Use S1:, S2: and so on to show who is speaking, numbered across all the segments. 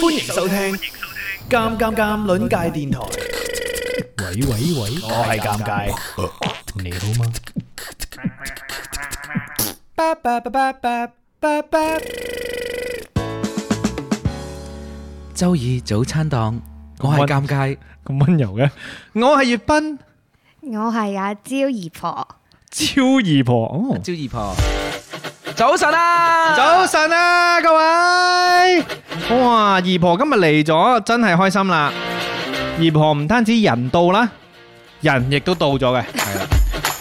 S1: 欢迎收听《尴尴尴》邻界电台。
S2: 喂喂 喂，
S1: 我係尷尬，
S2: 你好嗎？
S1: 巴巴巴巴巴巴巴。
S3: 周二早餐檔，我係尷尬，
S2: 咁温柔嘅，我係月斌，
S4: 我係阿蕉姨婆，
S2: 超姨婆。哦，
S3: 招二婆。早晨啊！
S2: 早晨啊，各位！哇，姨婆今日嚟咗，真係開心啦！姨婆唔單止人到啦，人亦都到咗嘅。
S3: 係啦，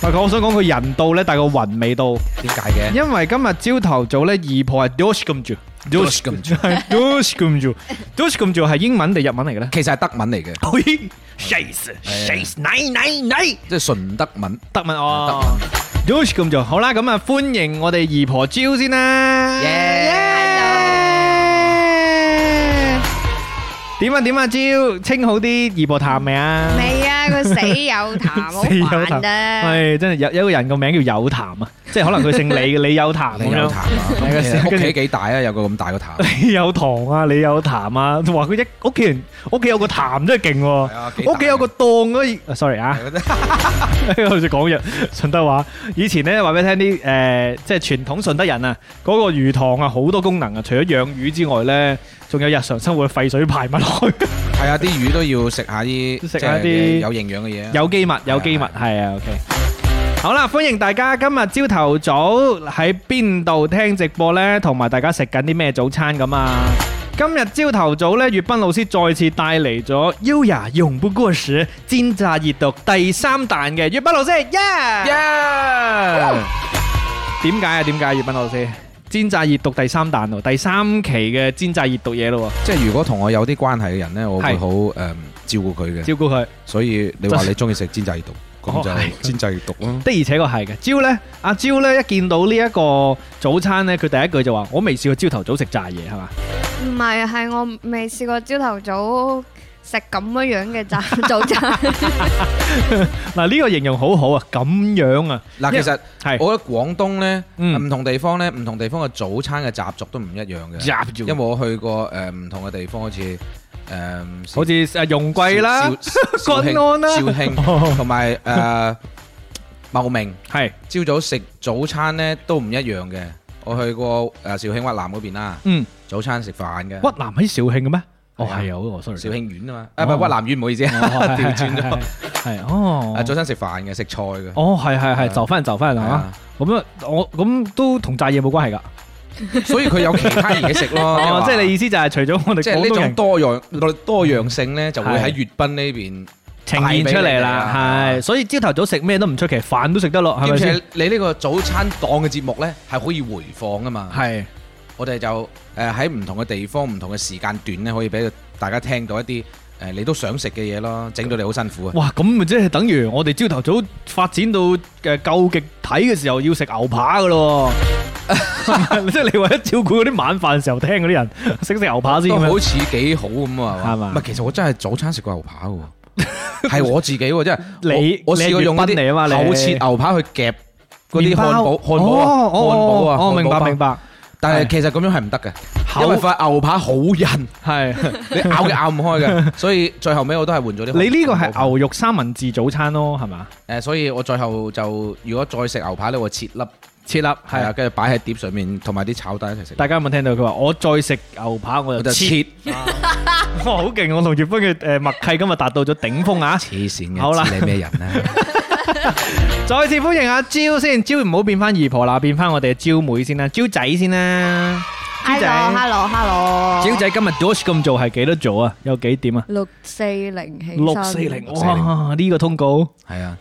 S2: 喂，我想講佢人到呢，但係個雲未到，
S3: 點解嘅？
S2: 因為今日朝頭早呢，姨婆係 dosh 咁住
S3: Dosh 咁
S2: 住，dosh 咁住，dosh 咁住係英文定日文嚟嘅呢？
S3: 其實係德文嚟嘅，
S2: 嘿 s h a s s h a s 奶奶奶。
S3: 即係純德文。
S2: 德文
S3: 德
S2: 哦
S3: 文。
S2: Yosh 咁做好啦，咁啊歡迎我哋姨婆蕉先啦。耶！點啊點啊蕉，清好啲姨婆痰未啊？
S4: 未啊，佢死有痰，好
S2: 死有
S4: 煩
S2: 痰
S4: 啊！
S2: 係真係有有一個人個名叫有痰啊，即係可能佢姓 李，李有痰咁
S3: 你有
S2: 樣
S3: 痰。 啊？
S2: 係啊
S3: 咁
S2: 跟
S3: 你
S2: 住
S3: 屋企幾大啊？有個咁大個 痰。
S2: 你有糖啊，你有痰啊，話佢一屋企人屋企有個痰真係勁喎
S3: 係啊幾。大
S2: 屋企有個檔嗰個啊，sorry 啊。 我哋講嘢順德話。以前咧話俾你聽啲誒，即係傳統順德人啊，嗰、個魚塘啊好多功能啊，除咗養魚之外咧，仲有日常生活嘅廢水排埋落去，
S3: 係啊，啲魚都要食下啲
S2: 食下啲
S3: 即係有營養嘅嘢啊。
S2: 有機物有機物係啊，OK。好啦，歡迎大家今日朝頭早喺邊度聽直播呢？同埋大家食緊啲咩早餐咁啊？今日朝頭早呢，粵斌老師再次帶嚟咗《優雅永不過時》煎炸熱毒第三彈嘅粵斌老師，耶、
S3: Yeah！
S2: 點解啊？點解？葉斌老師，煎炸熱毒第三彈喎，第三期嘅煎炸熱毒嘢咯
S3: 即係如果同我有啲關係嘅人咧，我會
S2: 係
S3: 好誒照顧佢
S2: 喎，
S3: 嘅。
S2: 照顧佢。
S3: 所以你話你中意食煎炸 魚毒，咁
S2: 哦係
S3: 就煎炸魚毒咯。
S2: 的而且確係嘅。朝呢，阿朝呢一見到呢一個早餐呢，佢第一句就話：我未試過朝頭早食炸嘢，係嘛？
S4: 唔係，係我未試過朝頭早食咁樣樣 嘅早早餐，
S2: 嗱，呢個形容好好啊，咁樣啊，
S3: 嗱，其實
S2: 係
S3: 我覺得廣東咧，
S2: 嗯
S3: 唔同地方咧，唔同地方嘅早餐嘅習俗都唔一樣嘅。
S2: 入住
S3: 因為我去過誒唔同嘅地方，好似誒
S2: 好似啊容桂啦，
S3: 肇
S2: 均安啦
S3: 肇慶同埋誒茂名。
S2: 係
S3: 朝早食早餐咧都唔一樣嘅。我去過誒肇慶屈南嗰邊啦，
S2: 嗯，
S3: 早餐食飯嘅
S2: 屈。南喺肇慶嘅咩？哦，
S3: 係啊
S2: 係啊，我 sorry，
S3: 肇慶縣啊嘛，
S2: 哦
S3: 啊唔係屈南縣，唔好意思，
S2: 哦
S3: 調轉咗。，
S2: 係係係係哦
S3: 啊，，早餐食飯嘅，食菜嘅。
S2: 哦，係係係，就翻就翻
S3: 係
S2: 啊
S3: 啊，
S2: 咁啊，我咁都同炸嘢冇關係㗎。
S3: 所以佢有其他嘢食咯。
S2: 哦，即係你
S3: 你
S2: 意思就係除咗我哋
S3: 即係呢
S2: 廣東
S3: 種
S2: 人
S3: 多樣多樣性咧，就會喺粵賓呢邊。
S2: 呈現出
S3: 帶俾你
S2: 嚟啦，
S3: 哋啊
S2: 係，所以朝頭早食咩都唔出奇，飯都食得落，係
S3: 兼
S2: 咪
S3: 且
S2: 先？
S3: 你呢個早餐檔嘅節目呢，係可以回放噶嘛？
S2: 係
S3: 我哋就誒喺唔同嘅地方、唔同嘅時間段呢，可以俾大家聽到一啲誒、呃你都想食嘅嘢咯，整到你好辛苦啊！
S2: 哇，咁咪即係等於我哋朝頭早發展到誒夠極體嘅時候要食牛扒噶咯 喎，即係你為咗照顧嗰啲晚飯時候聽嗰啲人食食牛扒先
S3: 都
S2: 咁
S3: 好
S2: 樣。
S3: 似幾好咁啊，
S2: 係嘛
S3: 唔係，其實我真係早餐食過牛扒 嘅喎，係我自己喎，真係
S2: 你
S3: 我我
S2: 你係
S3: 試過用嗰
S2: 粵賓嚟啊嘛你
S3: 啲厚切牛扒去夾嗰啲
S2: 麵
S3: 漢
S2: 包
S3: 堡、漢堡啊、
S2: 哦哦
S3: 漢堡啊，
S2: 哦，明白
S3: 漢堡包
S2: 明。白，
S3: 但
S2: 係
S3: 係其實咁樣係唔得嘅，因
S2: 口
S3: 為塊牛扒好韌。
S2: 係。
S3: 你咬嘅咬唔開嘅，所以最後尾我都係換咗啲。
S2: 你呢個係牛肉三文治早餐咯，係嘛？
S3: 誒，所以我最後就如果再食牛扒咧，我會切粒，
S2: 切粒
S3: 係
S2: 係
S3: 啊，
S2: 啊！
S3: 跟住擺喺碟上面，同埋啲炒蛋一齊食。
S2: 大家有冇聽到佢話我再食牛扒我
S3: 我
S2: 就
S3: 就
S2: 切？
S3: 切，
S2: 哇，好勁！我同葉斌嘅誒默契今日達到咗頂峰 啊！
S3: 黐線
S2: 好啦
S3: 嘅，知你咩人 啊？
S2: 再次歡迎阿蕉先，蕉唔好變翻姨婆啦，變翻我哋嘅蕉妹先啦，蕉仔先啦。
S4: h e l l o hello hello，
S2: 蕉仔今日 Josh 咁做係幾多組啊？有幾點啊？
S4: 六四零起身
S2: 六四零，
S3: 六四零
S2: 哇！呢個通告，
S3: 係啊，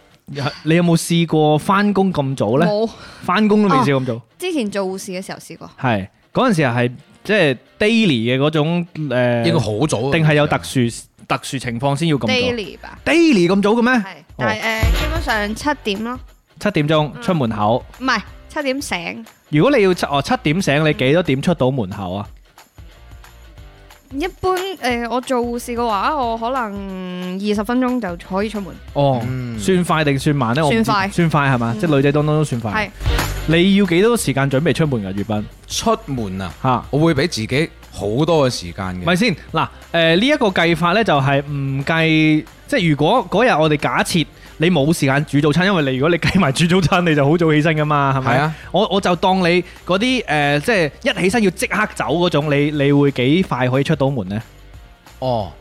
S2: 你有冇試過翻工咁早呢？
S4: 冇，
S2: 翻工都未試過咁早，
S4: 之前做護士嘅時候試過，
S2: 係嗰陣時係即係 daily 嘅嗰種誒，
S3: 應該好早啊。
S2: 定係有特殊特殊情況先要咁哦早
S4: daily 吧，
S2: ？daily 咁早嘅咩？
S4: 係，但係誒基本上七點咯，
S2: 七點鐘
S4: 嗯
S2: 出門口。
S4: 唔係七點醒，
S2: 如果你要七哦七點醒，你幾多點出到門口啊？
S4: 一般誒我做護士嘅話，我可能二十分鐘就可以出門，
S2: 哦，
S3: 嗯
S2: 算快定算慢咧？我唔知
S4: 算快
S2: 算快係嘛？
S4: 嗯
S2: 即係女仔當當都算快。
S4: 係
S2: 你要幾多時間準備出門㗎？粵斌
S3: 出門啊，
S2: 嚇，
S3: 我會俾自己好多嘅時間
S2: 咪
S3: 嘅。
S2: 先嗱，誒呢一個計法呢，就係唔計，即係如果嗰日我哋假設你冇時間煮早餐，因為你如果你計埋煮早餐，你就好早起身噶嘛，係咪
S3: 係啊
S2: 我我就當你嗰啲誒，即係一起身要即刻走嗰種，你你會幾快可以出到門呢？
S3: 哦，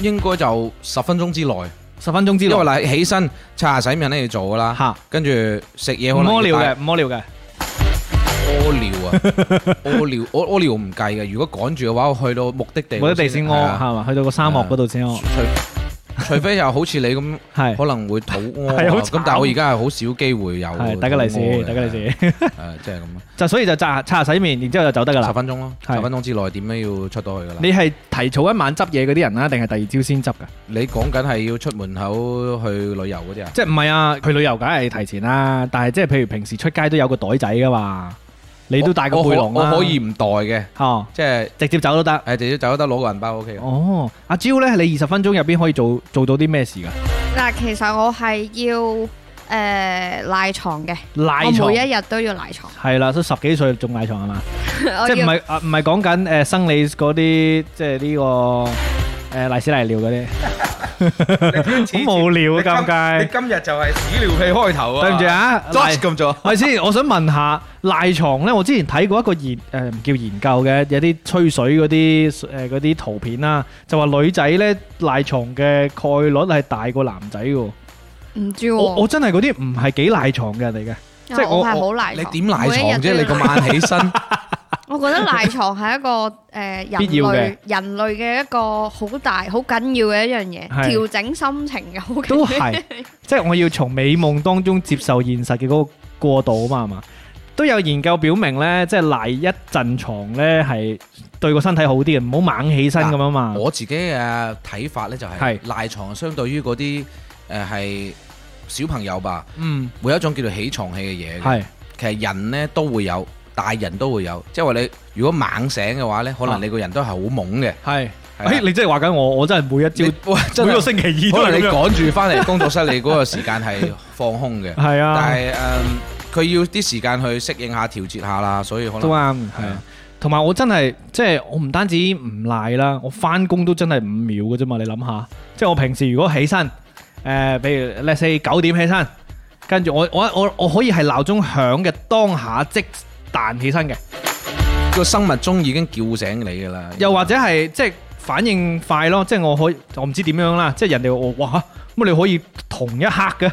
S3: 應該就十分鐘之內，
S2: 十分鐘之內
S3: 因為嗱起身刷牙洗面肯定要做噶啦，
S2: 嚇，
S3: 跟住食嘢
S2: 唔
S3: 可能
S2: 屙
S3: 要
S2: 尿嘅，
S3: 帶
S2: 唔屙尿嘅，
S3: 屙尿 啊，屙尿屙屙尿唔計嘅，如果趕住嘅話，我去到目的地
S2: 冇得地先
S3: 係
S2: 屙
S3: 啊
S2: 係嘛？啊去到個沙漠嗰度先
S3: 除
S2: 屙，
S3: 除非又好似你咁，
S2: 係
S3: 可能會肚屙
S2: 係好
S3: 啊，
S2: 慘
S3: 咁但係我而家係好少機會有
S2: 係，大家利
S3: 肚屙
S2: 是，
S3: 嘅
S2: 大家利，是，
S3: 誒，即係咁啊，
S2: 就所以就刷刷牙洗面，然之後就走得噶
S3: 十
S2: 啦。
S3: 分鐘咯，
S2: 係
S3: 十分鐘之內點都要出到去噶啦。
S2: 你係提早一晚執嘢嗰啲人啦，啊定係第二朝先執㗎？
S3: 你講緊係要出門口去旅遊嗰啲啊？
S2: 即係唔係啊？去旅遊梗係提前啦，但係即係譬如平時出街都有個袋仔噶嘛，你都帶個
S3: 我
S2: 背囊啊
S3: 我
S2: 啦。
S3: 可我可以唔袋嘅，
S2: 哦，
S3: 即係
S2: 直接走都得。
S3: 誒直接走得攞個銀包 OK 嘅。
S2: 哦，阿蕉咧，你二十分鐘入邊可以做做到啲咩事㗎？
S4: 嗱，其實我係要诶賴床嘅，
S2: 賴
S4: 我
S2: 床
S4: 每一日都要賴床，
S2: 係啦，都十幾歲仲賴床係嘛？
S4: 我
S2: 即係唔
S4: 要
S2: 係啊？唔係講緊誒生理嗰啲，即係呢個誒賴屎賴尿嗰啲，好無聊啊！尷尬，
S3: 今日就係屎尿屁開頭
S2: 對唔住！啊，賴
S3: 咁做
S2: 係先，我想問下賴床咧，我之前睇過一個研誒唔、叫研究嘅，有啲吹水嗰啲誒嗰啲圖片啦，就話女仔咧賴床嘅概率係大過男仔嘅喎。
S4: 唔知
S2: 我我
S4: 喎，
S2: 真係嗰啲唔係幾賴床嘅人嚟嘅，
S4: 即
S2: 即係我
S4: 係好賴
S3: 你
S4: 床，
S3: 點賴
S4: 每一日
S3: 床
S4: 都
S3: 啫？
S4: 要
S3: 你
S4: 賴
S3: 咁晏起身，
S4: 我覺得賴床係一個誒、呃、人
S2: 必要嘅
S4: 類人類嘅一個好大好緊要嘅一樣嘢，
S2: 係
S4: 調整心情嘅好緊
S2: 都
S4: 要。
S2: 係即係我要從美夢當中接受現實嘅嗰個過渡啊嘛，係嘛？都有研究表明咧，即係賴一陣床咧係對個身體好啲嘅，唔好猛起身咁啊嘛。
S3: 我自己嘅睇法咧就係
S2: 係
S3: 賴床，相對於嗰啲誒係小朋友吧，
S2: 嗯，
S3: 會有一種叫做起床氣嘅嘢嘅。
S2: 係
S3: 其實人咧都會有，大人都會有，即係話你如果猛醒嘅話咧，可
S2: 啊
S3: 能你個人都係好懵嘅。
S2: 係。
S3: 係啊
S2: 誒，你真係話緊我，我真係每一朝
S3: 你哇真
S2: 每個
S3: 係，
S2: 星期二都
S3: 可
S2: 係
S3: 能你
S2: 咁樣
S3: 趕住翻嚟工作室，你嗰個時間係放空嘅。
S2: 係 啊，
S3: 但係誒，嗯佢要啲時間去適應下、調節下啦，所以可
S2: 都
S3: 能
S2: 啱，係啊。同埋我真係即係我唔單止唔賴啦，我翻工都真係五秒嘅啫嘛。你諗下，即係我平時如果起身，誒、譬如 let's say 九點起身，跟住我我我我可以係鬧鐘響嘅當下即彈起身嘅，
S3: 個生物鐘已經叫醒你㗎啦。
S2: 又或者係即係反應快咯，即係我可以我唔知點樣啦，即係人哋我哇咁你可以同一刻嘅。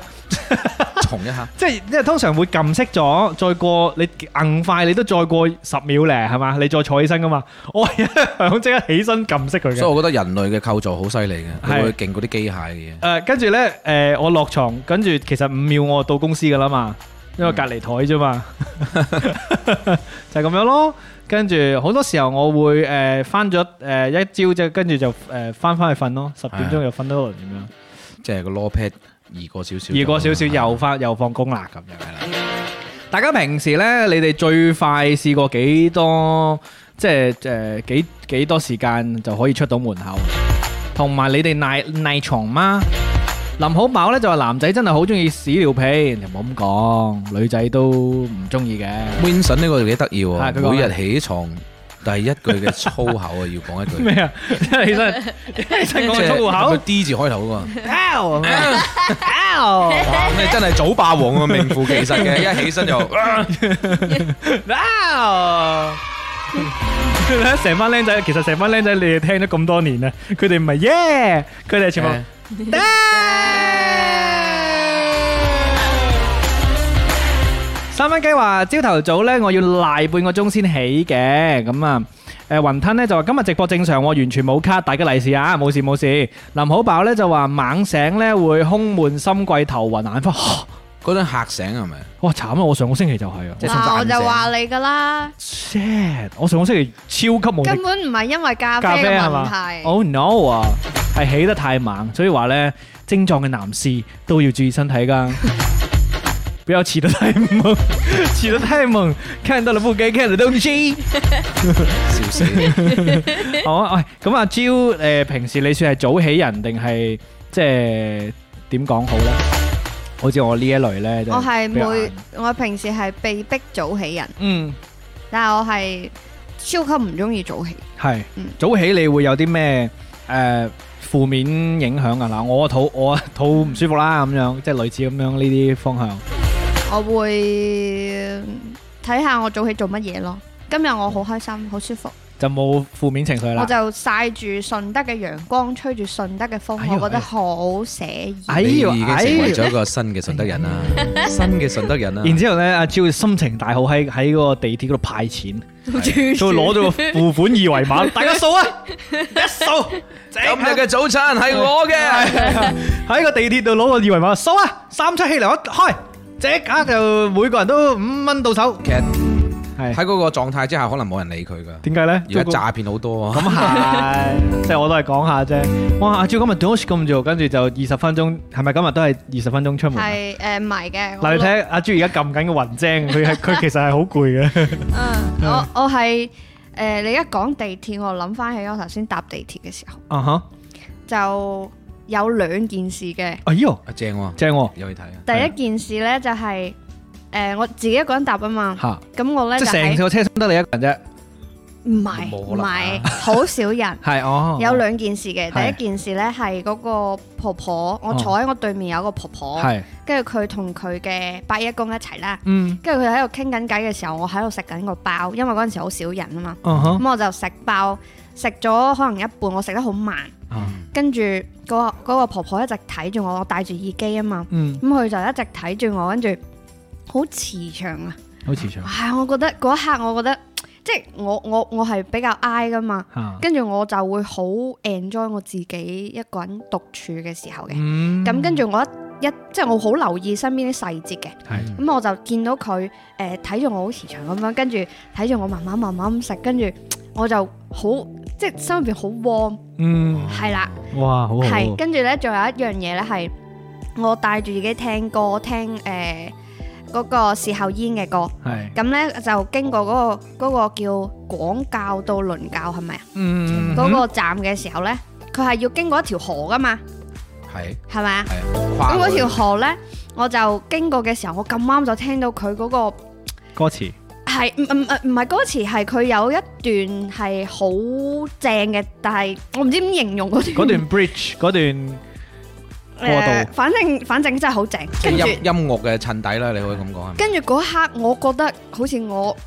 S3: 重一 下，
S2: 即係因為通常會撳熄咗，再過你硬快你都再過十秒咧，係嘛？你再坐起身噶嘛？ 我係一向即刻起身撳熄佢
S3: 所以
S2: 嘅。
S3: 我覺得人類嘅構造好犀利嘅，
S2: 係
S3: 佢會勁過啲機械嘅嘢。
S2: 誒，跟住咧，誒我落床，跟住其實五秒我就到公司噶啦嘛，因為隔離台啫嘛， 就係咁樣咯。跟住好多時候我會誒翻咗誒一朝啫，跟住就誒翻翻去瞓咯，十點鐘就瞓多輪咁
S3: 即係個 law pad 移過少少，
S2: 樣，而過少少又翻又放工啦咁樣。大家平時咧，你哋最快試過幾多？即係誒、呃、幾幾多時間就可以出到門口？同埋你哋賴賴床嗎？林好飽咧就話男仔真係好中意屎尿屁，你唔好咁講，女仔都唔中意嘅。
S3: Winson 呢個幾得意
S2: 係
S3: 喎，
S2: 佢講
S3: 每
S2: 咩
S3: 日起床第一句嘅粗口啊，要講一句。
S2: 咩啊？一 起身，一起身講
S3: 即
S2: 個
S3: 係
S2: 粗 口
S3: 佢 D 字開頭嗰個，
S2: ，ow ow
S3: 哇！咁你真係早霸王啊，名副其實嘅，一起身 就
S2: ow。你睇 成班僆仔，其實成班僆仔你哋聽咗咁多年啦，佢哋唔係耶，佢哋係全部。三蚊雞話：朝頭早呢，我要賴半個鐘先起嘅，咁啊。誒雲吞呢就話今日直播正常喎，完全冇卡，大家利是啊，冇事冇事。林好飽呢就話猛醒呢會胸悶心悸頭暈眼花，
S3: 嗰陣嚇醒係咪？
S2: 哇慘啊！我上個星期就係啊
S3: 即係
S4: 嗱，我
S3: 想讚
S4: 就
S3: 醒
S4: 話你噶啦，
S2: ，shit！我上個星期超級無
S4: 根
S2: 力
S4: 本唔係因為咖啡
S2: 咖啡
S4: 嘅
S2: 係
S4: 問
S2: 嘛
S4: 題。
S2: ？Oh no 啊，係起得太猛，所以話呢，精壯嘅男士都要注意身體 㗎。不要起得太猛， 起得太猛，看到了不該看的東西。
S3: 笑死！
S2: 好啊，喂，咁阿 j 誒，平時你算係早起人定係即係點講好咧？好似我呢一類咧，就
S4: 我係
S2: 比較
S4: 每
S2: 晏
S4: 我平時係被逼早起人，
S2: 嗯
S4: 但係我係超級唔中意早起。
S2: 係
S4: 嗯
S2: 早起你會有啲咩誒負面影響啊？嗱，我肚我 肚唔舒服啦，咁樣即係類似咁樣呢啲方向。
S4: 我會呃睇下我早起做乜嘢咯。今日我好開心，好舒服，
S2: 就冇負面情緒
S4: 我
S2: 嗯啦。
S4: 就曬住順德嘅陽光，吹住順德嘅風，
S2: 哎呦
S4: 我覺得好寫意。
S2: 哎
S3: 你已
S2: 呦
S3: 經
S2: 哎
S3: 成為
S2: 呦！
S3: 咗一個新嘅順德人啦， 新嘅順德人啦。
S2: 然之後咧，阿超心情大好喺喺嗰個地鐵嗰度派錢，
S4: 佢
S2: 佢攞咗個付款二維 碼，大家掃啊，一掃，正
S3: 今日嘅早餐係我
S2: 哎
S3: 嘅，
S2: 喺個地鐵度攞個二維碼掃啊，三七氣流一開，即刻就每個人都五蚊到手。
S3: 其實
S2: 係
S3: 喺嗰個狀態之下，可能冇人理佢噶。
S2: 點解咧？
S3: 而家詐騙好多啊！
S2: 咁係，即係我都係講下啫。哇！阿超今日點解咁做？跟住就二十分鐘，係咪今日都係二十分鐘出門啊？
S4: 係呃誒唔係嘅。我
S2: 嗱，你睇阿朱而家撳緊個雲精，佢係 佢其實係好攰嘅。
S4: 嗯，我我係誒你一講地鐵，我諗翻起我頭先搭地鐵嘅時候，
S2: 啊哈！
S4: 就有兩件事嘅。
S2: 哎呦，
S3: 啊正喎，
S2: 正喎！
S3: 有去睇啊！
S4: 第一件事咧就係、誒我自己一個人搭啊嘛，
S2: 嚇，
S4: 咁我咧
S2: 即
S4: 就
S2: 係成
S4: 喺
S2: 個車廂得你一個人
S4: 唔係
S3: 冇
S4: 唔
S3: 啦
S4: 係好少人。
S2: 啫。係哦
S4: 有兩件事
S2: 係
S4: 嘅，
S2: 哦
S4: 第一件事咧係嗰個婆婆，我坐喺我對面有個婆婆，
S2: 係
S4: 跟住佢同佢嘅八一公一齊啦，
S2: 嗯
S4: 跟住佢喺度傾緊偈嘅時候，我喺度食緊個包，因為嗰陣時好少人啊嘛，
S2: 嗯哼
S4: 咁我就食包，食咗可能一半，我食得好慢，
S2: 啊
S4: 跟住嗰個嗰個婆婆一直睇住我，我戴住耳機啊嘛，
S2: 嗯，
S4: 咁佢就一直睇住我，跟住好慈祥啊！
S2: 好慈祥
S4: 唉，我覺得嗰一刻，我覺得即係我我我係比較 I 噶嘛，
S2: 嚇。
S4: 跟住我就會好 enjoy 我自己一個人獨處嘅時候嘅。
S2: 嗯
S4: 咁跟住我一一即係我好留意身邊啲細節嘅，
S2: 係
S3: 嗯
S4: 咁我就見到佢誒睇住我好慈祥咁樣，跟住睇住我慢慢慢慢咁食，跟住我就好即係心入邊好 warm，
S2: 嗯
S4: 係啦，
S2: 哇，好好
S4: 係跟住咧，仲有一樣嘢咧係我帶住自己聽歌聽誒嗰個事後煙嘅歌。
S2: 係
S4: 咁咧就經過嗰、個嗰個叫廣教到倫教係咪啊？
S2: 嗯
S4: 嗰、個站嘅時候咧，佢係要經過一條河噶嘛，
S3: 係
S4: 係咪啊？
S3: 係
S4: 咁
S3: 跨過
S4: 嗰條河咧，我就經過嘅時候，我咁啱就聽到佢嗰、個
S2: 歌詞
S4: 係唔唔唔係歌詞，係佢有一段係好正嘅，但係我唔知點形容嗰
S2: 嗰
S4: 段
S2: 段 bridge 嗰段。過渡
S4: 誒反正反正真係好正，
S3: 即係
S4: 跟住
S3: 音音樂嘅襯底啦，你可以咁講係咪？
S4: 跟住嗰一刻，我覺得好似我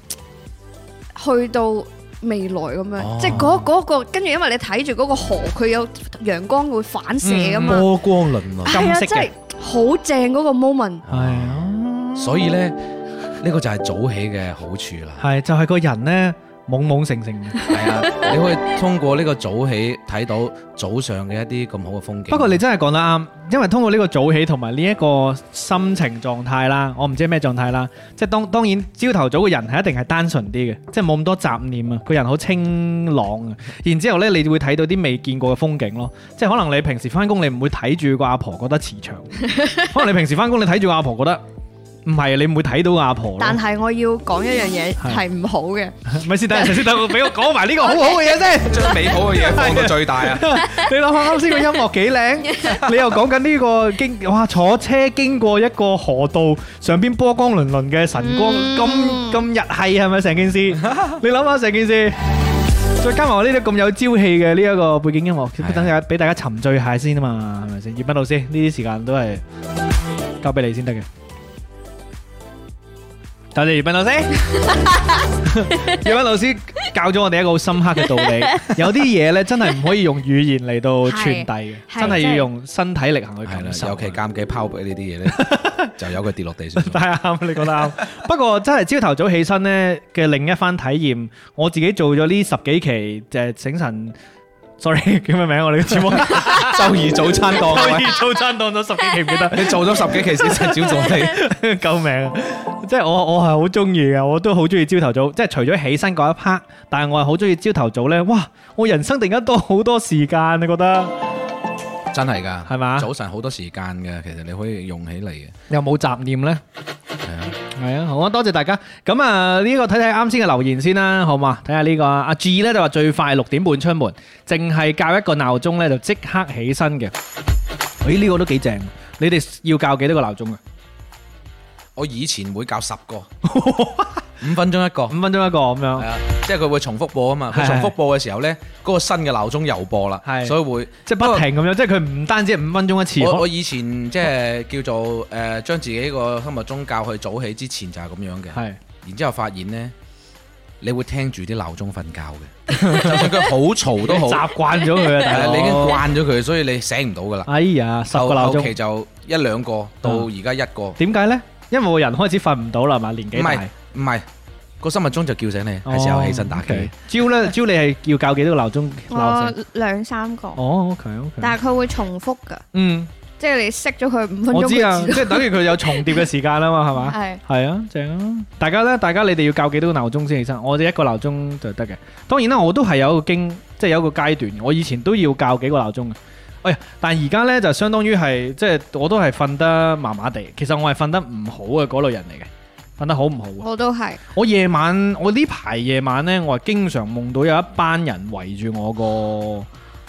S4: 去到未來咁樣，
S3: 哦
S4: 即係嗰嗰個跟住，因為你睇住嗰個河，佢有陽光會反射噶嘛，
S3: 波光粼粼。
S4: 係
S2: 金
S4: 啊，
S2: 色嘅
S4: 真係好正嗰個 moment，
S2: 係啊，
S3: 所以咧，呢個就係早起嘅好處啦。
S2: 係就係個人咧懵懵成成嘅。
S3: 係 啊，你可以通過呢個早起睇到早上嘅一啲咁好嘅風景。
S2: 不過你真係講得啱，因為通過呢個早起同埋呢一個心情狀態啦，我唔知係咩狀態啦，即係當當然朝頭早嘅人係一定係單純啲嘅，即係冇咁多雜念啊，個人好清朗啊。然之後呢，你會睇到啲未見過嘅風景咯，即係可能你平時翻工你唔會睇住個阿婆覺得慈 祥，可能你平時翻工你睇住個阿婆覺得唔係，啊你唔會睇到個阿婆咯。
S4: 但係我要講一樣嘢
S2: 係
S4: 係唔好嘅，
S2: 咪先，等 陣先，等我俾我講埋呢個好好嘅嘢先。
S3: 將美好嘅嘢放到最 大啊！
S2: 你諗下啱先個音樂 幾靚，你又講緊呢個經哇坐車經過一個河道，上邊波光粼粼嘅晨光，
S4: 嗯
S2: 咁咁日系係咪 成件事？你諗下成件事，再加埋我呢啲咁有朝氣嘅呢一個背景音樂，
S3: 係啊
S2: 等大家俾大家沉醉下先啊嘛，係咪先？葉斌老師呢啲時間都係交俾你先得嘅。多謝葉 斌老師，葉斌老師教咗我哋一個好深刻嘅道理， 有啲嘢咧真係唔可以用語言嚟到傳遞嘅，
S4: 係
S2: 真係要
S4: 真係
S2: 用身體力行去
S3: 係啦
S2: 感，受。
S3: 尤其監機拋俾呢啲嘢咧， 就由佢跌落地先。
S2: 但係啱，你覺得啱。 不過真係朝頭早起身呢嘅另一番體驗，我自己做咗呢十幾期就係醒神，sorry 叫咩名？我哋嘅節 目
S3: 周二早餐檔
S2: 可
S3: 啊，
S2: 以早餐當咗十幾期唔記得。
S3: 你做咗十幾期先真係少做你。
S2: 救命啊！即係我我係好中意嘅，我都好中意朝頭早，即係除咗起身嗰一 part，但係我係好中意朝頭早呢。哇！我人生突然間多好多時間，你覺得
S3: 真係㗎，
S2: 係嘛
S3: 早晨好多時間嘅，其實你可以用起嚟嘅。
S2: 有冇雜念呢？
S3: 係啊，
S2: 係啊，好啊，多謝大家。咁啊，呢、個睇睇啱先嘅留言先啦，好嘛？睇下呢個啊阿 G 咧就話最快六點半出門，淨係校一個鬧鐘咧就即刻起身嘅。咦、呢、個都幾正。你哋要校幾多個鬧鐘啊？
S3: 我以前會教十個，五分鐘一個，
S2: 五分鐘一個咁樣
S3: 係，啊，即係佢會重複播啊嘛。佢
S2: 係
S3: 重複播嘅時候咧，嗰個新嘅鬧鐘又播啦，
S2: 係
S3: 所以會。
S2: 即係不停咁樣，即係佢唔單止係五分鐘一次，
S3: 我我以前即係叫做誒將自己個生物鐘教去早起之前就係咁樣嘅，
S2: 係
S3: 然之後發現呢，你會聽住啲鬧鐘瞓覺嘅， 就算佢好嘈 都好，
S2: 習慣咗佢啊，大
S3: 係
S2: 佬
S3: 你已經。慣咗佢，所以你醒唔到噶啦。
S2: 哎呀，十個
S3: 後
S2: 鬧
S3: 後期
S2: 鐘，嗯
S3: 就一兩個到而家一個，唔
S2: 點解呢？因為我人開始瞓唔到啦係嘛，年紀
S3: 係
S2: 大。
S3: 唔係個生物鐘就叫醒你，
S2: 哦
S3: 係時候起身打機。
S2: 招 咧，招你係要教幾多個鬧鐘鬧
S4: 我
S2: 醒？
S4: 兩三個，
S2: 哦，OK OK。
S4: 但係佢會重複㗎，
S2: 嗯，
S4: 即係你熄咗佢五分鐘，
S2: 我知啊，
S4: 佢
S2: 即 係
S4: 自
S2: 等於佢有重疊嘅時間啊嘛，係嘛？
S4: 係
S2: 係啊，正啊！大家咧，大家你哋要教幾多個鬧鐘先起身？我哋一個鬧鐘就得嘅。當然啦，我都係有一個經，即係有一個階段。我以前都要教幾個鬧鐘嘅。哎呀，但而家咧就相當於係，即係我都係瞓得麻麻地。其實我係瞓得唔好嘅嗰類人嚟嘅，瞓得好唔好嘅。
S4: 我都 係，
S2: 我夜晚，我呢排夜晚咧，我係經常夢到有一班人圍住我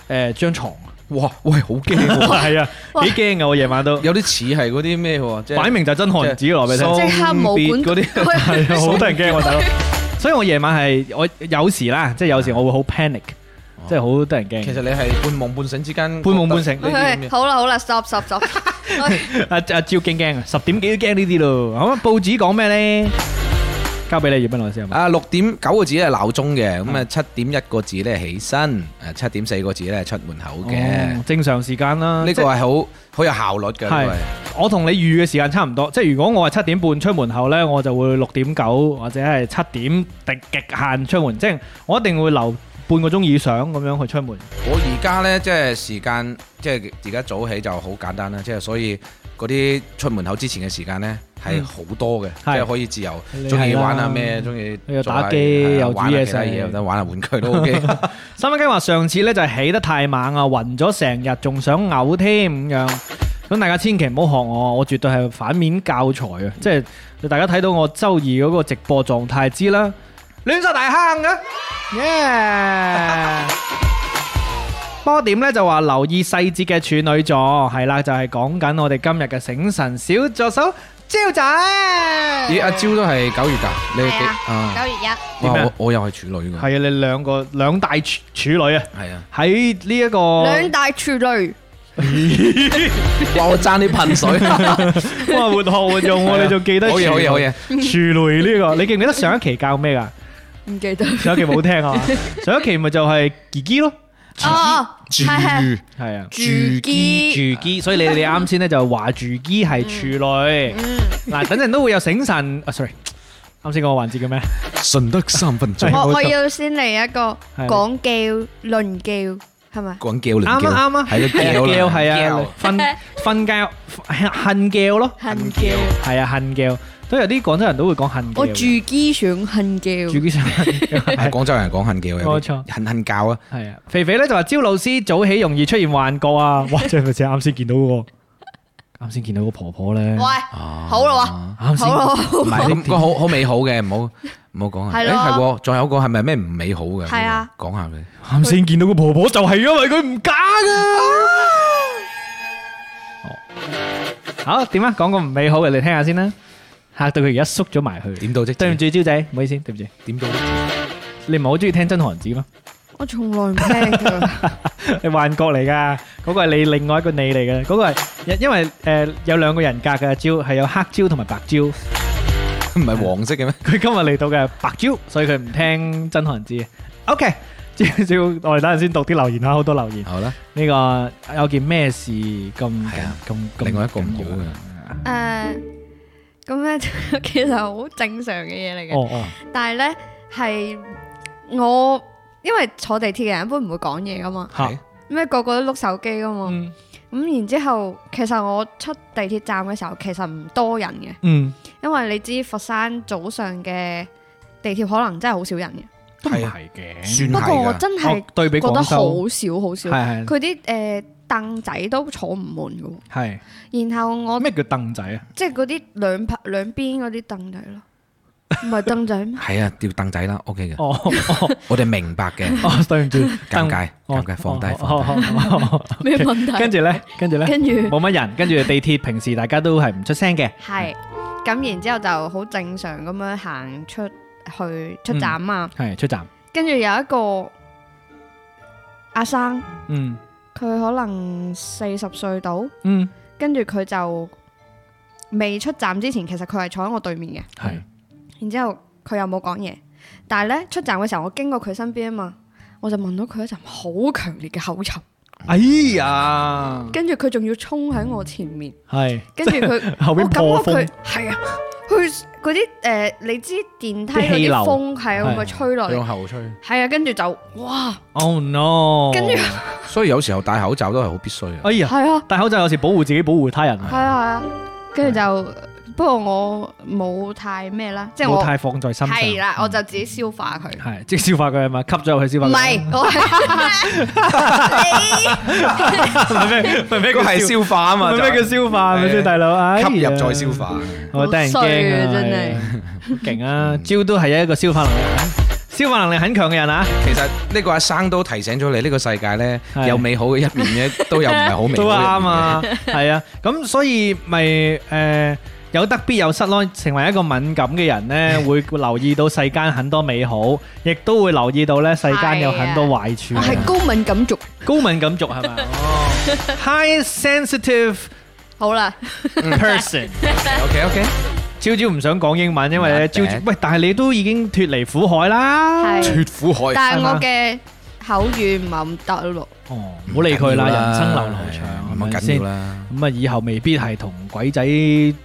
S2: 個誒張床。
S3: 哇，喂，好驚喎！
S2: 係啊，幾驚嘅我夜晚都，
S3: 有啲似係嗰啲咩喎，即係
S2: 擺明就真寒子話俾你聽。
S4: 即刻冇管
S3: 嗰啲
S2: 係啊好多人驚我大 佬。所以我夜晚係我有時啦，即係有時我會好 panic，
S3: 哦
S2: 即係好多人驚。
S3: 其實你係半夢半醒之間，
S2: 半夢半醒
S3: 你知唔知
S4: 好啦好啦，stop stop stop，
S2: 阿阿照驚驚啊，十點幾都驚呢啲咯。好啊，報紙講咩咧？交俾你葉斌老師係嘛？
S3: 啊，六點九個字咧係鬧鐘嘅，咁啊七點一個字咧係起身，誒七點四個字咧係出門口嘅
S2: 哦。正常時間啦。
S3: 呢
S2: 即
S3: 個係
S2: 係
S3: 好好有效率嘅，
S2: 係
S3: 呢
S2: 我同你預嘅時間差唔多，即係如果我係七點半出門口呢，我就會六點九或者係七點極極限出門，即係我一定會留半個鐘以上咁樣去出門。
S3: 個係我而家咧即係時間，即係而家早起就好簡單啦，即係所以嗰啲出門口之前嘅時間咧係
S2: 嗯
S3: 好多嘅，即
S2: 係
S3: 係可以自由，
S2: 你
S3: 中意
S2: 係啦
S3: 玩下咩，中意
S2: 又
S3: 做下
S2: 打機
S3: 係啊
S2: 又煮
S3: 玩下
S2: 嘢
S3: 其他
S2: 食
S3: 嘢又得玩下玩具都 OK。
S2: 三蚊雞話上次呢就係起得太猛啊，暈咗成日，仲想嘔添咁樣。咁大家千祈唔好學我，我絕對係反面教材啊！即係大家睇到我周二嗰個直播狀態知啦，亂晒大坑啊嘅，耶！波點呢就話留意細節嘅處女座，係啦，就係講緊我哋今日嘅醒神小助手招仔。
S3: 咦，啊阿蕉都係九月㗎，你幾
S4: 係啊
S3: 啊？
S4: 九月一，
S3: 哇
S2: 點啊
S3: 我我又係處女㗎，
S2: 係啊，你兩個兩大處處女啊，
S3: 係啊。
S2: 喺呢一個
S4: 兩大處女，
S3: 哇！我爭啲噴水，
S2: 哇！活學活用喎，你仲記得？
S3: 啊好嘢好嘢好！嘢！
S2: 樹雷呢個，你記唔記得上一期教咩噶？
S4: 唔記得，
S2: 上一期冇聽 啊，上一期咪就係吉吉咯，
S4: 哦哦， 係係
S2: 係啊，
S4: 住基，
S2: 住基，所以你哋啱先咧就話住基係處女，
S4: 嗯，
S2: 嗱等陣都會有醒神啊，sorry，啱先嗰個環節叫咩？
S3: 順德三分
S2: 係冇錯
S4: 我我要先嚟一個
S2: 係
S4: 講叫論叫係咪？
S3: 講叫嚟
S2: 啱啊啱啊，
S3: 係個叫
S2: 係啊叫
S3: 啦，
S2: 係啊，瞓瞓 覺恨叫咯，
S4: 恨叫，
S2: 係啊恨叫，都有啲廣州人都會講恨叫
S4: 我
S2: 嘅，
S4: 住基想恨叫，
S2: 住基上恨叫
S3: 係廣州人講恨叫嘅，
S2: 冇錯
S3: 恨恨教啊！
S2: 系啊，肥肥咧就話焦老師早起容易出現幻覺啊！ 哇，即係咪先啱先見到嗰個，啱先見到個婆婆咧，
S4: 喂，好啦
S2: 啊啱
S4: 喎，好啦
S2: 先
S4: 喎。
S3: 唔係咁講好好美好嘅，唔好唔好講啊！
S4: 係
S3: 誒
S4: 咯
S3: 係喎，仲有個係咪咩唔美好嘅？
S4: 係啊，
S3: 講下佢。
S2: 啱先見到個婆婆就係因為佢唔假噶。哦，好點啊？講個唔美好嘅你聽下先啦，嚇到佢而家縮咗埋去。
S3: 點到即止
S2: 對唔住，招仔，唔好意思，對唔住。
S3: 點到？
S2: 你唔係好中意聽真寒子咩？
S4: 我從來唔聽㗎，
S2: 你幻覺嚟噶，嗰個係你另外一個你嚟嘅，嗰個係因因為誒有兩個人格嘅招，係有黑招同埋白招。
S3: 唔係黃色嘅 咩？
S2: 佢今日嚟到嘅係白蕉，所以佢唔聽真寒知。OK，朝 朝我哋等陣先讀啲留言啦，好多留言。
S3: 好啦，
S2: 呢、個有件咩事咁
S3: 係啊
S2: 咁咁
S3: 另外一個唔好
S2: 緊要啊
S3: 嘅。
S4: 誒，咁咧其實好正常嘅嘢嚟嘅。
S2: 哦哦，
S4: 但係咧係我因為坐地鐵嘅人一般唔會講嘢噶嘛，
S2: 嚇
S3: 係
S4: 咩個個都碌手機噶嘛。咁、
S2: 嗯
S4: 然之後，其實我出地鐵站嘅時候其實唔多人嘅，
S2: 嗯，
S4: 因為你知佛山早上嘅地鐵可能真係好少人嘅。
S2: 都唔
S3: 係啊
S2: 係嘅。
S3: 算
S4: 不過我
S3: 係㗎。？
S4: 真係
S2: 哦對比
S4: 覺得
S2: 廣
S4: 好
S2: 州，
S4: 少好少，
S2: 係係
S4: 佢啲誒凳仔都坐唔滿嘅
S2: 係
S4: 喎。然後我
S2: 咩叫凳仔啊？
S4: 即係嗰啲兩排兩邊嗰啲凳仔 咯，唔係凳仔咩
S3: 係啊，吊凳仔啦，OK 嘅，
S2: 哦哦
S3: 我哋明白 嘅，
S2: 哦，對唔住，
S3: 尷
S2: 凳
S3: 尬
S2: 哦
S3: 尷尬，放低
S2: 哦
S3: 放低。
S2: 哦哦哦
S4: 咩問題？
S2: 跟住咧，跟住咧，
S4: 跟住。
S2: 冇乜人，跟住地鐵平時大家都係唔出聲嘅。
S4: 係，咁然之後就好正常咁樣行出去出站啊嘛，
S2: 系出站，
S4: 跟住有一個阿生，
S2: 嗯
S4: 佢可能四十歲到，
S2: 嗯，
S4: 跟住佢就未出站之前，其實佢係坐喺我對面嘅，
S2: 系
S4: 然之後佢又冇講嘢，但係呢，出站嘅時候我經過佢身邊啊嘛，我就聞到佢一陣好強烈嘅口臭，
S2: 哎呀，
S4: 跟住佢仲要衝喺我前面。
S2: 系
S4: 跟住佢
S2: 後邊
S4: 我感
S2: 破
S4: 覺
S2: 風
S4: 佢係啊，佢嗰啲誒，你知電梯嗰
S2: 啲氣
S4: 啲
S2: 流
S4: 風係啊會吹落嚟，
S3: 向後吹。
S4: 係啊，跟住就哇，
S2: ，Oh no，
S4: 跟住
S3: 所以有時候戴口罩都係好必須嘅。
S2: 哎呀，
S4: 係啊，
S2: 戴口罩有時保護自己，保護他人，
S4: 係啊，係啊，跟住就不過我冇太咩啦，即係
S2: 哎冇
S4: 我
S2: 太放在心嗯上，
S4: 係啦，我就自己消化佢。
S2: 系即係消化佢啊嘛，吸咗入去消化
S4: 唔
S2: 佢，
S4: 係，我係
S2: 唔係咩
S3: 嗰個係消化啊嘛，
S2: 唔係咩叫消化咪
S3: 係
S2: 先，大佬，哎呀
S3: 吸入再消，化。
S2: 我得人
S4: 好衰
S2: 驚
S4: 啊
S2: 啊，
S4: 真
S2: 係啊，好勁啊，招都係一個消化能力，消化能力很強嘅人啊，
S3: 其實呢個阿生都提醒咗你，呢個世界咧
S2: 係
S3: 有美好嘅一 面咧，都有唔係好美好
S2: 都
S3: 嘅一面
S2: 啱！啊，係啊，咁所以咪誒有得必有失咯，成為一個敏感 嘅人咧，會留意到世間很多美好，亦都會留意到咧世間有很多壞處
S4: 我。係高敏感族。
S2: 高敏感族 係咪？哦，high sensitive
S4: 好啦，
S2: person。
S3: OK OK，
S2: 朝朝唔想講英文，因為咧
S3: Not
S2: 朝
S3: bad
S2: 朝喂，但係你都已經脱離苦海啦。
S4: 係
S3: 脱苦海。
S4: 但係
S2: 係嘛
S4: 我嘅口語唔係咁得咯。
S2: 哦，唔好理佢啦，
S3: 緊要
S2: 人生流流
S3: 咁
S2: 長，咪
S3: 啊緊
S2: 先
S3: 要。啦。
S2: 咁啊，以後未必係同鬼仔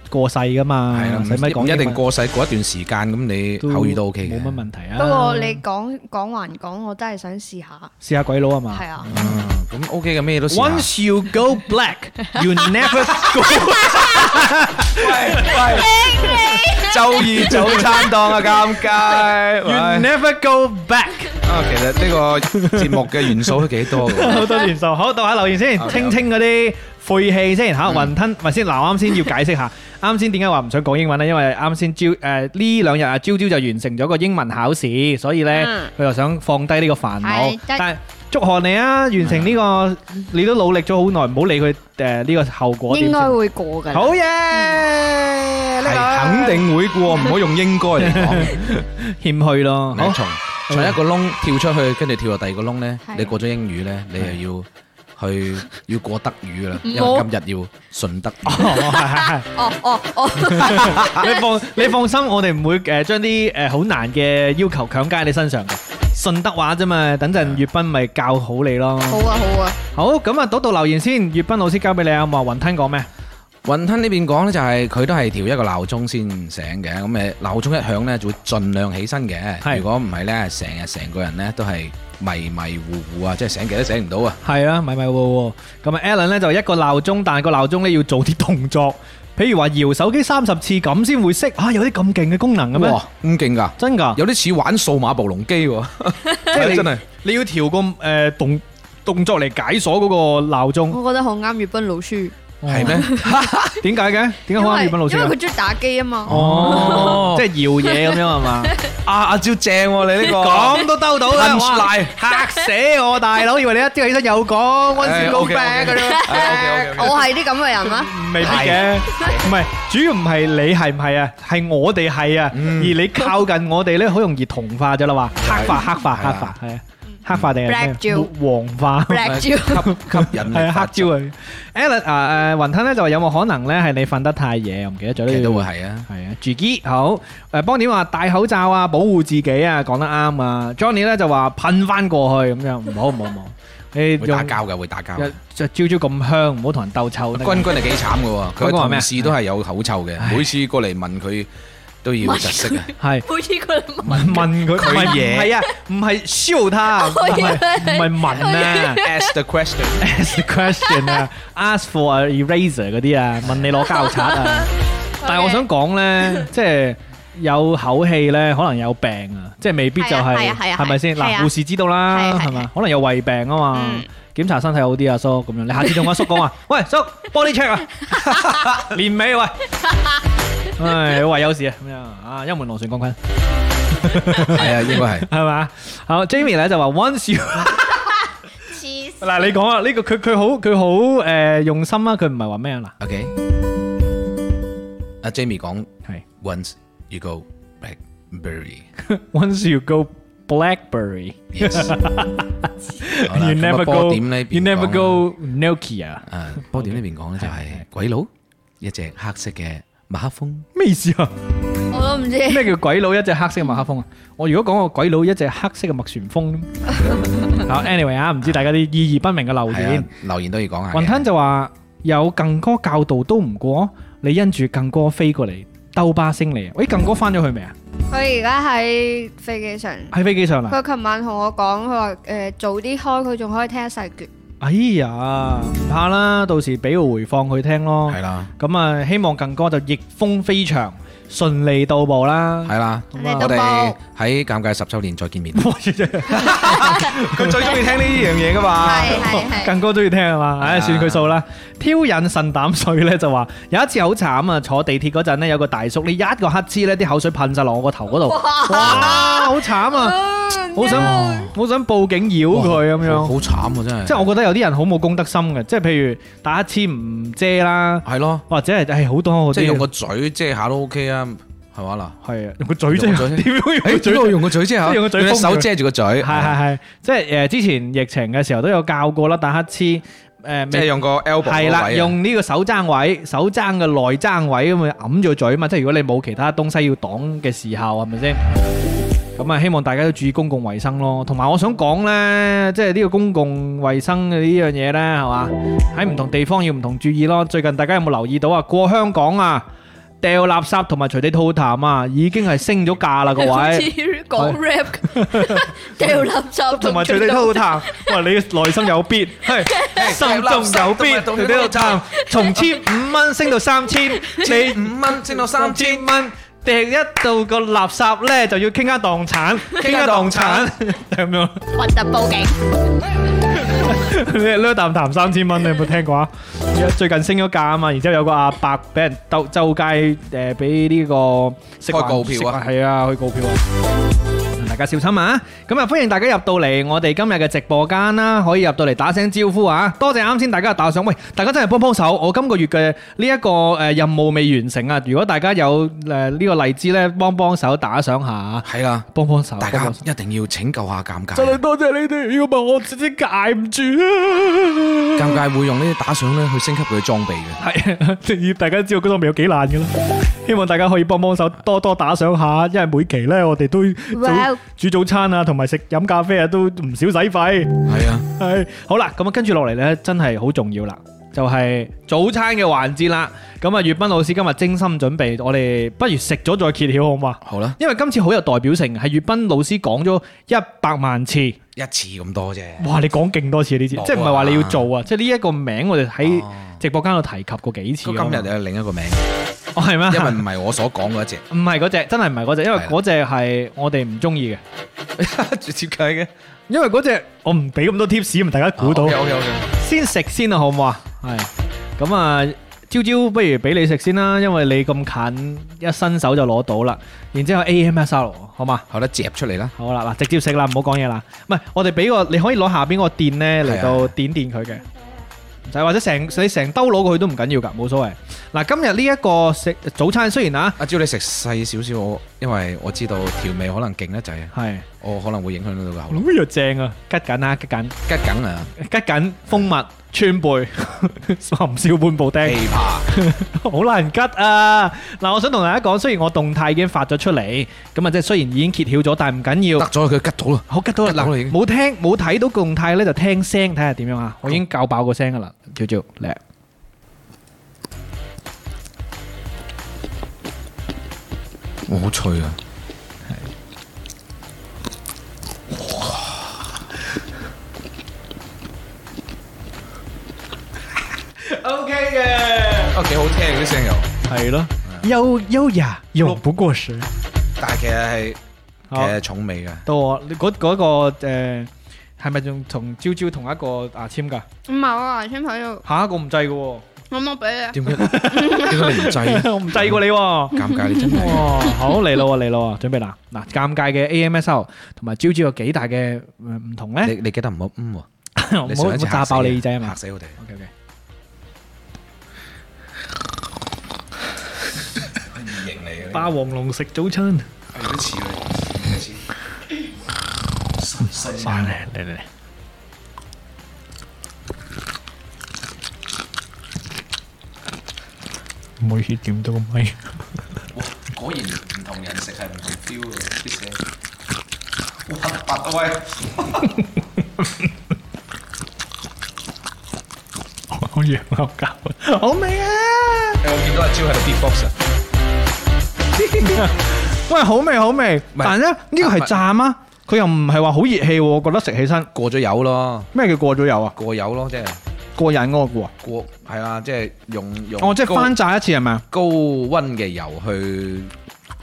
S2: 過世噶嘛，
S3: 係啦，
S2: 使乜
S3: 唔
S2: 講
S3: 一
S2: 英
S3: 定
S2: 文
S3: 過世嗰一段時間，咁你口語都 OK 嘅。
S2: 冇乜問題啊。
S4: 不過你講講還講，我真係想試下，
S2: 試下鬼佬啊嘛。
S4: 係啊。
S3: 嗯。咁 OK 嘅咩都試下
S2: Once you go black, you never go
S3: 周二早餐檔啊，尷 尬。
S2: you
S3: 喂
S2: never go back。
S3: 啊，其實呢個節目嘅元素都幾 多嘅。
S2: 好多元素，好讀下留言先，
S3: OK，
S2: 清清嗰啲晦氣先嚇，雲吞咪先嗱，啱先要解釋 下，啱先點解話唔想講英文呢？因為啱先朝誒呢兩日啊，朝朝就完成咗個英文考試，所以呢，佢就想放低呢個煩惱
S4: 係，得
S2: 但係祝賀你啊！完成呢個你都努力咗好耐，唔好理佢誒呢個後果點
S4: 應該
S2: 先。
S4: 會過㗎。
S2: 好嘢！呢個
S3: 係肯定會過，唔好用應該嚟講。
S2: 欠去咯，好
S3: 好，從從一個窿跳出去，跟住跳到第二個窿咧
S4: 係，
S3: 你過咗英語咧，你又要去要過德語啦，因
S4: 唔好
S3: 為今日要順德語。
S2: 哦，係係係。
S4: 哦哦哦，
S2: 你放你放心，我哋唔會誒將啲誒好難嘅要求強加喺你身上嘅。順德話啫嘛，等陣粵斌咪教好你咯。
S4: 好啊好啊，
S2: 好，咁啊，讀讀留言先。粵斌老師交俾你啊，冇話雲吞講咩？
S3: 雲吞呢邊講咧，就係佢都係調一個鬧鐘先醒嘅，咁誒鬧鐘一響咧，就會盡量起身
S2: 係
S3: 嘅。如果唔係咧，成日成個人咧都係迷迷糊糊啊，即係醒極都醒唔到啊。
S2: 係啊，迷迷糊糊。咁啊，Alan 咧就一個鬧鐘，但係個鬧鐘咧要做啲動作，譬如話搖手機三十次咁先會熄。啊，有啲咁勁嘅功能嘅咩？
S3: 哇，咁勁㗎！
S2: 真㗎？
S3: 有啲似玩數碼暴龍機喎，
S2: 即係你
S3: 真係
S2: 你要調個誒動動作嚟解鎖嗰個鬧鐘，
S4: 我覺得好啱粵斌老師，
S3: 係咩？
S2: 點解嘅？點解好啱粵斌老師
S4: 因
S2: 啊
S4: 為？佢中意打機啊嘛。
S2: 哦
S3: 哦，
S2: 即係搖嘢咁樣 係嘛？
S3: 啊阿招正喎，你呢個
S2: 咁都兜到啦，
S3: Punch
S2: 哇
S3: line
S2: 嚇死我大佬，以為你一朝起身有講
S3: 哎
S2: Once you go
S3: ，OK，OK
S2: back 嗰啲，
S3: 係，OK，OK，OK
S4: 我係啲咁 嘅人啦，
S2: 未必嘅，唔係主要唔係你係唔係啊，係我哋係啊，而你靠近我哋咧，好容易同化咗啦，話黑化黑化
S3: 係
S2: 黑
S3: 啊
S2: 化係啊，黑化定係
S4: Black 椒
S2: 咩黃化
S4: Black
S3: 吸 吸引力
S2: 係啊
S3: 法
S2: 黑
S3: 則
S2: 椒啊，Alan 啊誒雲吞咧就話有冇可能咧係你瞓得太夜，我唔記得咗
S3: 其
S2: 呢
S3: 實
S2: 個
S3: 都會係啊。
S2: 係啊，住機好。誒，邦點話戴口罩啊，保護自己啊，講得啱啊。Johnny 咧就話噴翻過去咁樣，唔好唔好唔好。
S3: 會
S2: 你
S3: 打
S2: 用
S3: 交嘅，會打交。
S2: 就朝朝咁香，唔好同人鬥臭。
S3: 君君係幾慘嘅喎，
S2: 君
S3: 佢
S2: 君話咩
S3: 同事都係有口臭
S2: 唉
S3: 嘅，每次過嚟問佢都要窒息 啊。
S2: 係
S4: 好似佢
S2: 問問佢
S3: 佢
S2: 唔係
S3: 嘢
S2: 唔係啊，唔係燒他，唔係唔係問啊
S3: Ask the question，
S2: ，ask the question 啊，ask for a eraser 嗰啲啊，問你攞膠擦啊。但係我想講咧，即係有口氣咧，可能有病啊，即係未必就
S4: 係
S2: 係
S4: 啊係啊係啊
S2: 係咪先？
S4: 係
S2: 嗱，
S4: 啊
S2: 護士知道啦，
S4: 係啊係啊
S2: 係嘛？可能有胃病啊嘛
S4: 嗯，
S2: 檢查身體好啲啊，叔咁樣。你下次同阿叔講 話，喂叔，body check 啊，年尾啊喂，唉，胃有事啊咁樣啊，幽門螺旋桿菌
S3: 係啊，應該 係。
S2: 係嘛？好，Jamie 咧就話 once you
S4: 黐線
S2: 嗱，你講啊，呢個佢佢好佢好誒用心啊，佢唔係話咩啊嗱，
S3: OK，阿 Jamie 講
S2: 係
S3: once you go back Blackberry。
S2: Once you go BlackBerry,
S3: Yes，好 啦
S2: you
S3: 咁啊
S2: never
S3: 波
S2: go
S3: 點呢
S2: you
S3: 邊講
S2: never
S3: 啦
S2: go Nokia。
S3: 啊，波點呢邊講咧就係鬼佬一隻黑色嘅馬克風，
S2: 咩意思啊？
S4: 我都唔知。
S2: 咩叫鬼佬一隻黑色嘅麥克風啊？我如果講個鬼佬一隻黑色嘅麥 旋風，好 anyway 啊，唔知大家啲意義不明嘅留
S3: 係
S2: 言
S3: 啊。，留言都要講下嘅。
S2: 雲吞就話有更哥教導都唔過，你因住更哥飛過嚟兜巴星你啊！喂，更哥翻咗去未啊？
S4: 佢而家喺飛機上，
S2: 喺飛機上啊啦！
S4: 佢琴晚同我講，佢話誒早啲開，佢仲可以聽一世卷。
S2: 哎呀，唔怕啦，到時俾個回放佢聽咯。
S3: 係啦，
S2: 咁啊，希望更哥就逆風飛翔，順利到步啦。
S3: 係啦，
S2: 咁啊
S4: 你都
S3: 我
S4: 報
S3: 哋喺尷尬十週年再見面。
S2: 佢最中意聽呢樣嘢噶嘛
S4: 係係係
S2: 更哥中意聽啊嘛，唉，
S3: 啊
S2: 算佢數啦。挑引腎膽水咧就話有一次好慘啊，坐地鐵嗰陣咧有個大叔呢，一個乞嗤咧啲口水噴晒落我個頭嗰度，哇，好慘啊！好想好想報警
S3: 哇
S2: 擾佢咁
S3: 好
S2: 樣，
S3: 慘啊！真係，
S2: 即係我覺得有啲人好冇公德心嘅，即係譬如打乞嗤唔遮啦，
S3: 係咯，
S2: 或者係唉好多嗰啲
S3: 即係用個嘴遮下都 OK 啊，係嘛啦？
S2: 係啊，用個嘴
S3: 用個
S2: 啫，
S3: 嘴
S2: 點樣用
S3: 誒，
S2: 個嘴
S3: 點解？用個嘴遮下？
S2: 即係用個嘴
S3: 隻
S2: 封
S3: 手
S2: 住
S3: 遮住個嘴，
S2: 係係係，即係誒之前疫情嘅時候都有教過啦，打乞嗤誒
S3: 即係用個 elbow
S2: 係
S3: 嗰
S2: 啦，
S3: 位啊
S2: 用呢個手踭位、手踭嘅內踭位咁去揞住嘴嘛。即係如果你冇其他東西要擋嘅時候，係咪先？咁啊，希望大家都注意公共衞生咯。同埋我想講呢，即係呢個公共衞生嘅呢樣嘢呢，係嘛？喺唔同地方要唔同注意咯。最近大家有冇留意到啊？過香港啊，掉垃圾同埋隨地吐痰啊，已經係升咗價啦，各位。
S5: 講 rap，掉垃圾
S2: 同埋最低吐痰，哇！你內心有必， 係心中有必，最低吐痰，從千五蚊升到三 千，你
S3: 五蚊升到
S2: 三
S3: 三千。
S2: 千蚊。掟一到個垃圾咧，就要傾家蕩產，傾家蕩產 就咁樣。
S5: 核突報警。
S2: 你攞啖痰三千蚊，你有冇聽過啊？而家最近升咗價啊嘛，然之後有個阿伯俾人兜周街誒，俾呢個食
S3: 開告票啊
S2: 食環係啊，去告票啊！大家小心啊！咁啊，歡迎大家入到嚟我哋今日嘅直播間啦，可以入到嚟打聲招呼啊！多謝啱先大家嘅打賞，喂，大家真係幫幫手，我今個月嘅呢一個誒任務未完成啊！如果大家有誒呢個荔枝咧，幫幫手打賞下啊，
S3: 係啦，
S2: 幫幫手，
S3: 大
S2: 幫
S3: 家
S2: 幫手
S3: 一定要拯救下尷尬。啊
S2: 真係多謝你哋，如果唔係我直接捱唔住啊！
S3: 尷尬會用呢啲打賞咧去升級佢嘅裝備嘅。
S2: 系，啊要大家知道嗰度未有幾爛嘅啦。希望大家可以幫幫手，多多打賞下，因為每期咧我哋都
S4: 哇
S2: 早煮早餐啊，同埋食飲咖啡啊，都唔少使費。
S3: 係啊，
S2: 係好啦，咁啊跟住落嚟咧，真係好重要啦，就係、早餐嘅環節啦。咁啊，粵斌老師今日精心準備，我哋不如食咗再揭曉好嘛？
S3: 好啦，
S2: 因為今次好有代表性，係粵斌老師講咗一百萬次。
S3: 一次咁多啫。
S2: 哇！你講勁多次呢次，
S3: 冇啊
S2: 即係唔係話你要做啊？即係呢一個名，我哋喺
S3: 哦
S2: 直播間度提及過幾次㗎嘛。
S3: 佢今日有另一個名，
S2: 哦係咩？
S3: 因為唔係我所講嗰一隻。
S2: 唔係嗰只，真係唔係嗰只，因為
S3: 係啦
S2: 嗰只係我哋唔中意嘅。
S3: 設計嘅，
S2: 因為嗰只我唔俾咁多 tips，咁大家估到
S3: OK OK。
S2: 先食先啊，好唔好啊？係咁啊，朝朝不如俾你食先啦，因為你咁近，一伸手就攞到啦。然之後 AMSR 好嘛？
S3: 好啦，夾出嚟啦。
S2: 好啦，嗱，直接食啦，唔好講嘢啦。唔係，我哋俾個你可以攞下邊嗰個墊咧
S3: 係啊
S2: 嚟到點電佢嘅，唔使或者成你成兜攞過去都唔緊要㗎，冇所謂。嗱，今日呢一個食早餐雖然啊，
S3: 阿蕉，你食細少少，我因為我知道調味可能勁得滯，
S2: 係，
S3: 我可能會影響到個喉嚨。
S2: 咁又正啊，吉緊啊，吉緊。
S3: 吉緊啊，
S2: 吉緊蜂蜜川 貝含笑半步釘，
S3: 琵 琶
S2: 好難吉啊！嗱，我想同大家講，雖然我動態已經發咗出嚟，咁啊即係雖然已經揭曉咗，但係唔緊
S3: 得
S2: 要，
S3: 咗佢吉到啦。
S2: 好吉到啦！
S3: 吉到啦已
S2: 嗱，
S3: 經
S2: 冇聽冇睇到動態咧，就聽聲睇下點樣啊！我已經教爆個聲噶啦，叫做嚟。
S3: 哇，好脆啊！
S2: O K 嘅，
S3: 啊，幾好聽啲聲又，
S2: 係咯，優優雅永不過時。
S3: 但係其實係其
S2: 好
S3: 實係重味嘅。
S2: 到我你嗰嗰個誒係咪仲同朝朝同一個牙籤㗎？
S4: 唔係我牙籤喺度，
S2: 下一個唔制嘅喎，
S4: 我冇俾你。
S3: 點解 點解你唔制？
S2: 我唔制過你喎。
S3: 尷尬， 你真係
S2: 哇，好嚟咯喎嚟咯喎，準備啦！嗱，尷尬嘅 AMSO 同埋朝朝有幾大嘅呃唔同咧？
S3: 你你記得唔好嗯喎。
S2: 唔好唔好炸爆你耳仔啊嘛
S3: 嚇死我哋！
S2: ！OK OK，
S3: 唔認你
S2: 霸王龍食早餐，
S6: 係有啲似嘅，似神神
S2: 嚟嚟嚟嚟，唔好意思，掂到個咪。
S6: 哇！果然唔同人食係唔同 feel 嘅啲嘢。哇！白啊喂！
S2: 好似我搞，好味啊！
S3: 我見到阿蕉喺度 beatbox 啊
S2: 喂，好味好味，
S3: 唔係
S2: 但係咧呢個係炸啊，佢又唔係話好熱氣喎，我覺得食起身
S3: 過咗油咯，
S2: 咩叫過咗油啊？
S3: 過油咯，即係
S2: 過癮嗰個過啊，
S3: 過係啦，即係用用
S2: 哦，即係
S3: 高
S2: 翻炸一次係咪啊？
S3: 高温嘅油去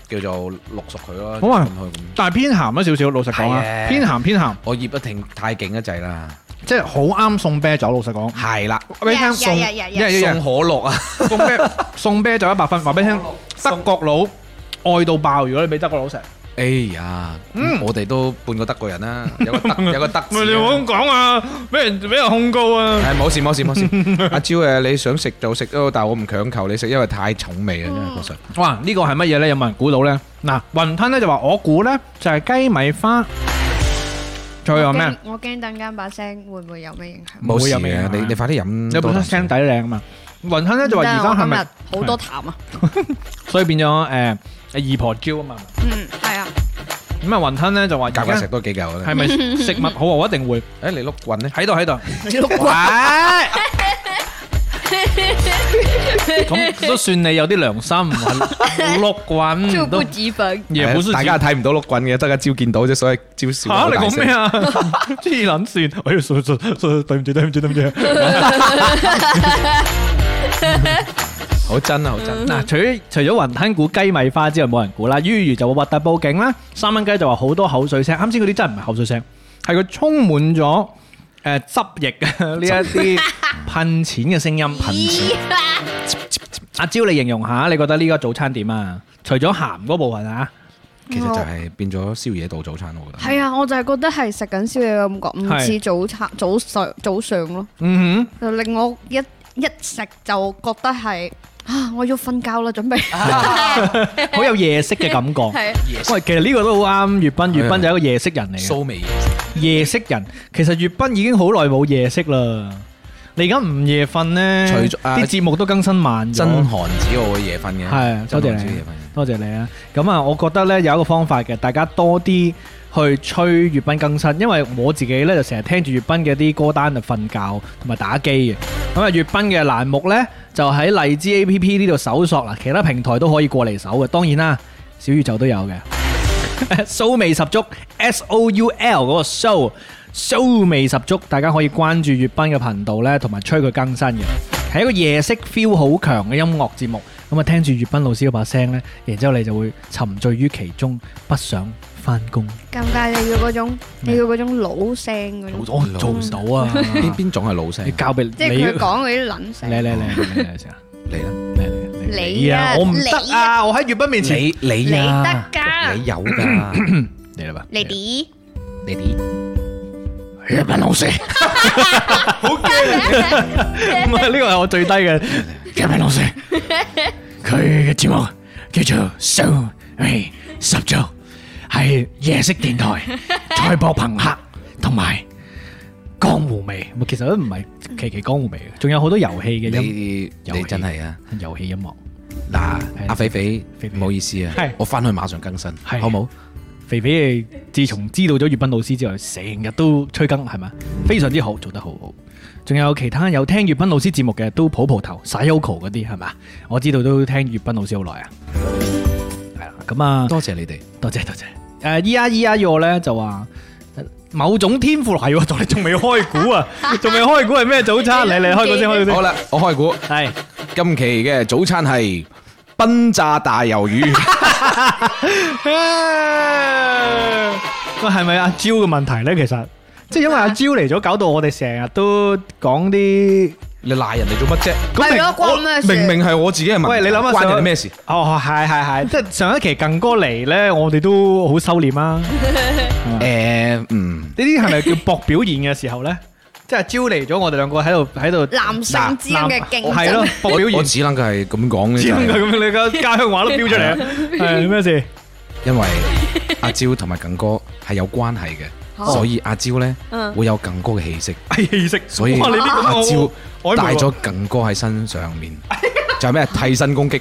S3: 叫做淥熟佢咯。
S2: 好啊
S3: 咁去咁
S2: 但係偏鹹咗少少，老實講啊
S3: 係，嘅
S2: 偏鹹偏鹹，
S3: 我醃得停太勁一滯啦，
S2: 即係好啱送啤酒，老實講。
S3: 係啦，
S2: 話俾你聽，送
S5: 呀呀呀呀
S2: 一人一人
S3: 送可樂啊，
S2: 送啤 送啤酒一百分，話俾你聽，德國佬愛到爆，如果你俾德國佬食，
S3: 哎呀，
S2: 嗯
S3: 我哋都半個德國人啦，有個 德有個德字啊。
S2: 講啊，俾人俾人控告啊！
S3: 係冇事冇事冇事，阿蕉誒你想食就食咯，但係我唔強求你食，因為太重味啊，真係確實。
S2: 哇！呢個係乜嘢呢？有冇人估到呢？嗱，雲吞呢就話我估呢就係雞米花，仲有咩？
S4: 我驚等間把聲會唔會有咩影響？
S2: 唔
S3: 冇
S2: 會
S3: 事
S2: 有咩啊
S3: 嘅，你你快啲飲
S2: 你
S3: 多
S2: 本
S3: 啖
S2: 身
S3: 水。
S2: 聲底靚啊嘛。雲吞呢就話而家係咪？
S5: 好多痰啊！
S2: 所以變咗誒二婆椒啊嘛。
S4: Ừ,
S5: 嗯，係
S4: à.
S5: 啊，
S2: 咁啊雲吞呢就話而
S3: 夾硬
S2: 家
S3: 食多幾嚿咧
S2: 係。咪食物好啊？我一定會
S3: 誒你碌棍咧，
S2: 喺度喺度。
S3: 喂，
S2: 咁都算你有啲良心，碌滾都
S5: 止憤。
S2: 夜本書
S3: 大家係睇唔到碌棍嘅，得阿蕉見到啫，所以蕉笑得
S2: 嚇
S3: 好
S2: 你
S3: 大
S2: 講
S3: 聲
S2: 咩。啊？黐撚線！哎呀，sorry sorry sorry，對唔住對唔住對唔住。
S3: 好真啊，好真。
S2: 嗱，除除咗雲吞估雞米花之外，冇人估啦。於如就話核突報警啦，三蚊雞就話好多口水聲。啱先嗰啲真係唔係口水聲，係佢充滿咗誒汁液 嘅呢一啲噴錢嘅聲音。噴錢。阿蕉，你形容下，你覺得呢個早餐點啊？除咗鹹嗰部分啊，
S3: 其實就係變咗宵夜到早餐，我覺得。
S4: 係啊，我就係覺得係食緊宵夜嘅感覺，唔
S2: 係
S4: 似早餐早上早上咯，
S2: 嗯
S4: 就令我一一食就覺得係啊，我要瞓覺啦，準備。
S2: 哼，好有夜色嘅感覺。
S5: 係
S2: 喂，其實呢個都好啱。粵賓，粵賓就係一個夜色人嚟嘅。
S3: 蘇味嘢
S2: 夜色人，其實粵斌已經好耐冇夜色啦。你而家唔夜瞓呢，
S3: 除咗啊
S2: 啲節目都更新慢咗。
S3: 真寒子我會夜瞓嘅，
S2: 係多謝
S3: 真寒
S2: 你
S3: 子夜瞓
S2: 多謝你啊！咁啊，我覺得呢有一個方法嘅，大家多啲去催粵斌更新，因為我自己呢就成日聽住粵斌嘅啲歌單就瞓覺同埋打機嘅。咁啊，粵斌嘅欄目呢，就喺荔枝 A P P 呢度搜索啦，其他平台都可以過嚟搜嘅。當然啦，小宇宙都有嘅，騷味十足 S O U L 嗰個 show。騷味十足，大家可以關注粵斌嘅頻道呢，同埋催佢更新嘅，係一個夜色 feel 好強嘅音樂節目。咁啊，聽住粵斌老師嗰把聲呢，然之後你就會沉醉於其中，不想翻工。
S4: 尷尬，你要嗰種，
S2: 咩
S4: 你要嗰種老聲嗰種，
S2: 我做唔到啊！
S3: 邊邊種係老聲
S2: 你？交俾你，
S4: 即係佢講嗰啲
S2: 嚟
S4: 撚
S2: 嚟
S4: 聲。
S2: 嚟嚟嚟嚟先啊！
S3: 你啦，
S2: 嚟嚟嚟
S4: 你啊
S2: 我唔得啊！我喺粵斌面前，
S3: 你
S4: 你
S3: 你
S4: 得
S2: 啊
S4: 㗎，
S3: 你有㗎，
S2: 你嚟吧，
S4: 你哋
S3: 你啲
S2: 粵斌老師， 唔係呢個係我最低 嘅粵斌老師，佢嘅節目叫做《騷味十足》，係夜色電 台、賽博朋克同埋江湖味。其實都唔係期期江湖味嘅，仲有好多遊戲嘅音
S3: 你
S2: 有
S3: 你真係啊！
S2: 遊戲音樂。
S3: 嗱，阿肥肥
S2: 肥，肥
S3: 唔好意思啊
S2: 係，
S3: 我翻去馬上更新，
S2: 係
S3: 好冇？
S2: 肥肥自從知道咗粵斌老師之後，成日都催更，係咪？非常之好，做得好好。仲有其他有聽粵斌老師節目嘅，都抱抱頭、Sayoko 嗰啲，係咪？我知道都聽粵斌老師好耐啊。係啦，咁啊，
S3: 多謝你哋，
S2: 多謝多謝。誒，依家依家我咧就話呃某種天賦係喎， 仲你仲未開估啊？仲未開估係咩早餐？嚟嚟開估先，開估
S3: 好
S2: 先。
S3: 啦，我開估，
S2: 係
S3: 今期嘅早餐係賓炸大魷 魚，
S2: 喂，係咪阿蕉嘅問題咧？其實即係因為阿蕉嚟咗，搞到我哋成日都講啲
S3: 你賴人哋做乜啫？
S2: 咁
S4: 係咯，關
S2: 我
S4: 咩事？
S3: 明明係我自己嘅問題，
S2: 喂，你諗下
S3: 關
S2: 上
S3: 人哋咩事？？
S2: 哦，係係係，即係上一期近哥嚟咧，我哋都好收斂啊。呢
S3: 誒，嗯，
S2: 啲係咪叫搏表現嘅時候咧？即係阿蕉嚟咗，我哋兩個喺度喺度
S4: 男性之間嘅競爭
S2: 係咯，搏
S3: 我
S2: 表
S3: 我
S2: 現。
S3: 只能夠係咁講嘅
S2: 知
S3: 啫
S2: 咁你個家鄉話都飆出嚟啊！係咩事？
S3: 因為阿蕉同埋更哥係有關係嘅，所以阿蕉呢
S5: 嗯
S3: 會有更哥嘅氣息，
S2: 哎氣息，
S3: 所以
S2: 哇你呢個
S3: 阿蕉
S2: 我我
S3: 帶咗更哥喺啊身上面，就係咩替身攻擊。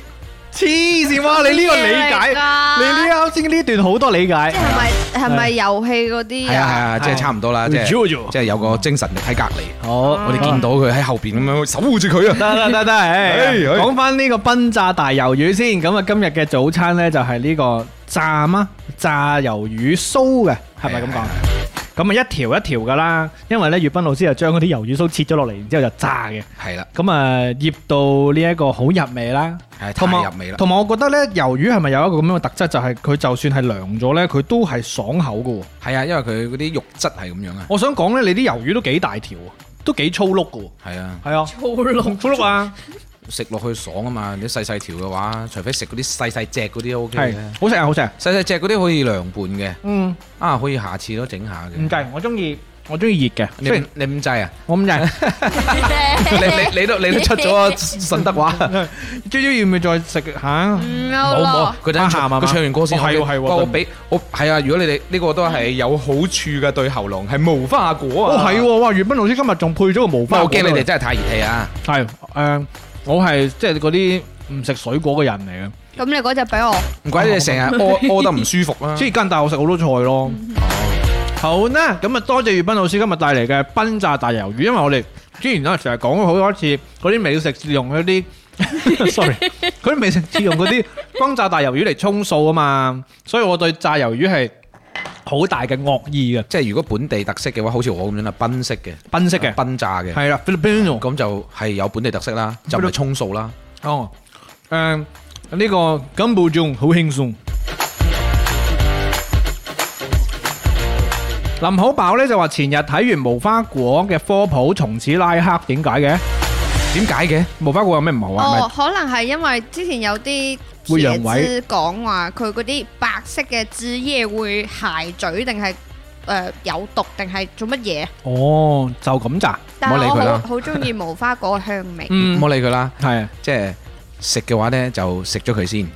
S2: 黐線哇！你呢個理解，你呢啱先呢段好多理解，
S4: 即係咪係咪遊戲嗰啲
S3: 係啊係
S4: 啊？
S3: 啊，即係差唔多
S2: 嗯
S3: 啦，即係
S2: Jojo
S3: 即係有個精神力喺隔離，
S2: 好，
S3: 我哋見到佢喺後邊咁樣守護住佢啊！
S2: 得 得得得，唉
S3: 哎哎
S2: 講翻呢個賓炸大魷魚先。咁啊，今日嘅早餐呢，就係呢個炸嗎？炸魷魚酥嘅，係咪咁
S3: 係啊
S2: 講？咁啊一條一條噶啦，因為呢，粵斌老師就將嗰啲魷魚酥切咗落嚟，然之後就炸嘅。
S3: 係啦，
S2: 咁啊，醃到呢一個好入味啦，
S3: 係
S2: 同埋
S3: 太入味啦
S2: 同埋我覺得呢，魷魚係咪有一個咁樣嘅特質，就係、佢就算係涼咗呢，佢都係爽口嘅喎。
S3: 係啊，因為佢嗰啲肉質係咁樣啊，
S2: 我想講呢，你啲魷魚都幾大條喎，都幾粗碌嘅喎。
S3: 係啊，
S2: 係啊，粗碌粗碌啊！
S3: 食落去爽啊嘛！你細細條嘅話，除非食嗰啲細細隻嗰啲都 OK
S2: 係
S3: 嘅，
S2: 好食啊，好食啊！
S3: 細細隻嗰啲可以涼拌嘅，
S2: 嗯。
S3: 啊可以下次都整下嘅。
S2: 唔計，我中意我中意熱嘅，
S3: 你
S2: 雖然
S3: 唔你唔制 啊？
S2: 我唔制。
S3: 你你你都你都出咗 啊順德話，
S2: 朝朝要唔要再食下？
S4: 嗯
S3: 冇
S4: 好
S3: 冇
S4: 咯，，
S3: 佢等
S2: 啊
S3: 佢唱
S2: 鹹啊嘛
S3: 佢唱完歌先。
S2: 哦係喎
S3: 我
S2: 係喎
S3: 我
S2: 對
S3: 我
S2: 唔
S3: 俾我係啊！如果你哋呢個都係有好處嘅對喉嚨，係無花果
S2: 哦
S3: 啊！
S2: 係喎，哇！粵斌老師今日仲配咗個無
S3: 不過
S2: 花
S3: 我驚你哋真係太熱氣啊！
S2: 係誒，我係即係嗰啲唔食水果嘅人
S4: 咁你嗰只俾我，
S3: 唔怪你哋成日 屙屙得唔舒服啊啦
S2: 嚟嘅，。即係間大我食好多菜咯。好啦，咁啊多謝粵斌老師今日帶嚟嘅賓炸大魷魚，因為我哋之前咧成日講咗好多次嗰啲美食自用嗰啲 ，sorry，嗰啲美食自用嗰啲光炸大魷魚嚟充數啊嘛，所以我對炸魷魚係好大嘅惡意嘅，
S3: 即係如果本地特色嘅話，好似我咁樣啦，賓式嘅、
S2: 賓式嘅。
S3: 賓炸嘅，
S2: 係啦，Filipino
S3: 咁就係有本地特色啦，就唔係充數啦。
S2: 哦，誒呢個金步仲好輕鬆。林好飽咧就話前日睇完無花果嘅科普，從此拉黑，點解嘅？
S3: 點解嘅？
S2: 無花果有咩唔好啊？
S4: 哦，可能係因為之前有啲
S2: 會陽
S4: 椰子講話佢嗰啲白色嘅枝葉會鞋嘴定係誒有毒定係做乜嘢？
S2: 咪哦，就咁咋？
S4: 但
S3: 唔好理
S4: 係我
S3: 佢
S4: 好
S3: 啦
S4: 好中意無花果嘅香味。
S3: 唔
S2: 嗯，
S3: 好理佢啦，
S2: 係
S3: 即係食嘅話呢，就食咗佢 先。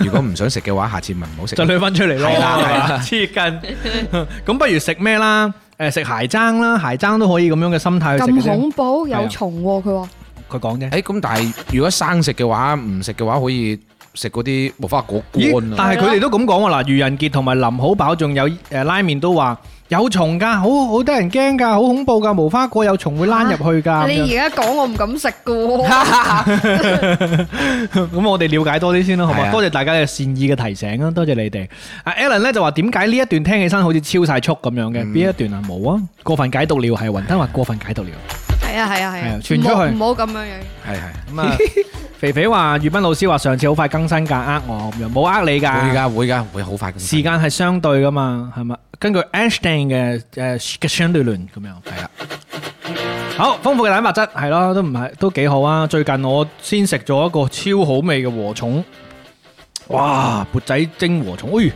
S3: 如果唔想食嘅話，下次咪唔好食。
S2: 就掠翻出嚟咯，
S3: 係啦係 啦
S2: 黐筋。咁不如食咩啦？誒食鞋踭啦，鞋踭都可以咁樣嘅心態去食
S4: 咁
S2: 嘅啫。
S4: 恐怖
S2: 係啊
S4: 有蟲喎，佢話
S2: 佢講啫。
S3: 誒咁，但係如果生食嘅話，唔食嘅話可以食嗰啲無花果
S2: 咦
S3: 乾？啊。
S2: 但係佢哋都咁講喎，嗱，愚人傑同埋林好飽仲有誒拉麵都話有蟲㗎，好好得人驚㗎，好恐怖㗎，無花果有蟲會躝入去㗎。咁樣
S4: 啊你而家講我唔敢食噶喎，
S2: 咁我哋了解多啲先啦，好
S3: 係
S2: 嘛？
S3: 啊
S2: 多謝大家嘅善意嘅提醒啊，多謝你哋。阿 Alan 咧就話點解呢一段聽起身好似超晒速咁樣嘅？邊一段啊？冇啊，過分解讀了係雲吞話過分解讀了。
S4: 係啊係啊係
S2: 係啊
S4: 啊，
S2: 傳出去
S4: 唔好唔好咁樣樣。
S3: 係係
S2: 咁啊， 肥肥話粵斌老師話上次好快更新㗎，呃我咁樣，冇呃你㗎。
S3: 會㗎會㗎會好快咁。
S2: 時間係相對噶嘛，係咪？根據 Einstein 嘅誒嘅相對論咁樣，
S3: 係啊啦。
S2: 好豐富嘅蛋白質係咯，都唔係都幾好啊！最近我先食咗一個超好味嘅禾蟲，哇！缽仔蒸禾蟲，哎，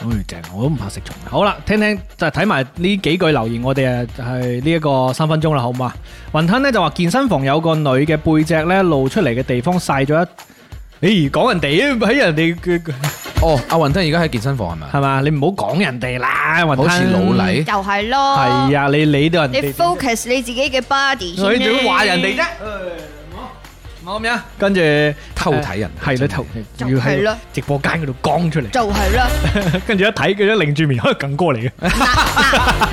S2: 哎正，我都唔怕食蟲。好啦，聽聽就睇埋呢幾句留言，我哋誒係呢一個三分鐘啦，好唔好啊？雲吞呢就話健身房有個女嘅背脊呢露出嚟嘅地方晒咗一，誒講人哋喺人哋嘅。
S3: 哦，阿雲吞而家喺健身房係咪？啊
S2: 係嘛？你唔好講人哋啦，雲吞嗯
S3: 好似老。黎。
S4: 又係咯，
S2: 係啊，你理到人
S4: 你
S2: 哋，
S4: focus 你自己嘅 body 先啦
S2: 你仲要話人哋啫？冇咁樣，跟住
S3: 偷睇人
S2: 係咯，偷
S4: 就
S2: 要
S4: 係
S2: 喺
S4: 咯
S2: 直播間嗰度光出嚟，
S4: 就係啦，
S2: 跟住一睇佢一擰住面，可能更哥嚟嘅，
S4: 嗱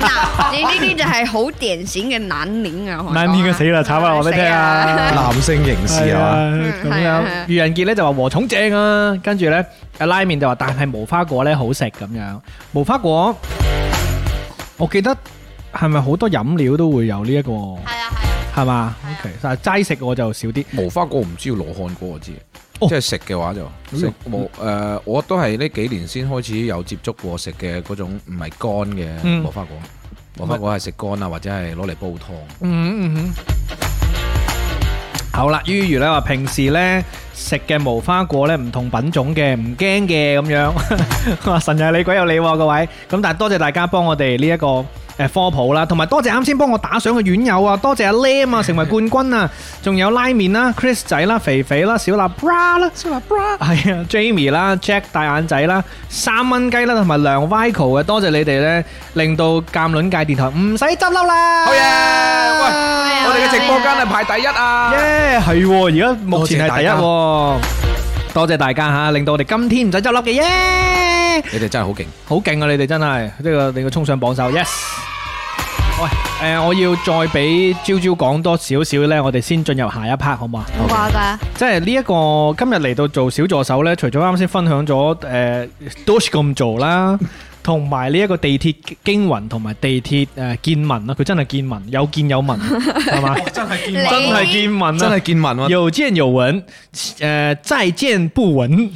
S4: 嗱，你呢啲就係好典型嘅懶鏈啊！
S2: 懶鏈嘅死啦慘啊我俾你聽 啊
S3: 男性凝視
S2: 係
S3: 係嘛？
S2: 啊，咁
S4: 係啊係
S2: 樣
S4: 啊。
S2: 愚人傑咧就話禾蟲正啊，跟住咧阿拉麵就話，但係無花果咧好食咁樣。無花果，我記得係咪好多飲料都會有呢一個
S5: 係啊係啊，
S2: 係嘛？OK，但係齋食我就少啲。
S3: 無花果唔知要羅漢果我啊知，
S2: 哦嗯
S3: 即係食嘅話就食冇誒，我都係呢幾年先開始有接觸過食嘅嗰種唔係乾嘅
S2: 嗯
S3: 無花果，無花果係食乾啊，或者係攞嚟煲湯。
S2: 嗯嗯好啦，於如咧話平時咧食嘅無花果咧唔同品種嘅唔驚 嘅咁樣，哇神有你鬼有你喎、各位。咁但係多謝大家幫我哋呢一個誒科普啦，同埋多謝啱先幫我打賞嘅院友啊，多謝阿 Lam 啊，成為冠軍啊，仲有拉麵啦、Chris 仔啦、肥肥啦、小辣 bra 啦、小辣 bra 係啊、Jamie 啦、Jack 大眼仔啦、三蚊雞啦，同埋梁 Vico 啊，多謝你哋咧，令到鑑論界電台唔使執笠啦！
S3: 好嘢！喂，我哋嘅直播間係排第一啊！
S2: 耶，係喎，而家目前係第一
S3: 多謝大家
S2: 喎，多謝大家嚇，令到我哋今天唔使執笠嘅耶！
S3: 你哋真係好勁，
S2: 好勁啊！你哋真係呢個你個衝上榜首，yes。喂，誒、我要再俾朝朝講多少少呢，我哋先進入下一 part 好嘛？
S4: 我話㗎，
S2: 即係呢一個今日嚟到做小助手呢，除咗啱先分享咗誒 Dosh 咁做 啦，同埋呢一個地鐵驚魂同埋地鐵誒、呃、見聞啦，佢真係見聞，有見有聞係嘛？
S6: 真係
S5: 你
S6: 見
S2: 真係見聞啊！
S3: 真係見聞喎。
S2: 有見有聞，誒、再見不 聞，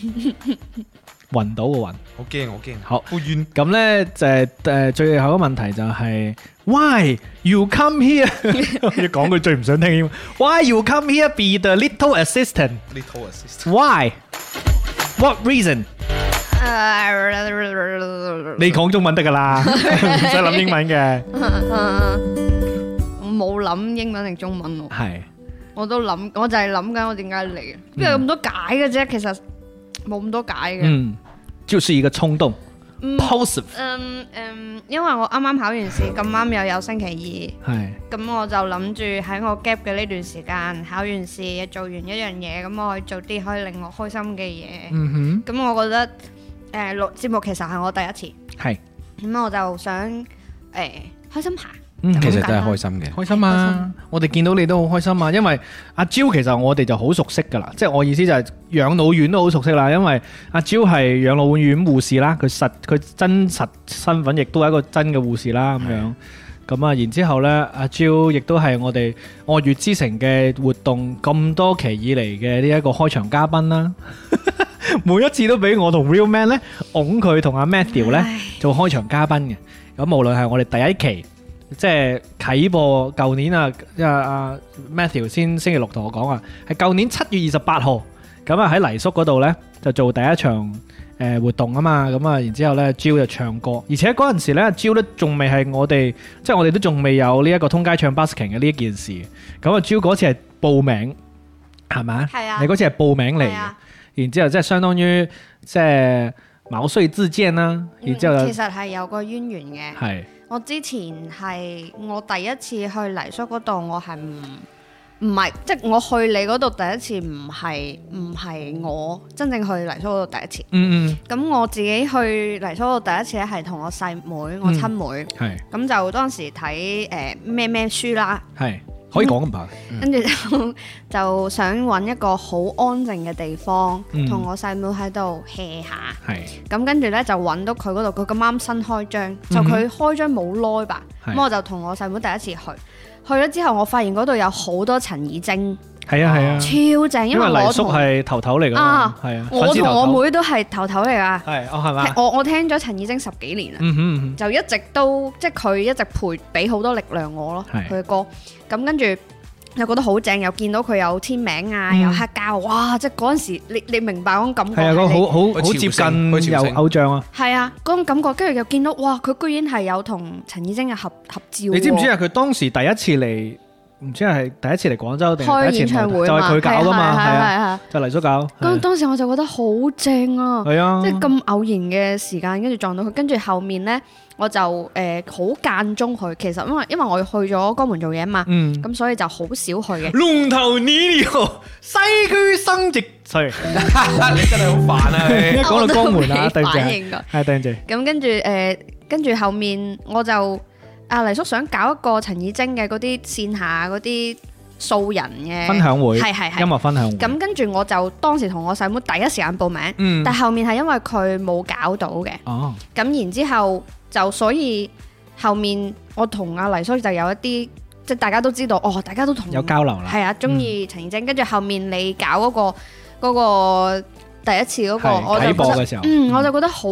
S2: 暈到個暈。
S3: 好驚，好驚，
S2: 好
S3: 好冤。
S2: 咁咧就係、誒最後一個問題就係、Why you come here？要講句最唔想聽嘅 Why you come here be the little assistant？Why
S3: 呢套 assist
S2: what reason？你講中文得㗎 啦，唔使諗英文嘅。
S4: 我冇諗英文定中文喎，
S2: 係
S4: 我都諗，我就係諗緊我點解嚟，邊有咁多解嘅啫？其實冇咁多解嘅。
S2: 嗯，就是一個衝動
S4: 嗯
S2: ，positive
S4: 嗯嗯，因為我啱啱考完試，咁啱又有星期
S2: 係
S4: 二，咁我就諗住喺我 gap 嘅呢段時間，考完試做完一樣嘢，咁我可以做啲可以令我開心嘅嘢。
S2: 嗯
S4: 咁、我覺得誒錄、節目其實係我第一次，
S2: 哼係
S4: 咁我就想誒、呃、開心下。
S2: 嗯
S3: 其實都係開心嘅。
S2: 開心啊！我哋見到你都好開心啊，因為阿蕉其實我哋就好熟悉噶啦，即係我意思就係養老院都好熟悉啦，因為阿蕉係養老院護士啦，佢實佢真實身份亦都係一個真嘅護士啦咁樣。咁啊，然之後呢，阿蕉亦都係我哋愛粵之城嘅活動咁多期以嚟嘅呢一個開場嘉賓 啦。每一次都俾我同 Real Man 呢，擁佢同阿 Matthew 呢做開場嘉賓嘅。咁無論係我哋第一期。即係啟播舊年啊，因為阿 Matthew 先星期六同我講啊，係舊年七月二十八號，咁啊喺黎叔嗰度呢，就做第一場誒、呃活動啊嘛，咁啊然之後呢 j 就唱歌，而且嗰陣時咧 j 都仲未係我哋，即係我哋都仲未有呢一個通街唱 busking 嘅呢一件事，咁啊 j 嗰次係報名係咪
S4: 係啊
S2: 你嗰次係報名嚟嘅，
S4: 係啊，
S2: 然之後即係相當於即係毛遂自薦啦，
S4: 嗯
S2: 然之後
S4: 其實係有個淵源嘅。
S2: 係
S4: 我之前係我第一次去黎叔嗰度，我係唔唔係即係我去你嗰度第一次唔係唔係我真正去黎叔嗰度第一次。
S2: 嗯嗯
S4: 咁我自己去黎叔嗰度第一次咧係同我細妹、
S2: 嗯
S4: 我親妹，
S2: 係
S4: 咁、就當時睇誒咩咩書啦，
S2: 係可以講唔怕？
S4: 跟住就就想揾一個好安靜嘅地方，
S2: 嗯
S4: 同、我細妹喺度 hea 下。
S2: 係。
S4: 咁跟住咧就揾到佢嗰度，佢咁啱新開張，就
S2: 嗯哼
S4: 佢開張冇耐吧，
S2: 係
S4: 咁我就同我細妹第一次去，去咗之後我發現嗰度有好多陳耳精，
S2: 係啊係啊，
S4: 超正，因
S2: 因
S4: 為
S2: 為
S4: 我
S2: 黎叔
S4: 同
S2: 係頭頭嚟噶嘛
S4: 啊，
S2: 係啊，
S4: 我
S2: 粉絲
S4: 同
S2: 頭
S4: 我
S2: 頭
S4: 妹都係頭頭嚟㗎，
S2: 係哦係嘛，
S4: 我我聽咗陳耳精十幾年啦。
S2: 嗯哼嗯
S4: 就一直都即係佢一直陪俾好多力量我咯，
S2: 係
S4: 佢嘅歌。咁跟住又覺得好正，又見到佢有簽名啊，
S2: 嗯
S4: 有黑膠，哇！即係嗰陣時，你你明白嗰種感覺
S2: 哼，係啊，
S4: 係
S2: 個
S4: 你
S2: 好好好接
S3: 去朝聖
S2: 近
S3: 去朝聖
S2: 有偶像啊，
S4: 係啊，嗰種感覺，跟住又見到哇，佢居然係有同陳綺貞嘅合合照喎。
S2: 你知唔知啊？佢當時第一次嚟，唔知係第一次嚟廣州定係
S4: 開
S2: 第一
S4: 演
S2: 次嚟
S4: 唱會
S2: 就
S4: 啊
S2: 係佢搞噶嘛，係
S4: 係
S2: 啊，嗯
S4: 係啊。
S2: 就黎叔搞，
S4: 咁
S2: 係
S4: 當時我就覺得好正啊！
S2: 係啊，
S4: 即係咁偶然嘅時間，跟住撞到佢，跟住後面呢，我就誒好間中去。其實因為因為我去咗江門做嘢啊嘛，
S2: 嗯。
S4: 咁所以就好少去嘅。
S2: 龍頭你了，西區生殖，sorry，
S3: 你真係好煩啊！你
S2: 一講到江門啊， 對唔住，
S4: 我都未反
S2: 係
S4: 應過
S2: 對唔住，
S4: 咁跟住誒，跟住後面我就阿黎叔想搞一個陳綺貞嘅嗰啲線下嗰啲素人嘅
S2: 分享會
S4: 係係係
S2: 音樂分享會，
S4: 咁跟住我就當時同我細妹第一時間報名，
S2: 嗯
S4: 但，後面係因為佢冇搞到嘅，
S2: 哦，
S4: 咁然之後就所以後面我同阿黎叔就有一啲即係大家都知道，哦，大家都同
S2: 有交流啦，
S4: 係啊，中
S2: 嗯
S4: 意陳綺貞，跟住後面你搞嗰、個嗰、個第一次嗰、個，
S2: 係
S4: 我就
S2: 啟播
S4: 覺得
S2: 嘅時候
S4: 嗯，我就覺得好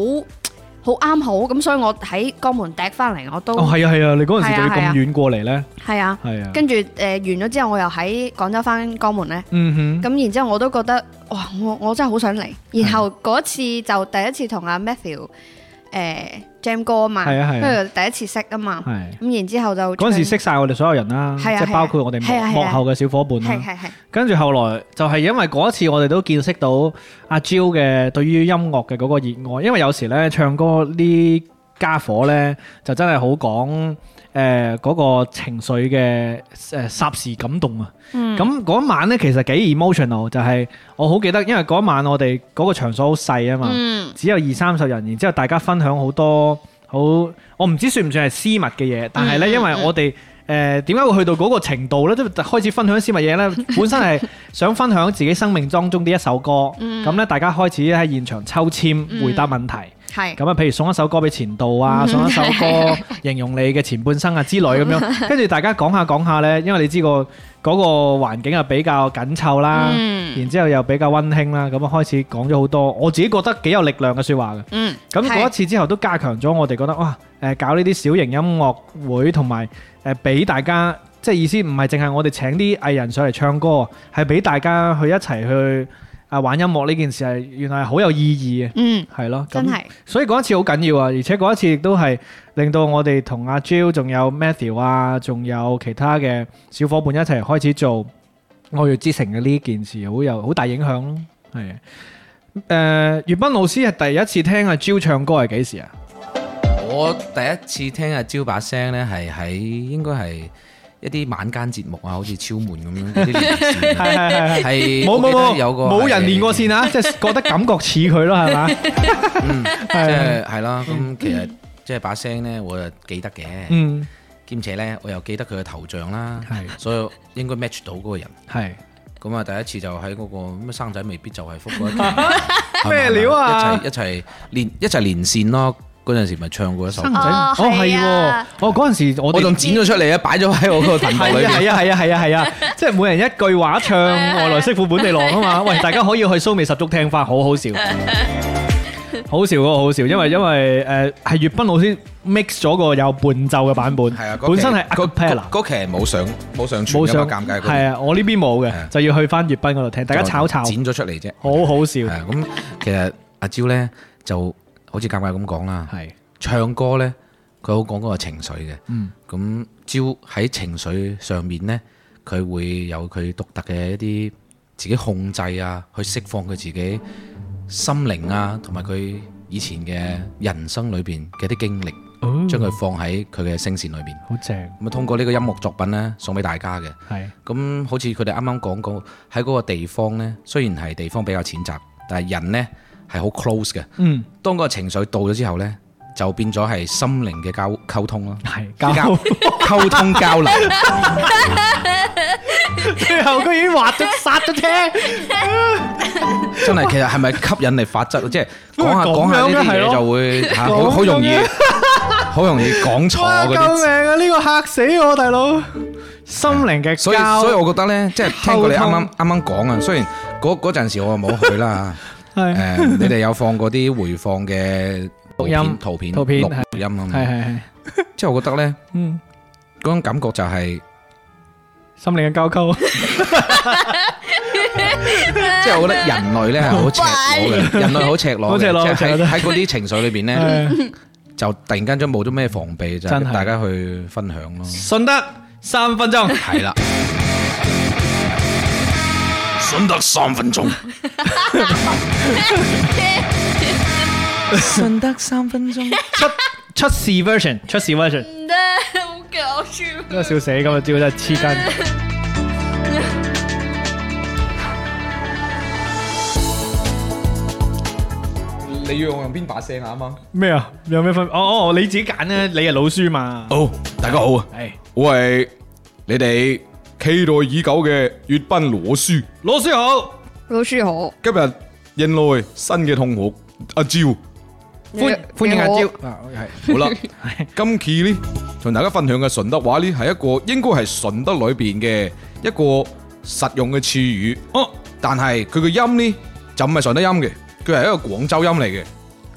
S4: 好啱好，咁所以我喺江門趯翻嚟，我都
S2: 哦，係啊，係啊，你嗰陣時
S4: 係
S2: 就
S4: 啊
S2: 要
S4: 係
S2: 咁
S4: 啊
S2: 遠過嚟咧，
S4: 係啊，
S2: 係啊，
S4: 跟住誒、呃完咗之後，我又喺廣州翻江門咧。
S2: 嗯哼。
S4: 咁然之後我都覺得哇！我我真係好想嚟。然後嗰次就第一次同阿 Matthew 誒 Jam 哥啊嘛，
S2: 係啊係啊
S4: 因為第一次識啊嘛，
S2: 係
S4: 咁然之後就
S2: 嗰陣時
S4: 唱
S2: 識晒我哋所有人啦，即
S4: 係啊
S2: 係
S4: 係啊
S2: 包括我哋
S4: 係啊係啊
S2: 幕幕後嘅小伙伴
S4: 係
S2: 啦。
S4: 係係
S2: 跟住後來就係因為嗰一次，我哋都見識到阿 Jo 嘅對於音樂嘅嗰個熱愛，因為有時咧唱歌呢家伙咧就真係好講誒嗰個情緒嘅誒霎時感動啊！咁嗰、晚咧其實幾 emotional，就係我好記得，因為嗰晚我哋嗰個場所好細啊嘛。
S4: 嗯
S2: 只有二三十人，然之後大家分享好多好，我唔知算唔算係私密嘅嘢，但係呢，
S4: 嗯嗯
S2: 因為我哋誒點解會去到嗰個程度呢？即係開始分享私密嘢 呢，本身係想分享自己生命當中的一首歌，
S4: 嗯
S2: 咁呢，大家開始喺現場抽籤回答問題，
S4: 係
S2: 咁啊，譬如送一首歌俾前度
S4: 嗯
S2: 啊，送一首 歌形容你嘅前半生啊之類咁樣，跟住大家講下講下呢，因為你知個嗰個環境啊比較緊湊啦。
S4: 嗯
S2: 然之後又比較温馨啦，咁啊開始講咗好多我自己覺得幾有力量嘅説話嘅。
S4: 嗯，
S2: 咁嗰一
S4: 係
S2: 次之後都加強咗我哋覺得哇誒搞呢啲小型音樂會同埋誒俾大家即係意思唔係淨係我哋請啲藝人上嚟唱歌，係俾大家去一齊去啊玩音樂呢件事係原來係好有意義嘅，
S4: 嗯
S2: 係咯。咁
S4: 真係
S2: 所以嗰一次好緊要啊，而且嗰一次亦都係令到我哋同阿 Jo 仲有 Matthew 啊，仲有其他嘅小伙伴一齊開始做愛粵之城嘅呢件事，好有好大影響咯。係誒，粵斌老師係第一次聽阿 Jo 唱歌係 幾時啊？
S3: 我第一次聽阿蕉把聲咧，係喺應該係一啲晚間節目啊，好似超門咁樣嗰啲連線啊。
S2: 係係 係係。
S3: 係
S2: 冇
S3: 我
S2: 冇
S3: 記得
S2: 冇，
S3: 有個
S2: 冇人連過
S3: 係
S2: 線啊！即係覺得感覺似佢咯，係嘛？
S3: 嗯，即
S2: 係
S3: 係係啦。咁其實即係把聲咧，我就記得嘅，
S2: 嗯，
S3: 兼且咧我又記得佢嘅頭像啦，
S2: 係
S3: 所以應該 match 到嗰個人。
S2: 係
S3: 咁啊，第一次就喺嗰個咩生仔未必就係福嗰一期係咪
S2: 咩料啊
S3: 一齊一齊連一齊連線咯。嗰陣時咪唱過一首
S2: 生仔，
S3: 歌，
S2: 哦
S4: 哦
S2: 係
S4: 係
S2: 喎，
S4: 啊
S2: 哦嗰陣時我
S3: 我
S2: 哋
S3: 仲剪咗出嚟啊，擺咗喺我個頻道裏
S2: 係啊
S3: 邊。
S2: 係啊係啊係啊 係啊，即係每人一句 話唱外來媳婦本地郎 啊嘛，喂大家可以去蘇味十足聽翻，好 好笑，好笑嗰個好笑，因為因為誒係粵斌老師 mix 咗個有伴奏嘅版本，
S3: 係啊，嗰
S2: 本身
S3: 期
S2: 係
S3: 嗰
S2: a l
S3: 嗰嗰期係冇上冇上
S2: 冇
S3: 傳噶
S2: 上
S3: 嘛，尷尬嗰啲
S2: 係啊，我呢邊冇
S3: 係啊
S2: 嘅，就要去翻粵斌嗰度聽，大家炒炒，
S3: 剪咗出嚟啫。
S2: 好好笑，
S3: 係啊咁，其實阿蕉咧就好似尷尬咁講啦，
S2: 係
S3: 唱歌咧佢好講嗰個情緒嘅。
S2: 嗯
S3: 咁蕉喺情緒上面咧，佢會有佢獨特嘅一啲自己控制啊，去釋放佢自己心靈啊，同埋佢以前嘅人生裏邊嘅啲經歷，
S2: 哦
S3: 將佢放喺佢嘅聲線裏邊。
S2: 好正，
S3: 咁啊，通過呢個音樂作品咧，送俾大家嘅。
S2: 係
S3: 咁好似佢哋啱啱講過，喺嗰個地方呢，雖然係地方比較淺窄，但係人呢係好 close 嘅。
S2: 嗯
S3: 當嗰個情緒到咗之後呢，就變咗係心靈嘅交溝通咯，
S2: 係
S3: 交溝通交流。
S2: 最後居然滑咗殺 咗車，
S3: 真係其實係咪吸引力法則啊？即係講下
S2: 咁
S3: 講
S2: 樣
S3: 下呢啲
S2: 嘅係咯
S3: 嘢就會嚇
S2: 講
S3: 好好容易
S2: 咁，
S3: 好容易講錯
S2: 哇
S3: 嗰
S2: 救
S3: 啲
S2: 命
S3: 字。
S2: 啊！呢個嚇死我大佬，心靈嘅
S3: 所以
S2: 交
S3: 所以我覺得呢，即係聽過你啱
S2: 溝
S3: 啱啱啱講啊，雖然嗰嗰陣時我冇去啦。
S2: 係
S3: 誒，你哋有放嗰啲回放嘅
S2: 錄音
S3: 圖片、
S2: 圖
S3: 圖
S2: 片
S3: 片、
S2: 係
S3: 錄音啊
S2: 係
S3: 嘛？
S2: 係係，
S3: 即係我覺得呢，
S2: 嗯，
S3: 嗰種感覺就係，
S2: 心靈嘅交溝，
S3: 即係我覺得人類呢 係好赤裸嘅，人類好赤裸
S2: 好
S3: 嘅，
S2: 赤裸
S3: 即係
S2: 好赤
S3: 喺
S2: 裸
S3: 喺嗰啲情緒裏邊呢，
S2: 係
S3: 就突然間就冇咗咩防備，就
S2: 真係
S3: 大家去分享 咯。
S2: 順德三分鐘，
S3: 係啦，順德三分鐘，順德三分鐘。
S2: 出出事 version，出事 version，
S5: 唔得，好搞笑。
S2: 真係笑死咁啊！招真係黐筋，
S3: 你要我用邊把聲啊？啱啱
S2: 咩啊？有咩分？哦哦，你自己揀咧，你係老書嘛？
S3: 好，大家好啊！
S2: 係
S3: 我係你哋期待已久嘅粵賓羅書，
S2: 老書好，
S4: 老師好，
S3: 今日迎來新嘅同學阿蕉。
S2: 歡
S4: 你
S2: 歡迎阿
S4: 你好
S3: Ờ.
S2: 招啊，係
S3: 好啦， 今期呢，同大家分享嘅順德話呢，係一個應該係順德裏邊嘅一個實用嘅詞語。哦，但係佢嘅音呢，就唔係順德音嘅，佢係一個廣州音嚟嘅。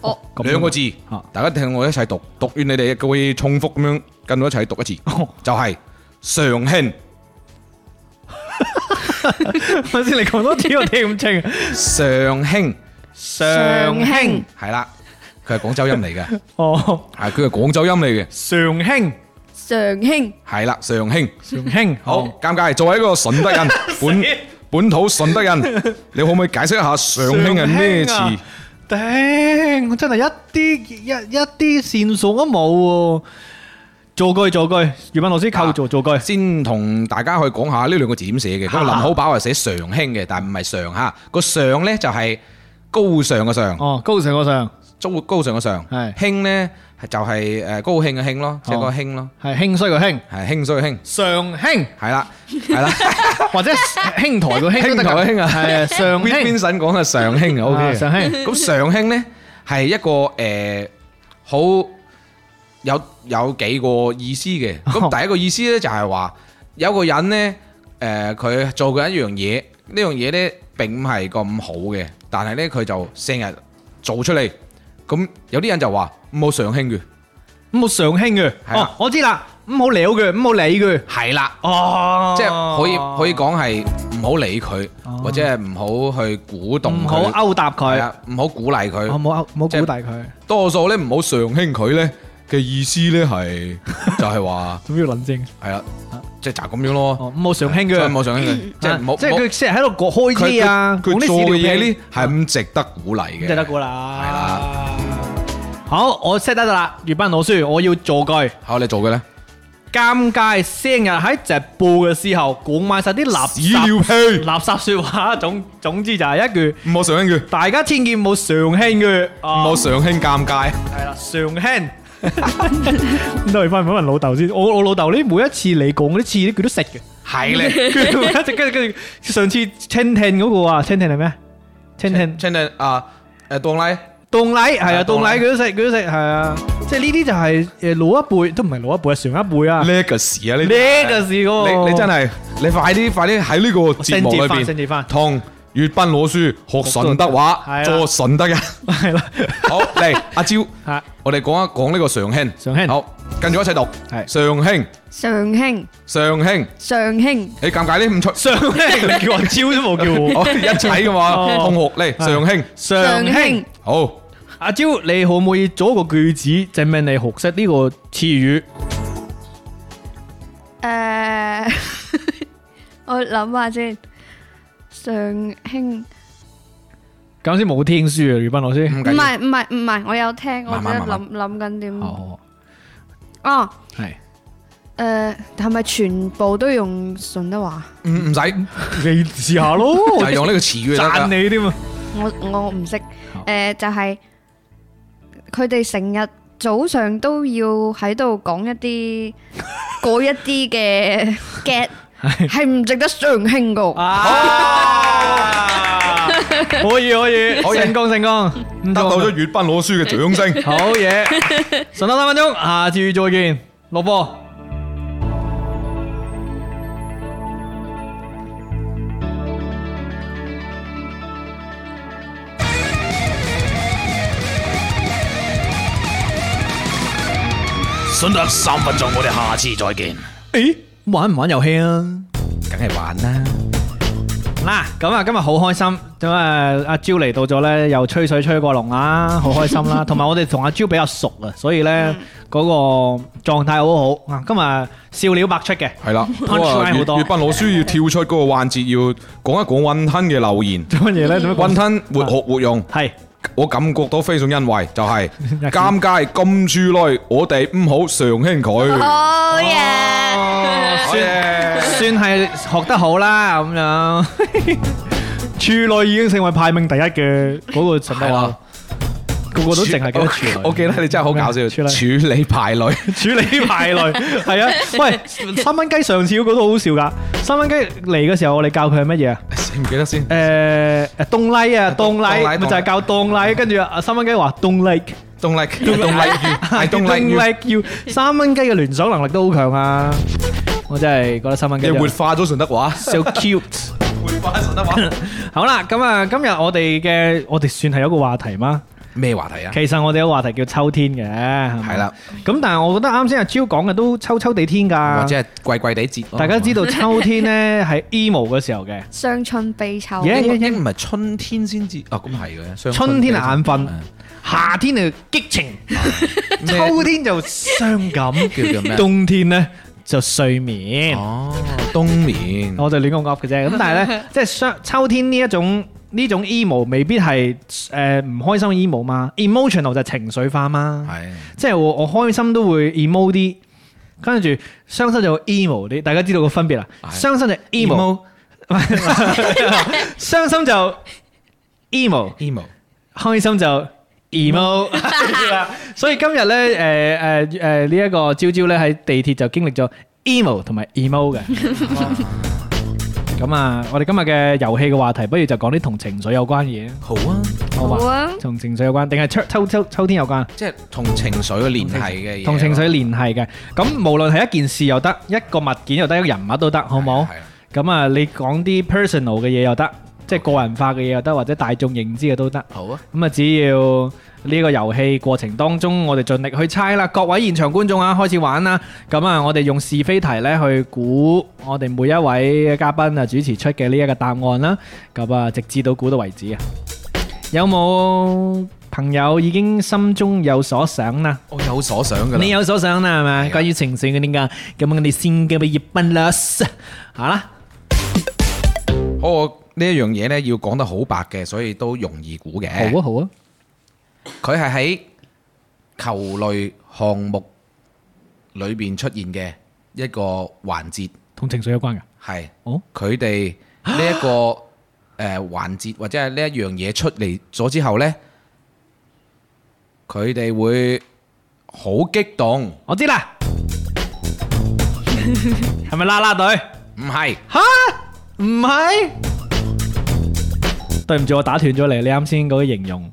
S4: 哦，
S2: 咁
S3: 兩個字
S2: 啊，
S3: 大家聽我一齊讀，讀完你哋各位重複咁樣跟我一齊讀一 次，就係常興。
S2: 頭先你講多次我聽唔清，
S3: 常興
S2: 上
S4: 興
S3: 係啦，佢係廣州音嚟嘅，系
S2: 哦，
S3: 佢係廣州音嚟嘅，
S2: 常興，
S5: 常興
S3: 係啦，尚興。
S2: 常興，
S3: 好，尷尬，作為一個順 德人，本本土順德人，你可唔可以解釋一下尚興係咩
S2: 常興
S3: 詞
S2: 啊？頂，我真係一啲一一啲線索都冇喎。造句造句，余文老師扣做造句。
S3: 先同大家去講下呢兩個字點寫嘅。咁啊林好飽係寫常興嘅，但唔係上嚇。個上呢就係高尚嘅上，
S2: 哦，高上個上
S3: 高高尚嘅上。
S2: 係
S3: 興呢就係誒高興嘅興咯，即係個興咯，
S2: 係興衰 個興，
S3: 係興衰嘅興。
S2: 上興
S3: 係啦，係啦。
S2: 或者興台個興都
S3: 興
S2: 得㗎，
S3: 台個興啊
S2: 係啊 上
S3: Vin-
S2: 興
S3: Vincent 講嘅上興啊
S2: 啊
S3: ，OK。
S2: 上 興。
S3: 咁常興呢係一個誒好、有有幾個意思嘅。
S2: 哦
S3: 咁第一個意思呢，就係話有個人呢，誒佢做緊一樣嘢，呢樣嘢呢並唔係咁好嘅，但係呢，佢就成日做出嚟。咁有啲人就話冇常興嘅，
S2: 五號上興嘅，
S3: 係啊
S2: 哦，我知啦，五號撩嘅，五號理嘅，
S3: 係啦。
S2: 哦，
S3: 即係可以可以講係唔好理佢，或者係唔好去鼓動
S2: 唔好
S3: 佢，
S2: 勾搭
S3: 係
S2: 佢，
S3: 啊，唔好鼓勵佢
S2: 我。冇勾冇
S3: 即係
S2: 鼓勵佢，
S3: 多數咧唔好上興佢咧嘅意思咧 係就係話
S2: 做咩要論證？
S3: 係啦，即係就係咁樣咯，
S2: 哦，五號上興
S3: 即係
S2: 嘅
S3: 唔，好上興佢，即係唔好
S2: 即係
S3: 唔好
S2: 佢成日喺度講開支啊，
S3: 佢
S2: 講啲
S3: 佢做
S2: 屎
S3: 嘅
S2: 尿
S3: 嘢
S2: 屁
S3: 咧係咁值得鼓勵嘅，
S2: 咁就得噶
S3: 係
S2: 啦
S3: 啦。
S2: 好，我 set 得啦，粵班老師，我要做句。
S3: 好你做嘅咧，
S2: 尷尬，成日喺直播嘅時候講埋晒啲垃
S3: 屎尿
S2: 圾
S3: 屁，
S2: 垃圾説話，總總之就係一句，
S3: 唔好上興佢，
S2: 大家千祈唔好上興嘅，唔
S3: 唔好上興尷 尬，
S2: 系啦，上輕。 都係翻去問老豆先，我我老豆呢，每一次你講嗰啲次咧，佢都食 嘅。
S3: 係咧。
S2: 跟住跟住跟住跟住，上次蜻蜓嗰個啊，蜻蜓係咩？蜻蜓
S3: 真係啊誒當拉
S2: 凍奶係啊，
S3: 啊
S2: 凍
S3: 凍
S2: 奶
S3: 奶
S2: 佢都食，佢都食係啊，即係呢啲就係誒老一輩都唔係老一輩，係上一輩啊。
S3: legacy 啊呢
S2: 呢
S3: 啲
S2: 個事嗰個
S3: 你你真係你快啲快啲喺呢個節目裏
S2: 升節翻升節翻
S3: 邊同粵斌攞書學順德
S2: 係啦
S3: 話，做順德人。
S2: 係啦，
S3: 好嚟阿蕉。
S2: 嚇
S3: 我哋講一講呢個常興，
S2: 常興
S3: 好，跟住一齊讀，
S2: 係
S3: 常興，
S5: 常興
S3: 常興，
S5: 常興
S3: 你尷尬啲唔出，
S2: 上輕你叫我招都冇叫我。
S3: 好一齊噶
S2: 哦
S3: 嘛，同學嚟，常興，
S2: 上輕
S5: 興，
S3: 好，
S2: 阿蕉，你可唔可以做一個句子證明你學識呢個詞語？
S4: À.
S5: 誒，我諗下先，常興
S2: 啱先冇聽書啊，宇斌老師。
S3: 唔
S5: 唔
S3: 緊要，
S5: 係唔係唔係，我有聽，我
S3: 慢
S5: 只
S3: 慢慢
S5: 諗諗緊
S4: 嗯
S5: 點
S2: 哦，
S4: Ờ,
S5: 哦。
S2: 係
S5: 誒係咪全部都用順德話？
S3: 唔唔使，
S2: 你試下咯，
S3: 就係
S2: 我
S3: 用呢個詞語就
S2: 讚
S3: 得㗎，
S2: 你添啊！
S5: 我我唔識
S2: 好
S5: 誒，就係佢哋成日早上都要喺度講一啲嗰 一啲嘅 get，係唔值得上興噶。
S2: 啊！可以可以，
S3: 可以
S2: 成功成功，唔
S3: 得到
S2: 同，
S3: 咗粵斌攞書嘅掌聲
S2: 好嘢，順德三分鐘，下次再見，落波。
S1: 順德三分鐘，我哋下次再見。
S2: 咦，玩唔玩遊戲啊？
S3: 梗係玩啦，
S2: 嗱，咁啊，今日好開心，咁啊，阿蕉嚟到咗呢，又吹水吹過龍啦，好開心 啦。同埋我哋同阿蕉比較熟啊，所以呢，嗰個狀態好好啊。今日笑料百出嘅，
S3: 係啦，
S2: Punchline
S3: 哇
S2: 好
S3: 粵
S2: 多
S3: 粵斌攞書要跳出嗰個環節，要講一講雲吞嘅留 言，
S2: 做乜嘢呢？做乜
S3: 雲
S2: 講？
S3: 吞活學活用。
S2: 係
S3: 我感覺到非常欣慰， 就係尷尬咁處女，我哋唔好常輕佢。
S5: 好嘢！
S3: 好 嘢
S2: 算係學得好啦，咁樣。 處女已經成為排名第一嘅嗰個神
S3: 係
S2: 話
S3: 啊，
S2: 個個都淨係記得處 女。
S3: 我我記得你真係好搞笑，
S2: 處女
S3: 處理排女，
S2: 處理排類，係啊， 喂，三蚊雞上次嗰個都好笑噶，三蚊雞嚟嘅時候，我哋教佢係乜嘢啊？
S3: 唔記得先。
S2: 誒誒，東拉啊，東
S3: 東
S2: 拉，咪
S3: 拉
S2: 就係教東拉，跟住啊，三蚊雞話東拉
S3: Don't like you，don't like you，I don't like
S2: ，don't
S3: you。
S2: like you，三蚊雞嘅聯想能力都好強啊！我真係覺得三蚊雞
S3: 你
S2: 真係
S3: 活化咗順德話，
S2: so cute。
S3: 活化順德話。
S2: 好啦，咁啊，今日我哋嘅我哋算係有一個話題嗎？
S3: 咩話 題啊？
S2: 其實我哋有個話題叫秋天嘅，係
S3: 係啦，
S2: 咪。咁但係我覺得啱先阿 Jo 講嘅都秋秋地天㗎，
S3: 或者係貴貴地哦節咯。
S2: 啊大家知道秋天呢係 emo 嘅時候嘅，
S5: 傷春悲秋，
S2: Yeah
S3: 應該應該唔係春天先至，哦咁係嘅。
S2: 春天係眼瞓
S3: 嗯
S2: 夏天就激情，秋天就傷感，
S3: 叫做咩
S2: 冬天呢就睡眠。哦
S3: 哦，冬眠。
S2: 我就亂咁噏嘅啫。咁但 係咧，即係相秋天呢一種呢種 emo 未必係誒唔開心 emo 嘛，emotional 就係情緒化嘛。
S3: 係
S2: 即係我我開心都會 emo 啲，跟住傷心就會 emo 啲。大家知道個分別啦。
S3: 係
S2: 傷心就 emo，傷心就 emo，
S3: emo
S2: 開心就 emo 係啦。所以今日咧誒誒誒呢一個朝朝咧喺地鐵就經歷咗 emo 同埋 emo 嘅。咁啊，我哋今日嘅遊戲嘅話題，不如就講啲同情緒有關嘅嘢啊，
S3: 好啊，
S2: 好
S5: 好
S2: 嘛？
S5: 啊，
S2: 同情緒有關，定係秋秋秋秋天有關？
S3: 即係同情緒嘅聯繫嘅嘢咯，
S2: 同情緒聯繫嘅。咁無論係一件事又得，一個物件又得，一個人物都得，好唔好？
S3: 係啊
S2: 咁啊，你講啲 personal 嘅嘢又得，即係個人化嘅嘢又得，或者大眾認知嘅都得。
S3: 好啊，
S2: 咁啊，只要呢個遊戲過程當中，我哋盡力去猜啦。各位現場觀眾啊，開始玩啦！咁啊，我哋用是非題呢去估我哋每一位嘉賓啊主持出嘅呢一個答案啦。咁啊，直至到估到為止啊。有冇朋友已經心中有所想啦？
S3: 我有所想㗎啦。
S2: 你有所想啦，係咪？
S3: 係啊
S2: 關於情緒嗰啲噶，咁我哋先交俾葉斌啦。好啦，
S3: 我呢一樣嘢呢，要講得好白嘅，所以都容易估嘅。
S2: 好啊，好啊，
S3: 佢係喺球類項目裏邊出現嘅一個環節，
S2: 同情緒有關噶。
S3: 係
S2: 哦
S3: 佢哋呢一個 誒環節或者係呢一樣嘢出嚟咗之後呢，佢哋會好激動，
S2: 我知啦，係咪啦啦隊？
S3: 唔係
S2: 唔係？對唔住，我打斷咗你。你啱先嗰個形容，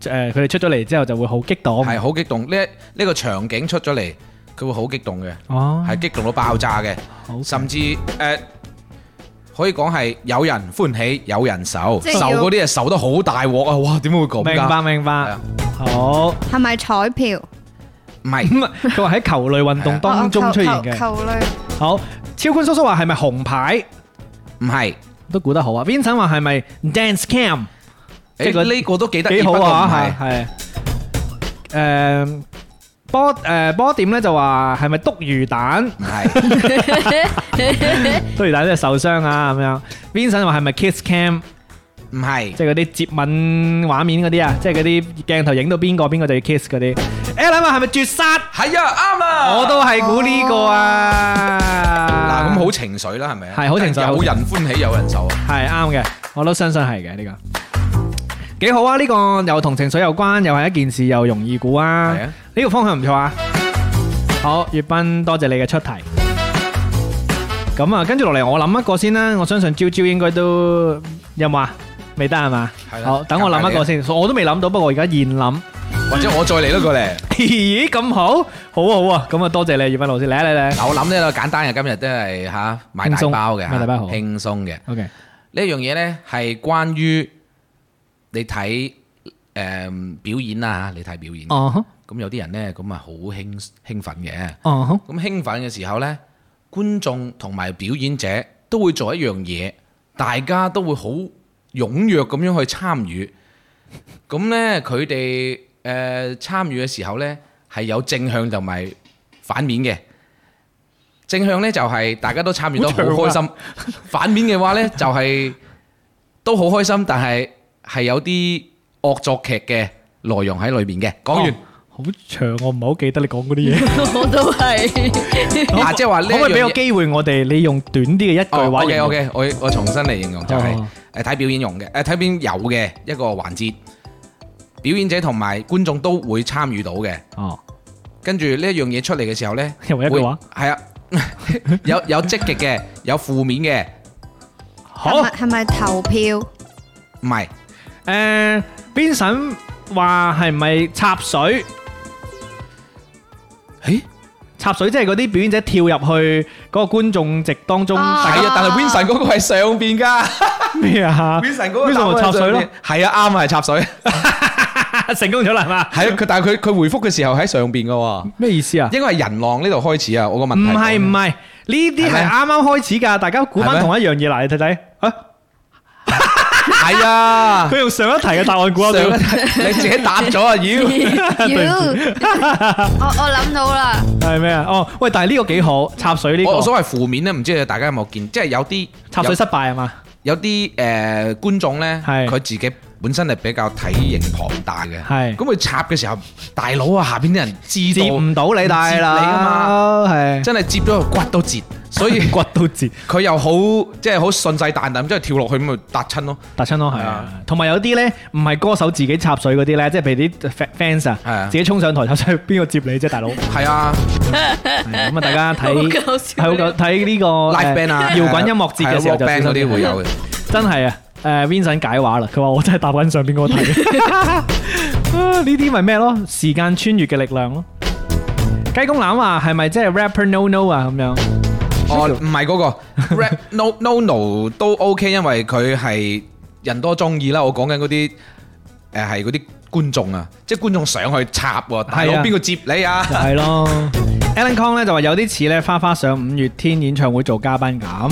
S2: 誒、佢哋出咗嚟之後就會好激動。
S3: 係好激動。呢呢個場景出咗嚟，佢會好激動嘅，
S2: 哦，
S3: 係激動到爆炸嘅。
S2: 好
S3: 甚至誒可以講係有人歡喜有人愁，
S5: 即係
S3: 愁
S5: 要
S3: 嗰啲係愁得好大鑊啊！哇，點解會咁
S2: 明
S3: 㗎？
S2: 白明白
S3: 啊。
S2: 好， 唔
S5: 係咪彩票？
S3: 唔係
S2: 係佢話喺球類運動
S4: Ờ,
S2: 當中出現嘅。
S5: 球類
S2: 好，超官叔叔話係咪紅牌？
S3: 唔係，
S2: 都估得好啊。Vincent 話係咪 dance cam？即係 à, 嗰
S3: 誒呢個都幾得意，
S2: 幾好
S3: 不過唔
S2: 啊，
S3: 係
S2: 係係誒波誒波點咧就話係咪篤魚蛋？
S3: 唔係
S2: 篤魚蛋即係受傷啊咁樣。Vincent 話係咪 kiss cam？
S3: 唔係
S2: 即係嗰啲接吻畫面嗰啲啊，即係嗰啲鏡頭影到邊個邊個就要 kiss 嗰啲。Alan 話係咪絕殺？
S3: 係啊，啱啊！
S2: 我都係估呢個啊。
S3: 嗱咁好情緒啦，係咪啊？
S2: 係好情緒
S3: 有人歡喜有人愁啊！
S2: 係啱嘅，我都相信係嘅呢個。幾好啊！呢、個又同情緒有關，又係一件事，又容易估啊！
S3: 係啊
S2: 呢個方向唔錯啊！好，粵斌，多謝你嘅出題。咁啊，跟住落嚟，我諗一個先啦。我相信朝朝應該都有冇啊？未得係嘛
S3: 係？啦
S2: 好，等我諗一個先。我都未諗到，不過我而家現諗。
S3: 或者我再嚟多個咧，
S2: 咦，咁好，好啊，好啊！咁啊，多謝你，粵斌老師，嚟啊嚟啊嚟啊。
S3: 嗱我諗呢個簡單嘅，今日都係嚇買大
S2: 輕鬆
S3: 包嘅，
S2: 買大包好
S3: 輕鬆嘅。
S2: OK，
S3: 呢樣嘢呢，係關於你睇誒表演啦嚇，你睇表演。
S2: 哦哼，
S3: 咁有啲人呢，咁啊好興興奮嘅。
S2: 哦哼，
S3: 咁興奮嘅時候呢，觀眾同埋表演者都會做一樣嘢，大家都會好踴躍咁樣去參與。咁呢，佢哋誒參與嘅時候呢，係有正向同埋反面嘅。正向呢，就係、大家都參與得好開心，反面嘅話呢，就係、都好開心，但係係有啲惡作劇嘅內容喺裏邊嘅。講完。
S2: 哦好長，我唔係好記得你講嗰啲嘢。
S5: 我都係。
S3: 嗱，啊即係話呢
S2: 啊可唔可以
S3: 一
S2: 俾
S3: 樣嘢
S2: 個
S3: 哦
S2: 機會我哋？你用短啲嘅一
S3: Ờ,
S2: 句話形容。
S3: OK，OK，我我重新嚟形容就係
S2: 哦
S3: 誒睇表演用嘅，誒睇表演有嘅一個環節，表演者同埋觀眾都會參與到嘅。
S2: 哦，
S3: 跟住呢一樣嘢出嚟嘅時候呢，
S2: 又係一句話
S3: 會，係啊， 有有積極嘅，有負面嘅，
S2: 好
S5: 係 咪-係咪投票？
S3: 唔係
S2: 誒，Vincent 話係咪插水？
S3: 誒
S2: 插水即係嗰啲表演者跳入去嗰個觀眾席當中，
S5: 啊
S2: 大
S3: 係
S2: 家
S3: 啊，但係 Vincent 嗰個係上邊 㗎
S2: 咩啊
S3: ，Vincent 嗰個
S2: Vincent 咪
S3: 答案係
S2: 插水
S3: 上
S2: 咯
S3: 邊，係啊，啱啊，係插水，係
S2: 成功咗啦係嘛？
S3: 啊，佢但係佢佢回覆嘅時候喺上邊㗎喎，
S2: 咩意思啊？
S3: 應該係人浪呢度開始啊，我個問
S2: 唔
S3: 題
S2: 係唔
S3: 係
S2: 係，呢啲
S3: 係
S2: 係
S3: 咩
S2: 啱啱開始㗎，大家估
S3: 係
S2: 翻
S3: 咩
S2: 同一樣嘢嗱，你睇睇啊，
S3: 係啊，
S2: 佢用上一題嘅答案估
S3: 上
S2: 得到
S3: 一，題你自己答咗啊，妖！
S5: 妖，我我諗 到啦，
S2: 係咩啊？哦，喂，但係呢個幾好，插水呢
S3: 我我
S2: 個，
S3: 所謂負面咧，唔知大家有冇見，即係有啲
S2: 插水失敗係嘛？
S3: 有啲誒、呃、觀眾咧，
S2: 係
S3: 佢自己本身係比較體型龐大嘅，
S2: 係
S3: 咁佢插嘅時候，大佬啊，下邊啲人知
S2: 接
S3: 道
S2: 唔到你大啦，係
S3: 啊真係接咗個骨都折，所以
S2: 骨都折，
S3: 佢又好即係好信誓旦旦咁，即係跳落去咁咪搭親咯，
S2: 特親咯係
S3: 係
S2: 啊
S3: 啊。
S2: 同埋有啲咧唔係歌手自己插水嗰啲咧，即係譬如啲 fa- fans
S3: 係啊
S2: 啊，自己衝上台插水，邊個接你啫， 大佬？係
S3: 係啊，
S2: 啊咁啊，大家睇
S5: 好搞笑
S2: 係好夠睇呢
S3: live
S2: 個哦誒
S3: band 啊，
S2: 搖滾音樂節嘅時候就
S3: band
S2: 小
S3: 嗰
S2: 心
S3: 啲會有嘅。
S2: 真係啊！誒 Vincent 解話啦，佢話我真係答緊上邊嗰 題。啊呢啲咪咩咯？時間穿越嘅力量咯。雞公欖話係咪即係 rapper no no 啊咁樣？
S3: 哦，唔係 嗰個 rap no no no 都 OK，因為佢係人多中意啦。我講緊嗰啲誒係嗰啲觀眾啊，即係觀眾上去插喎，大佬
S2: 係啊
S3: 邊個接你 啊？
S2: 就係咯。Alan Kong 咧就話有啲似咧花花上五月天演唱會做嘉賓咁，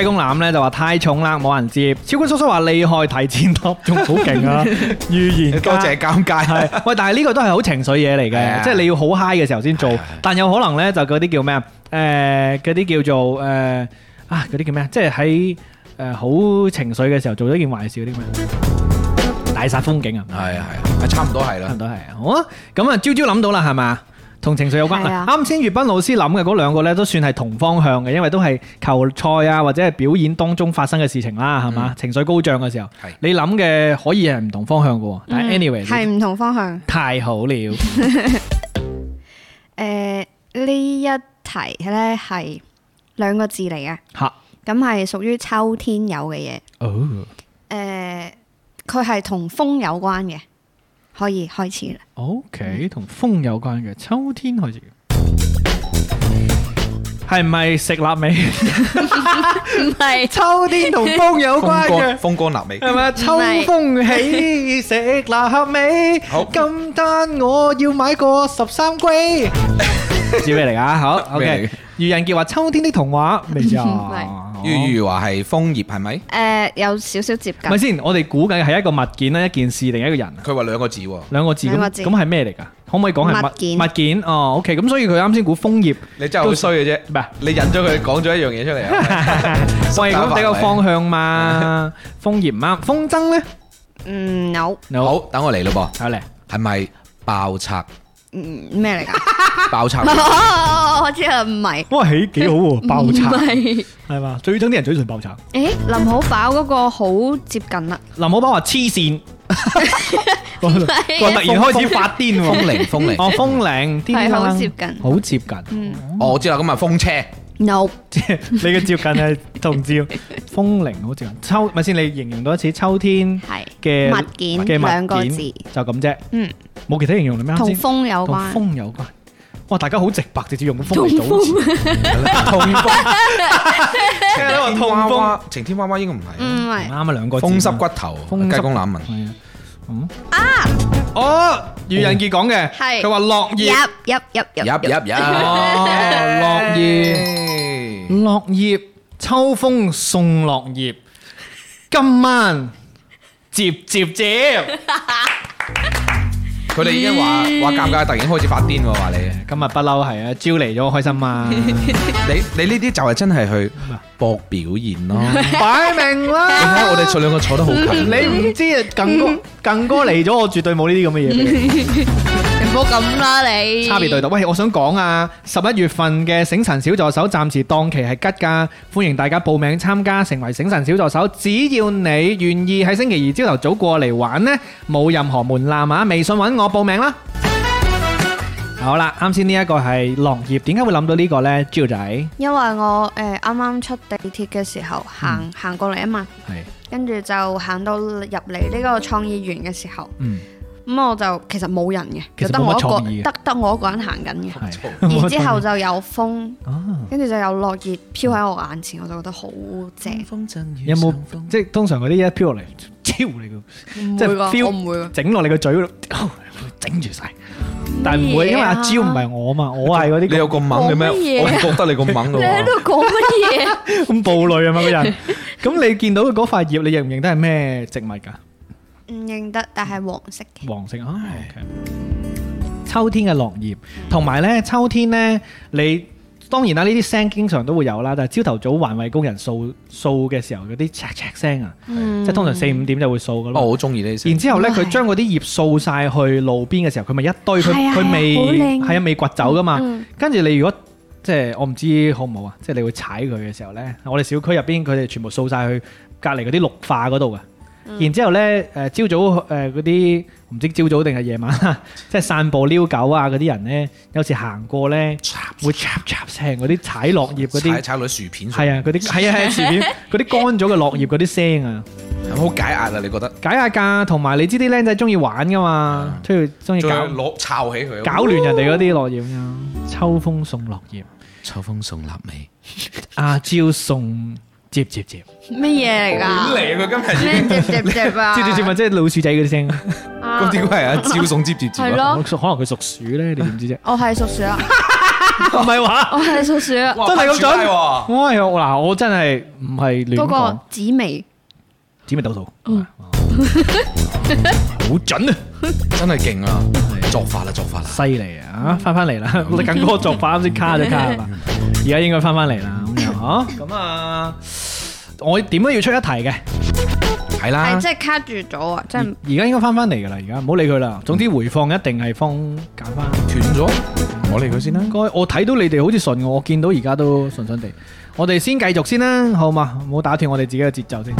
S2: 雞公欖咧就話太重啦，冇人接。超官叔叔話厲害，提前落仲好 勁啊！預言家
S3: 多謝尷尬
S2: 係。喂，但係呢個都係好情緒嘢嚟
S3: 係啊
S2: 嘅，即係你要好 high 嘅時候先做
S3: 係係係，
S2: 但有可能咧就嗰啲叫咩啊？誒嗰啲叫做誒啊嗰啲叫咩啊？即係喺誒好情緒嘅時候做咗件壞事嗰啲咩？大殺風景啊！
S3: 係啊係啊，差唔多係
S2: 差
S3: 啦
S2: 唔。多係啊。好啊，咁啊，朝朝諗到啦，係嘛？同情緒有關
S5: 係
S2: 啦
S5: 啊。
S2: 啱先，月斌老師諗嘅嗰兩個咧，都算係同方向嘅，因為都係球賽啊，或者係表演當中發生嘅事情啦，係嘛？情緒高漲嘅時候
S3: 係，
S2: 你諗嘅可以係唔同方向嘅喎。
S4: 嗯
S2: 但係 anyway，
S4: 係
S2: 你
S4: 唔同方向。
S2: 太好了，
S4: 誒呢一題咧係兩個字嚟嘅，
S2: 嚇
S4: 咁係屬於秋天有嘅嘢。
S2: 哦，
S4: 誒，佢係同風有關嘅，可以開始啦。
S2: OK，同風有關嘅，秋天開始。係唔係食臘味？
S5: 唔係
S2: 秋天同風有關
S3: 風
S2: 嘅
S3: 乾。風乾臘味
S2: 係咪啊？秋風起，食臘味。
S3: 好
S2: 咁單我要買個十三龜。知咩嚟噶？好
S3: 咩嚟嘅
S2: ，OK。愚人傑話秋天的童話未 咋？
S5: 唔係
S3: 於如話係楓葉係咪？
S4: 誒，有少少接近
S2: 咪，先，我哋估計係一個物件啦，一件事定一個人啊？
S3: 佢話兩個字喎，
S2: 兩個字
S4: 兩個
S2: 咁，
S4: 字
S2: 咁係咩嚟噶？可唔可以講係
S4: 物件
S2: 物件哦，OK。咁所以佢啱先估楓葉，
S3: 你真係好衰嘅啫。
S2: 唔係。
S3: 你引咗佢講咗一樣嘢出嚟啊！
S2: 喂，咁比較方向嘛， 楓葉唔啱，風箏咧，
S4: 嗯，no，
S2: No，
S3: 好，等我嚟咯
S2: 好嚟，
S3: 噃，係咪爆 拆？
S4: 嗯咩嚟㗎？
S3: 爆拆？
S4: 哦我知啦，唔係。
S2: 哇，起幾好 喎，爆
S5: 唔
S2: 炒
S5: 係，
S2: 係嘛？最憎啲人嘴唇爆炒。
S4: 誒，林好飽嗰個好接 近啦，
S2: 林寶寶話黐 線，哇突然開始發癲
S3: 風
S2: 喎。
S3: 鈴風鈴。
S2: 哦，風鈴，啲
S4: 係好接近嗯
S2: 好接近。
S3: 哦，我知啦，咁啊風 車。
S4: ，no，
S2: 即係你嘅接近係同 照風鈴好接近。秋咪先，你形容多一次秋天
S4: 係
S2: 嘅
S4: 物件
S2: 嘅物
S4: 兩個字
S2: 就咁啫。
S4: 嗯，
S2: 冇其他形容你咩？啱
S4: 同
S2: 先
S4: 風有
S2: 同
S4: 關。
S2: 風有關。哇！大家好直白，直接用個風嚟組詞。同風
S3: 聽
S2: 到話痛風
S3: 娃娃，晴天娃娃應該唔係。
S4: 嗯，唔係
S2: 啱啊，兩個字
S3: 風濕骨頭，
S2: 風濕
S3: 雞公欖文。
S2: 係啊。嗯啊！哦，愚人傑講嘅，
S4: 係
S2: 佢話落葉。
S4: 入入入入
S3: 入入入。
S2: 哦， 落葉。
S3: 葉。
S2: 落葉，秋風送落葉，今晚接接接。
S3: 佢哋已經話話尷尬，突然開始發癲喎，話你。
S2: 今日不嬲係啊，招嚟咗開心嘛，
S3: 你你呢啲就係真係去搏表現 咯。
S2: 擺明
S3: 點解
S2: 啦。
S3: 我哋坐兩個坐得好近？
S2: 你唔知啊，近哥近哥嚟咗，我絕對冇呢啲咁嘅嘢俾你。
S5: 你 唔好咁啦你。
S2: 差別對待。喂，我想講啊，十一月份嘅醒神小助手暫時檔期係吉㗎，歡迎大家報名參加，成為醒神小助手。只要你願意喺星期二朝頭早過嚟玩呢，冇任何門檻啊！微信揾我報名啦。好啦，啱先呢一個係落葉，點解會諗到呢個呢？招仔係
S4: 因為我誒啱啱出地鐵嘅時候
S2: 嗯
S4: 行行過嚟啊嘛，跟住就行到入嚟呢個創意園嘅時候，
S2: 嗯
S4: 咁我就其實冇人嘅，
S2: 其
S4: 就
S2: 實
S4: 得
S2: 冇
S4: 我
S2: 乜
S4: 一個，
S2: 創意嘅
S4: 得得我一個人行緊嘅。
S2: 係
S4: 然之後就有風，
S2: 啊，
S4: 跟住就有落葉飄喺我眼前，我就覺得好正。
S2: 有冇即係通常嗰啲一飄落嚟， 超你個，即
S5: 會㗎
S2: feel
S5: 我唔會㗎
S2: 整落你個嘴嗰度，整住晒。但係唔會，因為阿招唔係我嘛，我係嗰啲
S3: 你有咁猛嘅咩？
S5: 講乜嘢
S3: 我唔覺得你咁猛嘅
S5: 你
S3: 喎。
S5: 喺度講乜嘢？
S2: 咁暴戾啊嘛，個人咁你見到嗰塊葉，你認唔認得係咩植物㗎？
S4: 唔認得，但係黃色嘅。
S2: 黃色啊，OK。秋天嘅落葉，同埋咧秋天咧，你當然啦，呢啲聲經常都會有啦。但係朝頭早環衞工人掃掃嘅時候，嗰啲唓唓聲啊，
S5: 嗯
S2: 即係通常四五點就會掃噶
S3: 哦我
S2: 啦。
S3: 好中意呢 啲
S2: 然
S3: 聲。
S2: 之後咧，佢將嗰啲葉掃晒去路邊嘅時候，佢咪一堆，佢
S5: 係啊
S2: 佢未
S5: 係啊好靚
S2: 係啊未掘走噶嘛。
S5: 嗯
S2: 跟住你如果即係我唔知好唔好啊，即係你會踩佢嘅時候咧，我哋小區入邊佢哋全部掃晒去隔離嗰啲綠化嗰度嘅。然之後咧，誒朝早誒嗰啲唔知朝早定係夜晚啦， 即係散步遛狗啊嗰啲人咧，有時行過咧會插插聲嗰啲踩落葉嗰
S3: 踩
S2: 啲，
S3: 踩落啲薯片上，
S2: 係啊嗰啲係啊係啊前 面嗰啲乾咗嘅落葉嗰啲聲啊。
S3: 係咪好解壓啊！你覺得？
S2: 解下價，同埋你知啲僆仔中意玩噶嘛，中意中意
S3: 仲
S2: 搞
S3: 要攞抄起佢，
S2: 搞亂人哋嗰啲落葉咁樣。秋風送落葉，
S3: 秋風送臘味，
S2: 阿蕉送接接接，
S4: 咩嘢嚟㗎？
S3: 嚟啊！佢今日已經
S4: 咩隻隻隻 啊？
S2: 接接接咪即係老鼠仔嗰啲 聲。
S4: 啊
S3: 咁點解係啊？招送接接接
S4: 係
S3: 啊！
S2: 可能
S4: 咯，
S2: 佢屬鼠咧，你點知啫？
S4: 我係屬鼠啊！
S2: 唔係話
S4: 我係屬鼠啊！
S3: 哇
S2: 真係
S3: 拍住
S2: 咁準
S3: 街喎
S2: 我係我嗱，我真係唔係亂
S4: 嗰
S2: 講
S4: 個，嗯紫薇
S2: 指名道數，好 準啊！
S3: 真係勁啊！作法啦，作法啦！
S2: 犀利啊！翻翻嚟啦，我哋更多作法啱先卡咗卡啦，而家應該翻翻嚟啦咁樣啊！咁啊，我點都要出一題嘅，啊
S3: 係啦
S4: 係，真係卡住咗啊！
S2: 而
S4: 真係
S2: 而家應該翻翻嚟噶啦，而家唔好理佢啦。總之回放一定係放揀翻。
S3: 斷咗，我嚟佢先啦
S2: 應。該我睇到你哋好似順我，我見到而家都順順地。我哋先繼續先啦，好嘛？唔好打斷我哋自己嘅節奏先。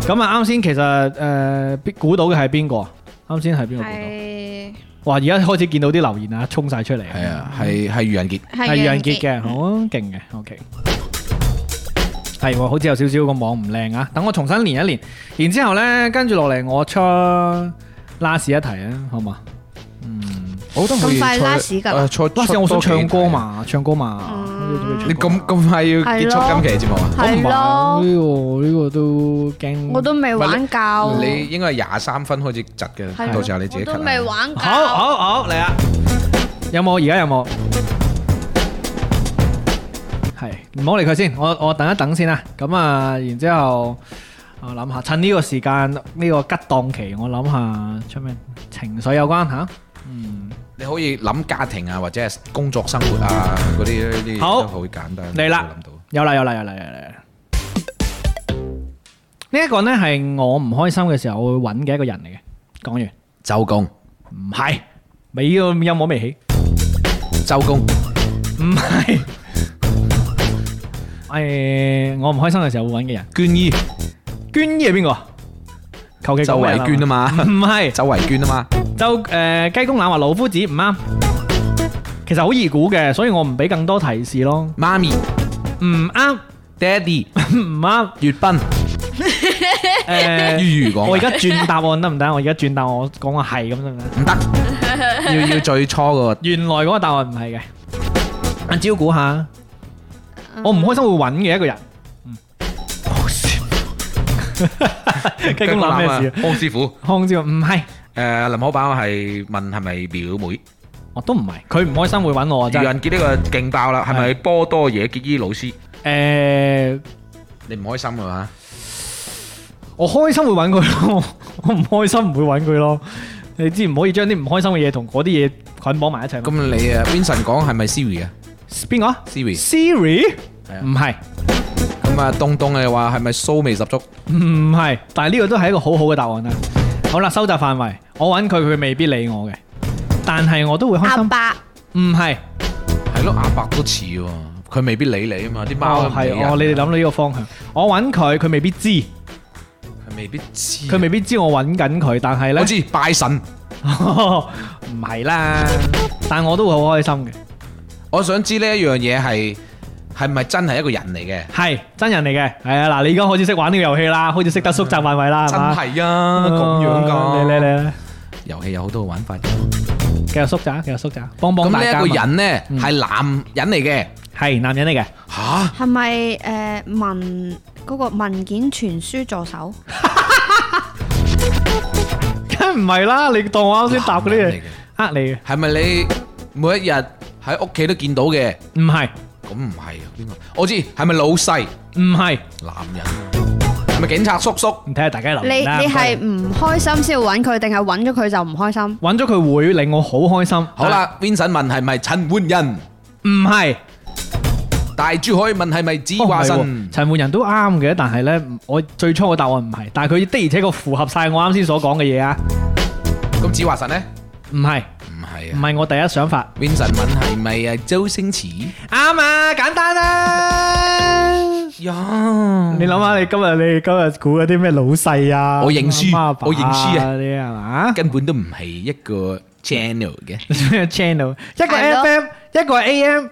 S2: 咁啊，啱先其實誒，呃邊估到嘅係邊個啊？啱先係邊個估到？
S4: 係
S2: 哇！而家開始見到啲留言啊，衝晒出嚟。
S3: 係啊，係係愚人傑，
S2: 係
S4: 係
S2: 愚
S4: 愚
S2: 人
S4: 人
S2: 節
S4: 節
S2: 嘅，好勁嘅，OK。係喎，好似有少少個網唔靚啊！等我重新連一連，然之後呢，跟住落嚟我出拉屎一題啊，好嘛？
S3: 我覺得
S4: 咁快拉屎㗎啦
S3: 誒錯
S2: 拉屎
S3: 錯
S2: 我
S3: 多
S2: 想
S3: 幾
S2: 唱歌
S3: 題
S2: 嘛，唱歌嘛。
S3: 你咁咁快要結束今期節目啊？
S2: 我唔
S4: 係
S2: 玩
S4: 咯，
S2: 呢個呢個都驚。
S4: 我都未玩夠，
S3: 嗯你應該係廿三分開始窒
S4: 係
S3: 嘅，
S4: 咯
S3: 到時候你自己
S4: 我都
S3: cut
S4: 未
S3: 啦。
S4: 玩夠。
S2: 好好好嚟啊！有冇？而家有冇？係唔好理佢先，我我等一等先啦。咁啊，然之後我諗下，趁呢個時間呢、個吉檔期，我諗下出咩情緒有關吓。
S3: 你可以諗家庭啊，或者係工作生活啊嗰啲呢啲，
S2: 好
S3: 都好簡單。
S2: 嚟啦
S3: 諗到
S2: 有啦有啦有啦有啦！有啦呢一個呢係我唔開心嘅時候我會揾嘅一個人嚟嘅。講完
S3: 周公，
S2: 唔係，尾個音樂未起。
S3: 周公，
S2: 唔係，誒，我唔開心嘅時候會揾嘅人，
S3: 捐衣，
S2: 捐衣係邊個？求其
S3: 周
S2: 講咩
S3: 圍捐啊 嘛，
S2: 唔係
S3: 周圍捐啊嘛，
S2: 就誒雞公欖話老夫子唔啱，其實好易估嘅，所以我唔俾更多提示咯。
S3: 媽咪、
S2: 唔 啱，
S3: 爹哋、
S2: 唔啱，
S3: 粵 賓、
S2: 誒，
S3: 於如
S2: 我而
S3: 講
S2: 家轉答案得唔得？我而家轉答案，我講個係咁得唔得？
S3: 唔 得，要要最初嗰個
S2: 原來嗰個答案唔係嘅，阿招估下，
S4: 嗯
S2: 我唔開心會揾嘅一個人。Ừ. 嗯，雞公欖咩事啊？
S3: 康師傅。
S2: 康之唔係，
S3: 誒林可板係問係咪表妹？愚
S2: 我哦都唔係，佢唔開心會揾我啊真係。
S3: 人傑呢個勁爆啦，係咪波多野結衣老師？
S2: 誒，
S3: 你唔開心㗎嘛？
S2: 我開心會揾佢咯， 我唔開心唔會揾佢咯。你知唔可以將啲唔開心嘅嘢同嗰啲嘢捆綁埋一齊
S3: 咁
S2: 嘛？
S3: 你誒 Vincent 講係咪 Siri 啊
S2: 邊個啊
S3: ？Siri
S2: ？Siri
S3: 係啊
S2: 唔係
S3: 咁啊，東東你話係咪騷味十足？
S2: 唔係，但係呢個都係一個好好嘅答案啦。好啦，收集範圍，我揾佢，佢未必理我嘅，但係我都會開
S4: 阿
S2: 心。
S4: 伯
S2: 唔係，
S3: 係咯，阿伯都似喎，佢未必理你啊嘛，啲貓
S2: 哦
S3: 都唔
S2: 係
S3: 理
S2: 哦，
S3: 人
S2: 你哋諗到呢個方向，我揾佢，佢未必知，
S3: 佢未必知，
S2: 佢未必知我揾緊佢，但係呢
S3: 我。知拜神，
S2: 哦唔係啦，但我都會好開心嘅，
S3: 我想知呢一樣嘢係係咪真係一個人嚟嘅？
S2: 係真人嚟嘅，係啊嗱，你而家開始識玩呢個遊戲啦，開始識得縮窄範圍啦，係
S3: 真
S2: 嘛？嗯
S3: 係啊，咁樣㗎。
S2: 你你你，你
S3: 遊戲有好多玩法嘅。
S2: 繼續縮窄，繼續縮窄，幫幫
S3: 咁呢
S2: 大家嘛。
S3: 一個人咧係男人嚟嘅
S2: 係男人嚟嘅，
S3: 吓？
S4: 係咪誒文嗰個文件傳輸助手？
S2: 梗唔係啦，你當我啱先答嗰啲
S3: 男人嚟
S2: 嘢
S3: 嘅
S2: 呃你嘅，
S3: 係咪你每一日喺屋企都見到嘅？
S2: 唔係
S3: 咁唔係啊，邊個？我知係咪老細？
S2: 唔係
S3: 男人咪警察叔叔
S2: 咁睇下大家留
S4: 你
S2: 言啦。
S4: 你
S2: 唔該
S4: 係唔開心先要揾佢，定係揾咗佢就唔開心？
S2: 揾咗佢會令我好開心。哦
S3: 好，啦，Vincent 嗯問係咪陳奐仁，
S2: 唔係。
S3: 大珠海問係咪子
S2: 哦唔
S3: 華
S2: 係
S3: 神
S2: 喎，，陳焕仁都啱嘅，但係呢，我最初嘅答案唔係，但係佢的而且確符合晒我啱先所講嘅嘢啊，
S3: 咁子華神呢？
S2: 唔係
S3: 唔係
S2: 唔
S3: 啊
S2: 係我第一想法，
S3: ，Vincent 問係咪啊周星馳？
S2: 啱啊，簡單啦、
S3: 呀，
S2: 你諗下，你今日你今日估嗰啲咩老細啊，
S3: 我認輸
S2: 阿媽阿爸
S3: 我認輸啊
S2: 嗰啲係嘛
S3: 根本都唔係一個 channel 嘅。
S2: ？channel 一個
S5: 係咯
S2: FM 一個 AM，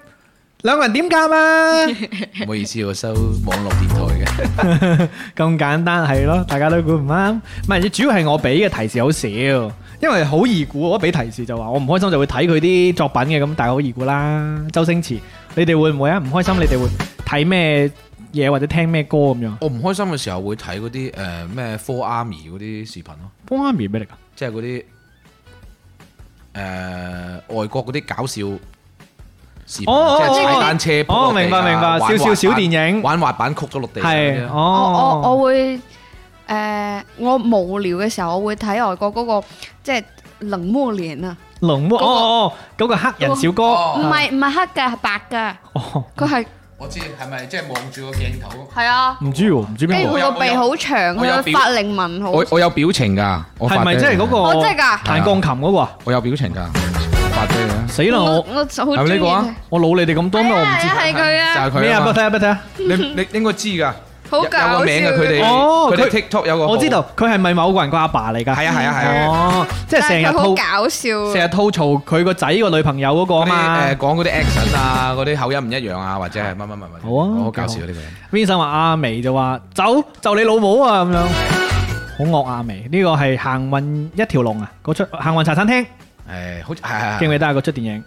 S2: 兩個人點夾啊？
S3: 唔好意思，我收網絡電台嘅。
S2: 咁簡單係咯，大家都估唔啱。唔係，主要係我俾嘅提示好少，因為好易估。我一俾提示就話我唔開心就會睇佢啲作品嘅，咁但係好易估啦。周星馳，你哋會唔會啊？唔開心你哋會睇咩嘢或者聽咩歌咁樣？
S3: 我唔開心嘅時候會睇嗰啲誒咩 Four Army 嗰啲視頻咯，
S2: 幫媽咪咩嚟㗎？
S3: 即係嗰啲誒外國嗰啲搞笑視頻，
S2: 哦
S3: 即係
S2: 哦
S3: 踩
S2: 哦
S3: 單車。
S2: 哦
S3: 撲落地啊
S2: 明白明白
S3: 玩滑板
S2: 少少小電影
S3: 玩滑板曲咗落地啊。
S2: 係
S3: 係
S4: 我我
S2: 哦，
S4: 我會誒、呃我無聊嘅時候，我會睇外國嗰、個即係冷漠臉啊，
S2: 龍魔
S4: 嗰個
S2: 哦哦，嗰個黑人小哥
S6: 哦
S5: 唔係唔係黑嘅，係白嘅。
S2: 哦，
S5: 佢係
S6: 我知係咪即係望住個鏡頭？
S4: 係啊，
S2: 唔知喎，唔知
S4: 跟
S2: 邊個
S4: 住
S6: 我
S4: 佢
S6: 有
S4: 個鼻好長，
S6: 我有
S4: 佢個
S6: 表
S4: 法令紋好，
S3: 我我有表情㗎，我發
S2: 係咪
S3: 俾
S2: 即係
S3: 你
S2: 嗰個
S3: 啊？
S4: 我真係㗎，
S2: 彈鋼琴嗰個啊？
S3: 我有表情㗎，發俾你啊。
S2: 死啦！
S4: 我
S2: 我
S4: 我好
S3: 係
S4: 中
S3: 咪呢
S4: 意
S3: 個
S4: 佢
S3: 啊？
S2: 我老你哋咁多咩？我唔知
S5: 係佢啊，
S3: 就係
S2: 咩
S3: 佢
S2: 啊！
S3: 啊
S2: 不
S3: 嘛
S2: 睇。啊不睇啊！
S3: 你你應該知㗎，
S4: 好
S3: 有有
S4: 搞笑
S3: 個名㗎，佢哋
S2: 哦
S3: 佢哋
S2: 佢
S3: TikTok 有個
S2: 我知道佢係咪某個人個阿爸嚟㗎？
S3: 係啊係啊係啊
S2: 哦，即係成日
S4: 但係佢好
S2: 吐
S4: 搞笑啊
S2: 成日吐槽佢個仔個女朋友嗰個
S3: 嗰
S2: 啊
S3: 啲
S2: 嘛
S3: 誒。講嗰啲 action 啊，嗰啲口音唔一樣啊，或者係乜乜乜乜，
S2: 好啊
S3: 好搞笑啊呢個人。
S2: Vincent 話阿眉就話走就你老母啊咁樣，好惡阿眉呢個係行運一條龍啊！嗰出行運茶餐廳
S3: 誒，好似係
S2: 記唔
S3: 係
S2: 記得啊？嗰出電影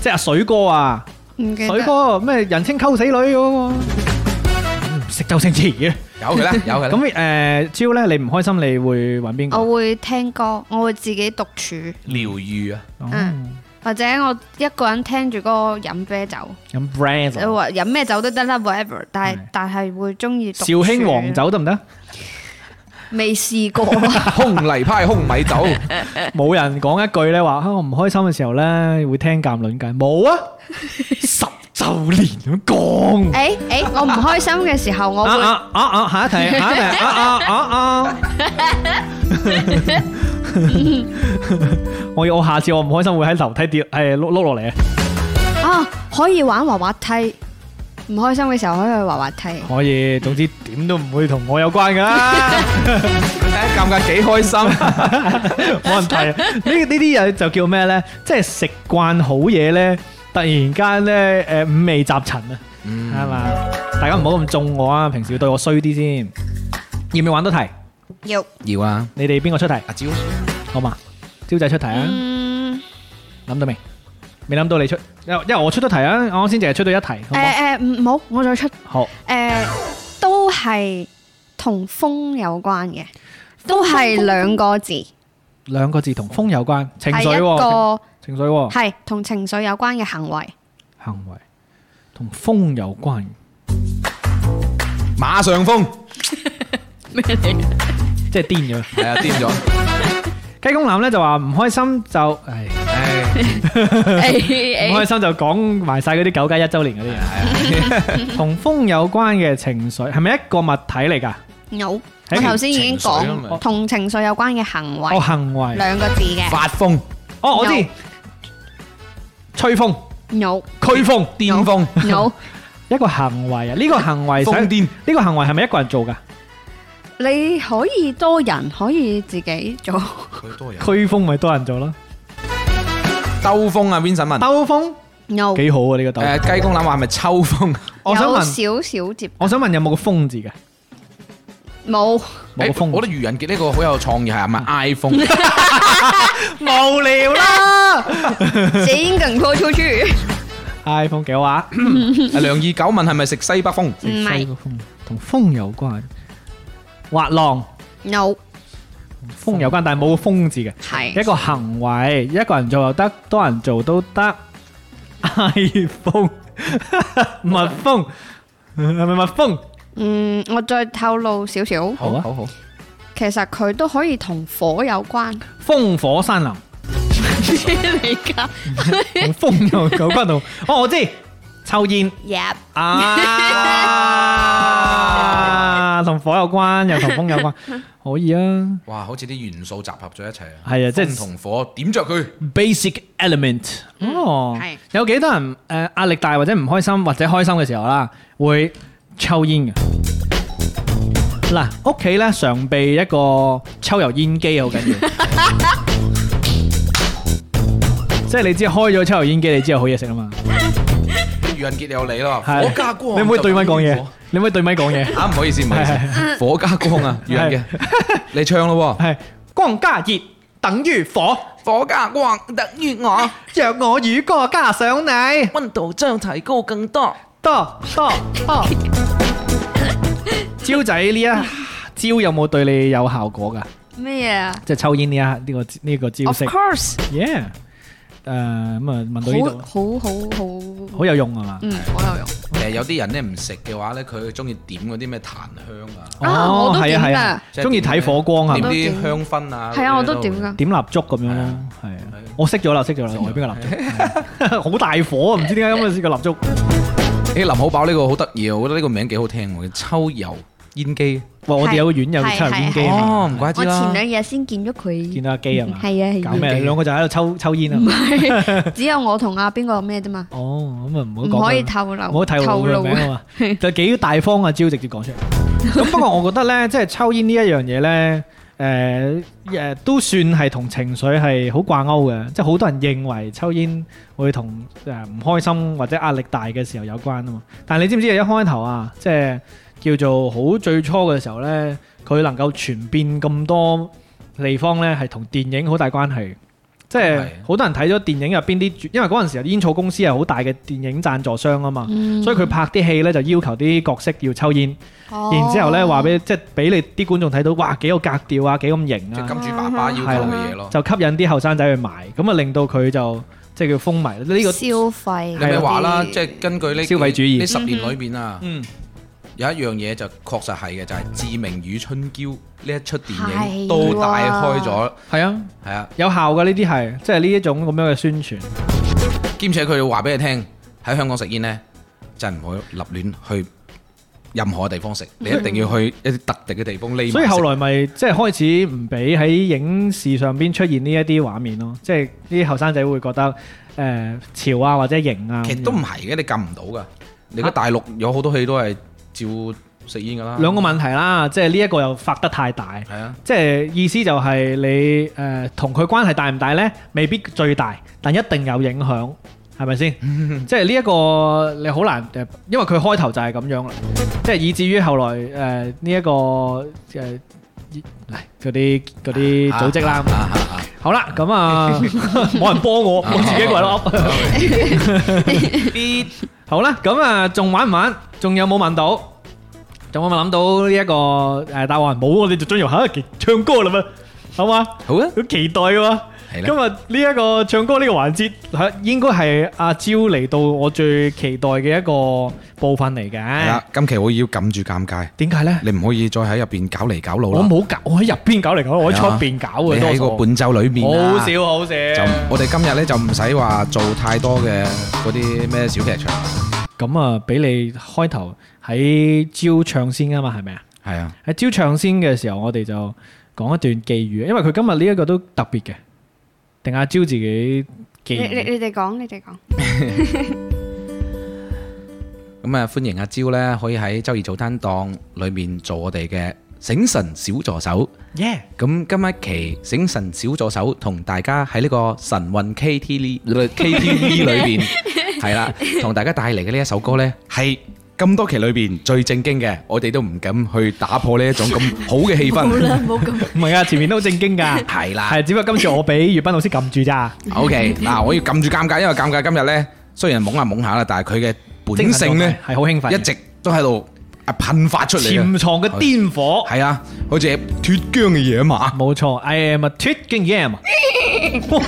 S2: 即係阿水哥啊，
S4: 唔記
S2: 水
S4: 得。
S2: 哥咩人稱溝死女嗰個，唔識周星馳嘅。
S3: 有 佢啦，有佢啦。
S2: 咁誒，朝咧你唔開心你會揾邊個？
S4: 我會聽歌，我會自己獨處，
S3: 療愈啊，
S4: 嗯，或者我一個人聽住歌飲啤酒，
S2: 咁 brand
S4: 就話飲咩酒都得啦，whatever 但。
S2: 係
S4: 係但係會中意獨
S2: 紹興
S4: 處
S2: 黃，酒得唔得？
S4: 未試 過。
S3: 空泥派空 米酒，
S2: 冇人講一句咧話啊，我唔開心嘅時候咧會聽鑑論計，冇啊，十週年咁講。
S4: 誒誒，我唔開心嘅時候，我
S2: 啊
S4: 會
S2: 啊啊啊！下一題，下一題，啊啊啊啊！我要我下次我唔開心會喺樓梯跌，係碌碌落嚟啊！
S4: 啊可以玩滑滑梯，唔開心嘅時候可以去滑滑梯。
S2: 可以，總之點都唔會同我有關㗎啦。
S3: 誒尷尬幾 開心。
S2: 冇問題。呢呢啲嘢就叫咩咧？即係食慣好嘢咧，突然間咧誒五味雜陳啊，係嘛？大家唔好咁中我啊，平時要對我衰啲先。要唔要玩多題？
S4: 要
S3: 要啊，
S2: 你哋邊個出題
S3: 阿蕉
S2: 好嘛？招仔出題啊？
S4: 嗯
S2: 諗到未？未諗到你出，因為因為我出咗題啊，我啱先淨係出到一題，好唔
S4: 誒誒唔好，我再出
S2: 好？好，
S4: 誒都係同風有關嘅，都係兩個字，
S2: 兩個字同風有關，情
S4: 係
S2: 緒
S4: 一
S2: 喎，
S4: 個
S2: 情情緒喎，
S4: 係同情緒有關嘅行為。
S2: 行為同風有關。
S3: 馬上風，
S2: 即係癲咗，
S3: 係啊，癲咗。
S2: 雞公腩咧就話唔開心就，唉，
S3: 誒
S2: 唔開心就講埋晒嗰啲九加一周年嗰啲嘢。同風有關嘅情緒係咪一個物體嚟㗎？
S4: 有，我
S2: 係
S4: 頭先已
S3: 情
S4: 經
S3: 緒啊嘛
S4: 講同情緒有關嘅行
S2: 哦，
S4: 為
S2: 行為。
S4: 兩個字嘅。
S3: 發瘋、
S2: 哦，我知
S4: 有。
S2: 吹風、
S4: 有
S2: 驅風，
S3: 癲瘋、
S4: 有，
S2: 一個行為啊！呢個行為想
S3: 瘋
S2: 呢
S3: 癲，
S2: 個行為係咪一個人做㗎？
S4: 你可以多人，可以自己做。
S3: 佢多人
S2: 驅風咪多人做咯。
S3: 兜風啊，Vincent 問。
S2: 兜風
S4: 有
S2: 幾好啊！呢個兜。
S3: 誒雞公欖話係咪秋風？
S2: 我想
S4: 有
S2: 問，
S4: 少少接
S2: 我想問有冇個風字㗎？
S4: 冇
S2: 冇個
S3: 誒我覺
S2: 風。
S3: 得愚人節呢個好有創意，係咪 iPhone？
S2: 無聊啦
S4: 剪梗拖出去，
S2: ！iPhone 幾好啊？
S3: 梁二九問係咪食西北風？
S4: 唔係
S2: 個風同風有關，滑浪
S4: 有
S2: 同風有關，但係冇個風字嘅。
S4: 係
S2: 一個行為，一個人做又得，多人做都得。iPhone 蜜蜂係咪蜜蜂？
S4: 嗯，我再透露少少，
S2: 好啊
S3: 好好，
S4: 其實佢都可以同火有關。
S2: 烽火山林同風又有關到。哦，我知，抽 煙
S4: Yep，
S2: 啊，同火有關，又同風有關，可以啊。
S3: 哇，好似啲元素集合咗一齊啊！
S2: 係啊即係
S3: 風同火點着佢，
S2: Basic element，哦
S4: 係，
S2: 有幾多人誒壓力大或者唔開心或者開心嘅時候啦，會抽煙嘅。嗱，屋企咧常備一個抽油煙機好緊要，即係你知開咗抽油煙機，你知有好嘢食啊嘛。
S3: 愚人傑有你啦，
S2: 係
S3: 火加光。
S2: 你唔可以對咪講嘢
S3: 就咁，
S2: 你唔可以對咪講嘢。
S3: 火啊，唔好意思，唔好意思，火加光啊，愚人傑， 你唱咯喎，
S2: 係光加熱等於火，
S3: 火加光等於我，
S2: 若我與歌加上你，
S3: 温度將提高更多。
S2: 多多多。 蕉仔呢一招有冇對你有效果㗎？
S4: 咩嘢啊
S2: 即係抽煙呢一呢、個呢、個招
S4: ？Of
S3: 哦
S2: 式
S4: course，
S2: ，yeah，誒咁啊問到呢度
S4: 好好好好，
S2: 好有用係嘛？
S4: 嗯，好有
S3: 誒
S4: 用。
S3: 有啲人咧唔食嘅話咧，佢中意點嗰啲咩檀香啊，
S4: 啊我都
S2: 係
S4: 點
S2: 啊
S4: 㗎
S2: 係啊，中意睇火光
S3: 點
S2: 啊，
S3: 啲香薰啊，
S4: 係啊，我都點㗎。
S2: 點蠟燭咁樣咯，係啊，我熄咗啦，熄咗啦，我係邊個蠟燭？好大火啊！唔知 點解今日試個蠟燭。
S3: 誒林好寶呢個好得意啊，我覺得呢個名幾好聽喎，抽油煙機。
S2: 哇！我哋有個院有抽油煙機，啊
S3: 哦，唔怪之
S5: 我
S3: 啦
S5: 前。兩日先見咗佢
S2: 見，到阿基係嘛？
S4: 哦
S5: 係啊係啊
S2: 搞咩？你兩個就喺度抽抽煙啊？
S4: 只有我同阿邊個咩啫嘛，
S2: 哦，咁啊唔好
S4: 唔
S2: 講佢
S4: 可以透露，
S2: 唔好睇
S4: 透
S2: 我嘅
S4: 露
S2: 名啊嘛， 就幾大方啊！招直接講出嚟。咁不過我覺得咧，即係抽煙呢一樣嘢咧，誒、誒、都算係同情緒係好掛鈎嘅，即係好多人認為抽煙會同誒唔開心或者壓力大嘅時候有關啊嘛。但係你知唔知一開頭啊，即係叫做好最初嘅時候咧，佢能夠傳遍咁多地方咧，係同電影好大關係嘅。即係
S3: 係
S2: 好多人睇咗電影入邊啲主，因為嗰陣時煙草公司係好大嘅電影贊助商啊嘛，所以佢拍啲戲咧就要求啲角色要抽煙，
S4: 哦
S2: 然之後咧話俾即係俾你啲觀眾睇到，哇幾有格調啊，幾咁型
S3: 即係
S2: 啊，
S3: 金主爸爸要求嘅嘢咯。
S2: 就吸引啲後生仔去買，咁啊令到佢就即係叫風靡呢個。
S5: 消費
S3: 你咪話啦，
S4: 啊
S5: 嗰啲
S3: 即係根據呢
S2: 消費主義
S3: 呢十年裏邊啊，
S2: 嗯，
S3: 有一樣嘢就確實係嘅，就係《志明與春嬌》呢一出電
S5: 係
S3: 影
S5: 喎
S3: 都帶開咗，
S2: 係啊，
S3: 係啊，
S2: 有效嘅呢啲係，即係呢一種咁樣嘅宣傳。
S3: 兼且佢話俾你聽，喺香港食煙呢，真係唔好立亂去任何地方 食，你一定要去一啲特定嘅地方匿埋食。
S2: 所以後來咪即係開始唔俾喺影視上邊出現呢一啲畫面咯，即係啲後生仔會覺得誒、呃潮啊或者型啊咁樣，
S3: 其實都唔係嘅，你禁唔到噶。你個大陸有好多戲都係照食煙噶啦。
S2: 兩個問題啦，即係呢一個又發得太大，
S3: 係啊，
S2: 即係意思就係你誒同佢關係大唔大呢？未必最大，但一定有影響，係咪先？ 即係呢一個你好難誒，因為佢開頭就係咁樣啦，即係以至於後來誒呃呢一個誒嚟嗰啲嗰啲組織啦。
S3: 啊啊啊
S2: 好啦，咁 啊，冇人幫我，我自己一個人噏。 好啦，咁啊，仲玩唔玩？仲有冇問到？仲有冇諗到呢一個誒答案？冇，我哋就進入下一期唱歌啦嘛，好嘛？
S3: 好啊，
S2: 好期待喎！
S3: 係
S2: 今
S3: 啦，
S2: 日呢一個唱歌呢個環節，係應該係阿蕉嚟到我最期待嘅一個部分嚟
S3: 係
S2: 嘅
S3: 啦。，今期我要撳住尷尬。
S2: 點解呢？
S3: 你唔可以再喺入邊搞嚟搞路啦。
S2: 我冇搞，我喺入邊搞嚟搞，我喺出邊搞
S3: 你
S2: 嘅，多
S3: 喺個
S2: 數
S3: 伴奏裏面啊
S2: 好少好少。
S3: 就我哋今日咧就唔使話做太多嘅嗰啲咩小劇場。
S2: 咁啊，俾你開頭喺招唱先啊嘛，係咪啊？
S3: 係啊，
S2: 喺招唱先嘅時候，我哋就講一段寄語，因為佢今日呢一個都特別嘅，定阿招自己寄
S4: 你你
S2: 語。
S4: 你哋講，你哋講。
S3: 咁啊歡迎阿蕉咧，可以喺周二早餐檔裏面做我哋嘅醒神小助手。
S2: 耶！
S3: 咁今一期醒神小助手同大家喺呢個神運 KTV 裏 KTV 裏邊係啦，同大家帶嚟嘅呢一首歌呢，係咁多期裏邊最正經嘅，我哋都唔敢去打破呢一種咁好嘅 氣氛。
S2: 唔係啊，前面都好正 經㗎，
S3: 係啦，
S2: 係只不過今次我俾粵斌老師撳住咋。
S3: O K，嗱，我要撳住尷尬，因為尷尬今日咧，雖然懵下懵下啦，但係佢嘅本
S2: 精神
S3: 性咧
S2: 係好興奮嘅，
S3: 一直都喺度啊噴發出嚟嘅，
S2: 潛藏嘅癲火。
S3: 係啊，好似脱缰嘅野 馬。
S2: 冇錯，I am a twitching game。哇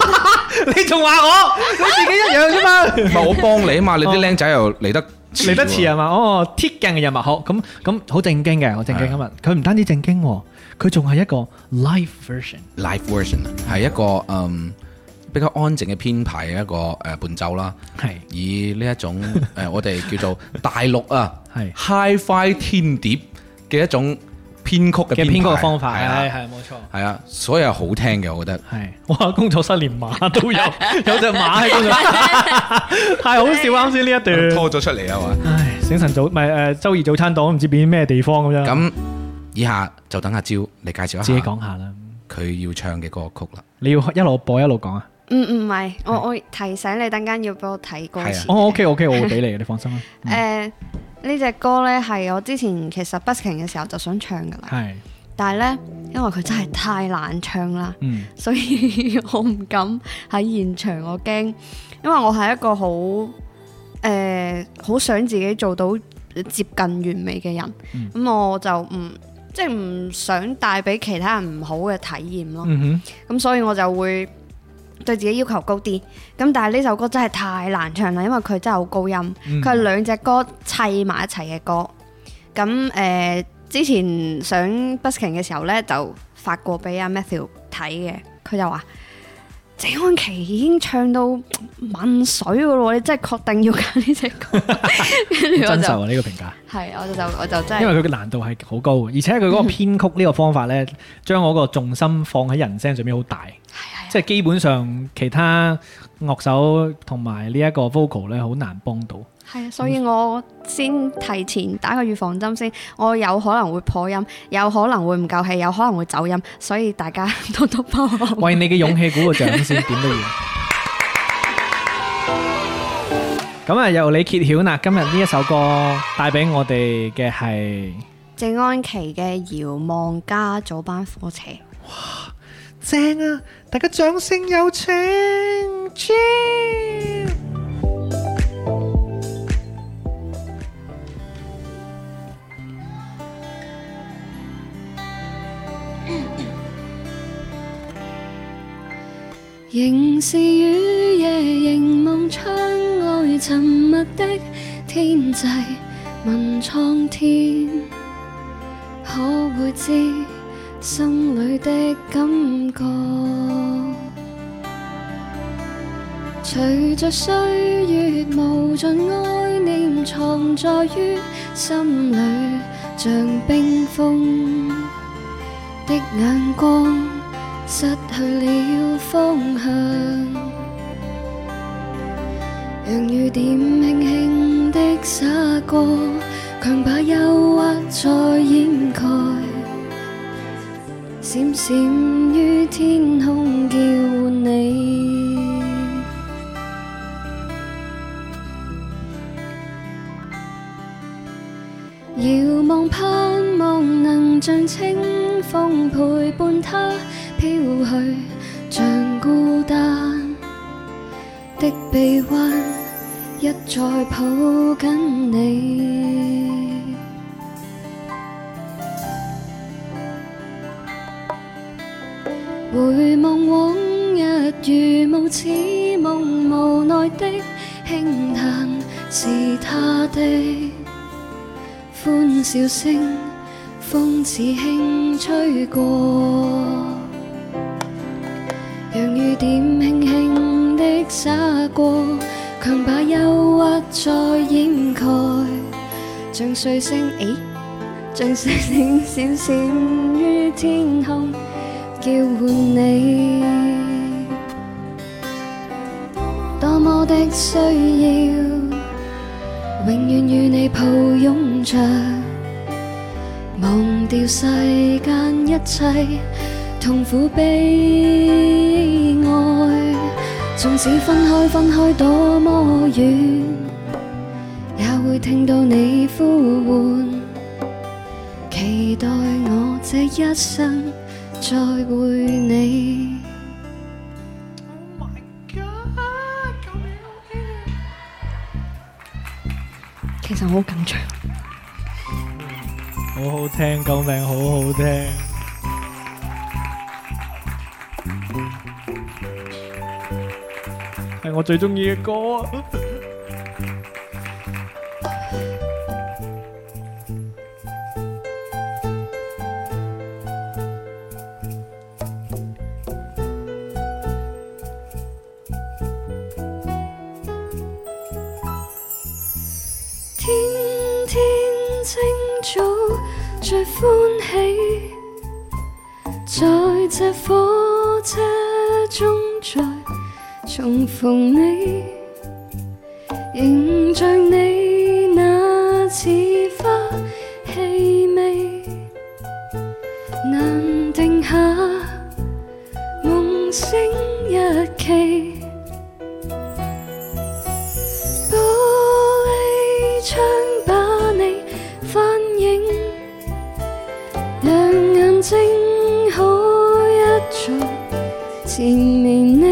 S2: 你仲話我？你自己一樣啫嘛。
S3: 唔係我幫你啊嘛，你啲僆仔又嚟得
S2: 哦嚟得遲係嘛？哦，鐵鏡嘅人物好，咁咁好正經嘅，好正經今日。佢唔單止正經喎，佢仲係一個 live version。
S3: live version 啊係一個嗯比較安靜嘅編排嘅一個誒伴奏啦，
S2: 係
S3: 以呢一種 誒我哋叫做大陸啊
S2: 係
S3: HiFi 天碟嘅一種編曲嘅
S2: 嘅編曲嘅方法，
S3: 係
S2: 係
S3: 啊
S2: 係冇錯。
S3: 係啊，所以係好聽嘅，我覺得。
S2: 係，哇！工作室連馬 都有，有隻馬喺工作 室，太好笑啱先呢一段。
S3: 拖咗出嚟啊嘛！
S2: 唉，醒神早，唔係誒周二早餐檔，唔知變咩地方咁啊樣。
S3: 咁以下就等阿蕉嚟介紹一下
S2: 嗯自己講下啦，
S3: 佢要唱嘅歌曲啦。
S2: 你要一路播一路講啊。
S4: 唔嗯唔係，我我提醒你，等間要俾我睇歌詞。
S2: 哦，OK OK，我會俾你嘅，你放心啦。
S4: 誒呃呢只歌呢，係我之前其實 busking 嘅時候就想唱噶啦，
S2: 係，
S4: 但係呢，因為佢真係太難唱啦，
S2: 嗯，
S4: 所以 我唔敢喺現場，我驚，因為我係一個好誒好想自己做到接近完美嘅人，咁、
S2: 嗯
S4: 我就唔即係唔想帶俾其他人唔好嘅體驗咯。
S2: 嗯
S4: 咁所以我就會對自己要求高啲。咁但係呢首歌真係太難唱啦，因為佢真係好高音，
S2: 嗯
S4: 佢係兩隻歌砌埋一齊嘅歌。咁誒、呃之前上 busking 嘅時候呢，就發過俾阿 Matthew 睇嘅，佢就話。謝安琪已經唱到問水噶咯，你真係確定要揀呢只 歌？跟
S2: 哼，
S4: 住我
S2: 真受
S4: 就
S2: 啊呢個評價。
S4: 係，我就我就真係
S2: 因為佢嘅難度係好高嘅，而且佢嗰個編曲呢個方法呢，將我個重心放喺人聲上面好大，
S4: 嗯啊
S2: 即係基本上其他樂手同埋呢一個 vocal 呢，好難幫到。
S4: 係啊，所以我先提前打個預防針先，我有可能會破音，有可能會唔夠氣，有可能會走音，所以大家 多多包涵。
S2: 為你嘅勇氣鼓個掌先，點都要。咁啊，由你揭曉啦！今日呢一首歌帶俾我哋嘅係，
S4: 謝安琪嘅《遙望加早班火車》，
S2: 正啊！大家掌聲有請 j
S7: 仍是雨夜，凝望窗外沉默的天際，問蒼天，可會知心裏的感覺？隨着歲月無盡愛念藏在於心裏，像冰封的眼光。失去了方向，讓雨點輕輕的灑過，強把憂鬱再掩蓋，閃閃於天空叫你。遙望盼望能像清風陪伴他。飄去，像孤單的臂彎，一再抱緊你。回望往日如無似夢，無奈的輕嘆是他的歡笑聲，風似輕吹過。讓雨點輕輕的灑過，強把憂鬱再掩蓋，像碎星，咦，像碎星閃閃於天空，叫喚你。多麼的需要，永遠與你抱擁着，忘掉世間一切。痛苦悲哀，縱使分開分開多麼遠，也會聽到你呼喚。期待我這一生再會你。
S4: 其實我好緊張。
S2: 好好聽，救命，好好聽。係我最中意嘅歌啊！
S7: 最歡喜，在這火車中再重逢你，迎着你那似花氣味，難定下夢醒日期。玻璃窗把你反映，讓眼睛可一早纏綿你。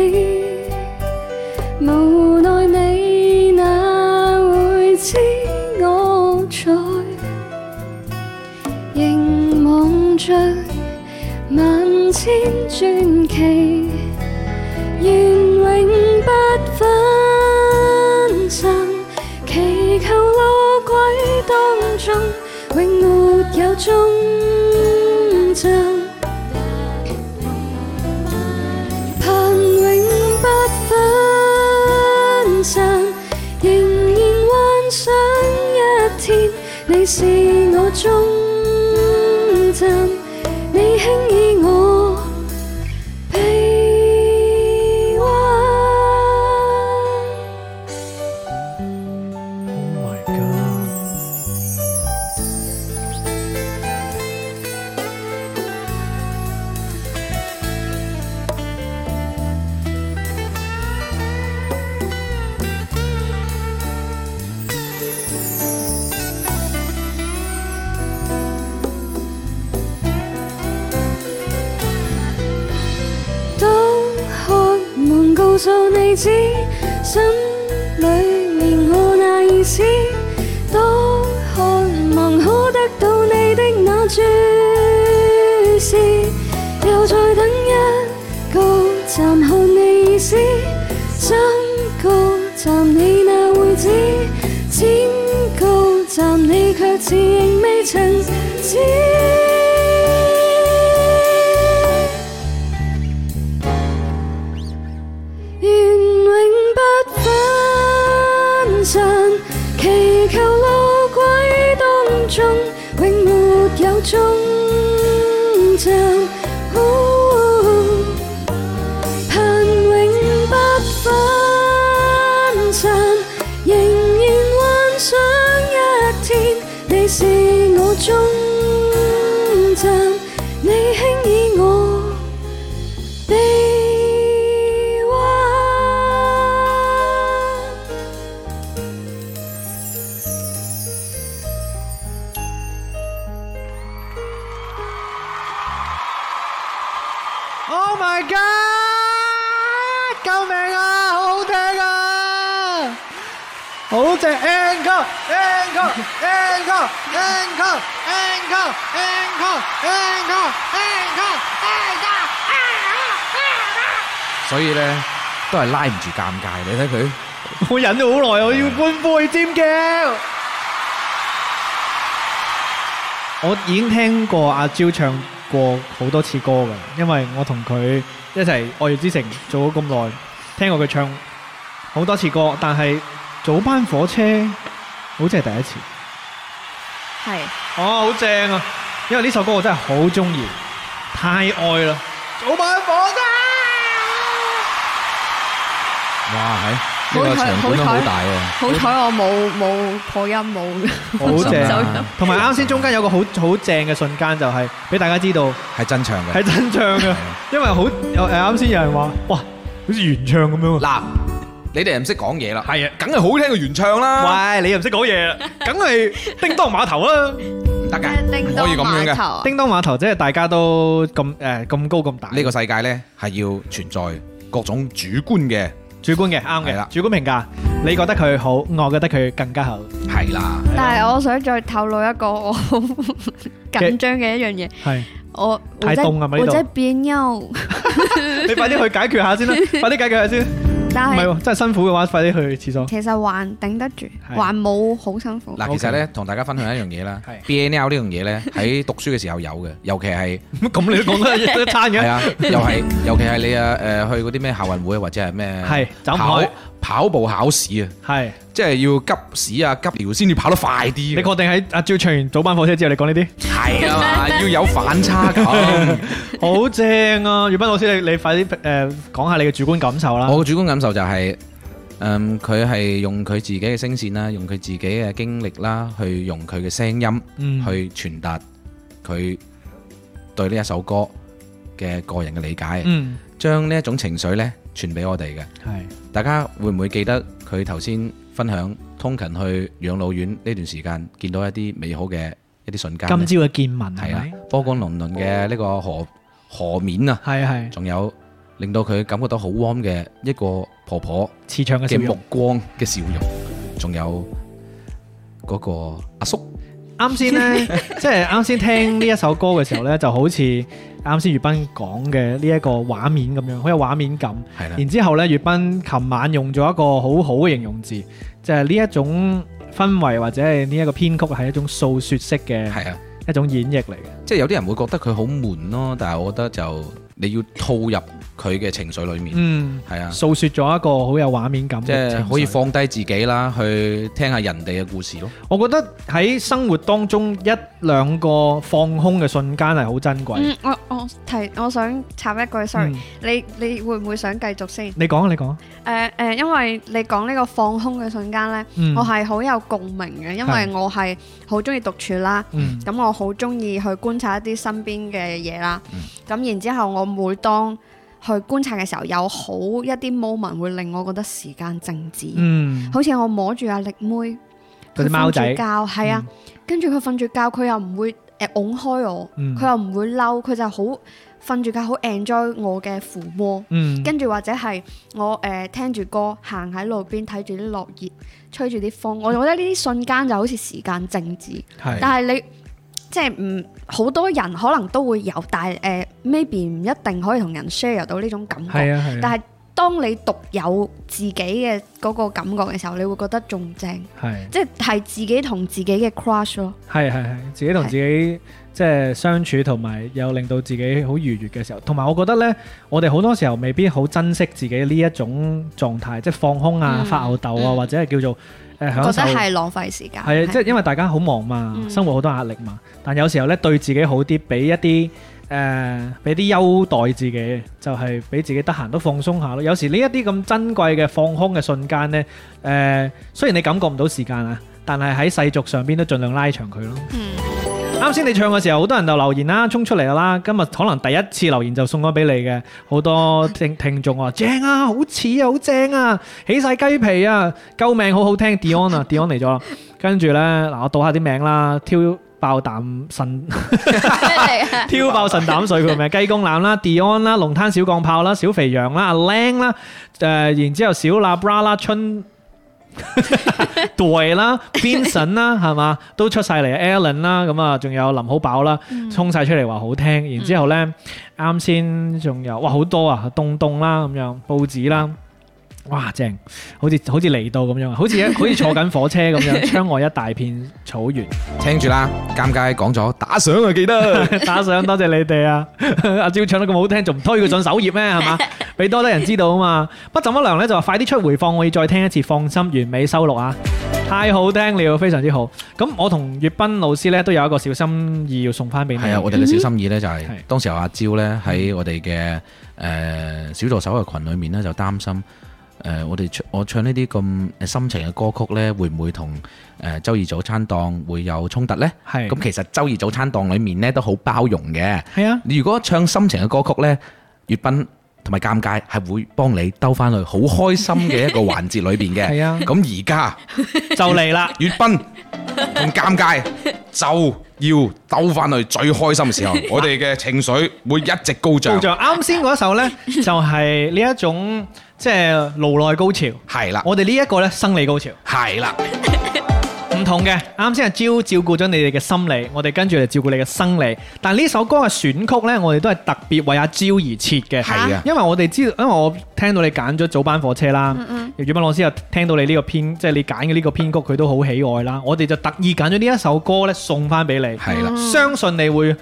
S7: 無奈你哪會知我在凝望着萬千傳奇。願永不分散，祈求路軌當中永沒有終站，盼永不分散，仍然幻想一天你是我終站，你輕倚我。臂彎。
S1: Oh my god！
S7: 當渴望告訴你知，心裏面我那意思。當渴望可得到你的那注視，又再等一個站看你意思，三個站你那會知，千個站你卻自認未曾知。願永不分散，祈求路軌當中永沒有終站，哦盼永不分散，仍然幻想一天你是我終站，你輕倚我。臂彎。
S2: Oh my god！救命啊！好好聽啊！好正！Encore encore encore encore encore encore encore encore encore！
S3: 所以咧都係拉唔住尷尬。你睇佢，
S2: 我忍咗好耐，我要歡呼去尖叫。我已經聽過阿蕉唱過好多次歌㗎，因為我同佢一齊《愛粵之城》做咗咁耐，聽過佢唱好多次歌，但係早班火車好似係第一次。
S4: 係
S2: 哦，好正啊！因為呢首歌我真係好中意，太愛 啦！早班火車，
S3: 哇係呢個
S4: 好彩
S3: 場館都好
S4: 好彩
S3: 大喎。
S4: 好彩我冇冇破音冇，
S2: 好正啊。
S3: 啊
S2: 同埋啱先中間有個好好正嘅瞬間，就係俾大家 知道。
S3: 係真唱嘅。
S2: 係真唱嘅，因為好有誒啱先有人話，哇，好似原唱咁樣喎。
S3: 嗱，你哋又唔識講嘢啦，
S2: 係啊
S3: 梗係好聽過原唱啦，
S2: 喂，你又唔識講嘢啦，梗係叮當碼頭啦。
S3: 唔得㗎，唔可以咁樣嘅。
S2: 叮當碼頭即係大家都咁誒咁高咁大，
S3: 呢個世界呢，係要存在各種主觀嘅，
S2: 主觀嘅啱
S3: 係啦
S2: 嘅，主觀評價。你覺得佢好，我覺得佢更加好。
S3: 係啦，
S5: 但
S2: 啊
S5: 係我想再透露一個 我好緊張嘅一樣嘢，
S2: 係，
S5: 我
S2: 太凍啊啦咪呢
S5: 我
S2: 度
S5: 在變憂，
S2: 你快啲去解決下先 啦，快啲解決下先。唔
S5: 但
S2: 係
S5: 係
S2: 喎，真係辛苦嘅話，快啲去廁所。
S5: 其實還頂得住，
S2: 係
S5: 還冇好辛苦。
S3: 嗱，其實呢，同大家分享一樣嘢啦
S2: 係
S3: ，BNL 呢樣嘢呢，喺讀書嘅時候有嘅，尤其係
S2: 咁你都講得一餐
S3: 係
S2: 嘅，
S3: 啊，又係尤其係 ờ, 你啊誒去嗰啲咩校運會或者係咩
S2: 係走唔
S3: 跑
S2: 開
S3: 跑步考試啊，
S2: 係
S3: 即係要急屎啊急尿先至跑得快啲。
S2: 你確定喺阿趙唱完早班火車之後，你講呢啲？
S3: 係啊嘛，要有反差感。
S2: 好正啊！粵斌老師，你你快啲誒講下你嘅主觀感受啦。
S3: 我嘅主觀感受就係、嗯，佢係用佢自己嘅聲線啦，用佢自己嘅經歷啦，去用佢嘅聲音
S2: 嗯
S3: 去傳達佢對呢一首歌嘅個人嘅理解，
S2: 嗯，
S3: 將呢一種情緒呢傳俾我哋嘅。
S2: 係
S3: 大家會唔會記得佢頭先分享通勤去養老院呢段時間，見到一啲美好嘅一啲瞬間呢？
S2: 今朝嘅見聞係
S3: 係啊
S2: 咪？，
S3: 波光粼粼嘅呢個河河面啊，
S2: 係係
S3: 仲有令到佢感覺到好 warm 嘅一個婆婆。
S2: 慈祥嘅笑
S3: 嘅
S2: 容
S3: 目。光嘅笑容，仲有嗰個阿叔，
S2: 啱先 咧，即係啱先聽呢一首歌嘅時候咧，就好似啱先粵斌講嘅呢一個畫面咁樣，好有畫面感。
S3: 係啦，
S2: 然之後咧，粵斌琴晚用咗一個好好嘅形容字，就係呢一種氛圍或者係呢一個編曲係一種訴説式嘅
S3: 係啊，
S2: 一種演繹嚟嘅。
S3: 即係有啲人會覺得佢好悶咯，但係我覺得就你要套入佢嘅情緒裡面，
S2: 嗯，
S3: 係啊，
S2: 訴説咗一個好有畫面感嘅
S3: 即係
S2: 情
S3: 可以
S2: 緒
S3: 放低自己啦，去聽下人哋嘅故事咯，
S2: 我覺得喺生活當中一兩個放空嘅瞬間係好珍貴。
S4: 嗯，我我提我想插一句，sorry，
S2: 嗯
S4: 你你會唔會想繼續先？
S2: 你講啊，你講啊。
S4: 誒誒，因為你講呢個放空嘅瞬間呢，
S2: 嗯
S4: 我係好有共鳴嘅，因為
S2: 係
S4: 我係好中意獨處啦。
S2: 嗯
S4: 咁我好中意去觀察一啲身邊嘅嘢啦。
S2: 嗯
S4: 咁、然之後，我每當去觀察嘅時候，有好一啲 moment 會令我覺得時間靜止。
S2: 嗯，
S4: 好似我摸住阿力妹，
S2: 嗰
S4: 佢
S2: 隻貓仔嗯
S4: 瞓住覺，係啊，跟住佢瞓住覺，佢又唔會誒拱開我，佢、
S2: 嗯
S4: 又唔會嬲，佢就好瞓住覺，好 enjoy 我嘅撫摸。
S2: 嗯，
S4: 跟住或者係我誒、呃、聽住歌，行喺路邊睇住啲落葉，吹住啲風，我覺得呢啲瞬間就好似時間靜止。
S2: 嗯係
S4: 但係你即係唔好多人可能都會有，但係誒、呃 maybe 唔一定可以同人 share 到呢種感覺。
S2: 係啊係啊，
S4: 但係當你獨有自己嘅嗰個感覺嘅時候，你會覺得仲正，
S2: 係
S4: 即係係自己同自己嘅 crush 咯。
S2: 係係係，自己同自己即係相處，同埋又令到自己好愉悅嘅時候，同埋我覺得呢，我哋好多時候未必好珍惜自己呢一種狀態，即係放空啊、
S4: 嗯
S2: 發吽豆啊，
S4: 嗯
S2: 或者係叫做誒
S4: 覺
S2: 享
S4: 得
S2: 受。
S4: 係浪費時間。
S2: 係啊，即係因為大家好忙嘛，
S4: 嗯
S2: 生活好多壓力嘛，但有時候咧對自己好啲，俾一啲誒俾啲優待自己，就係俾自己得閒都放鬆下咯。有時呢一啲咁珍貴嘅放空嘅瞬間呢，誒、呃雖然你感覺唔到時間啊，但係喺世俗上邊都盡量拉長佢咯。
S4: 嗯
S2: 啱先你唱嘅時候，好多人就留言啦，衝出嚟啦。今日可能第一次留言就送咗俾你嘅，好多聽聽眾話正啊，好似啊，好正啊，起晒雞皮啊，救命，好好聽，Dion 啊，Dion 嚟咗啦。跟住呢，嗱，我讀下啲名啦，挑爆啖腎， 挑爆腎膽水佢個名，雞公腩啦，Dion 啦，龍灘小鋼炮啦，小肥羊啦，阿靚啦，誒、然之後小喇 bra 啦，春。代啦，Vincent 啦，係嘛，都出晒嚟，Alan 啦，咁啊，仲有林好飽啦，衝晒出嚟話好聽，然之後呢，啱先仲有哇好多啊，東東啦咁樣，報紙啦，哇正，好似好似嚟到咁樣，好似好似坐緊火車咁樣，窗外一大片草原，
S3: 聽住啦，尷尬講咗打賞啊，記得
S2: 打賞多謝你哋啊！ 阿招唱得咁好聽，仲唔推佢上首頁咩？係嘛，俾多啲人知道啊嘛！不怎麼良呢，就話快啲出回放，我要再聽一次，放心完美收錄啊！太好聽了，非常之好。咁我同粵斌老師呢，都有一個小心意要送翻俾你。
S3: 係啊，我哋嘅小心意呢，就
S2: 嗯係嗯
S3: 係當時候阿蕉呢，喺我哋嘅誒小助手嘅群裡面呢，就擔心。誒、我哋唱我唱呢啲咁誒深情嘅歌曲呢，會唔會同誒周二早餐檔會有衝突呢？
S2: 係
S3: 咁其實周二早餐檔裏面咧都好包容嘅。
S2: 係啊，
S3: 你如果唱心情嘅歌曲咧，粵斌同埋尷尬係會幫你兜翻去好開心嘅一個環節裏邊嘅。
S2: 係啊
S3: 咁而家
S2: 就 嚟啦！
S3: 粵斌同尷尬就要兜翻去最開心嘅 時候，我哋嘅情緒會一直高漲
S2: 高。象啱先嗰 首呢，就係呢一種即係勞內高潮。
S3: 係啦，
S2: 我哋呢一個呢，生理高潮。
S3: 係 啦，
S2: 唔同嘅，啱先阿 Jo 照顧咗你哋嘅心理，我哋跟住嚟照顧你嘅生理。但呢首歌嘅選曲呢，我哋都係特別為阿 Jo 而設嘅，
S3: 係啊
S2: 因為我哋知道，因為我聽到你揀咗早班火車啦，葉宇斌老師又聽到你呢個編，即係你揀嘅呢個編曲，佢都好喜愛啦。我哋就特意揀咗呢一首歌呢，送翻俾你，
S3: 係啦，
S2: 相信你會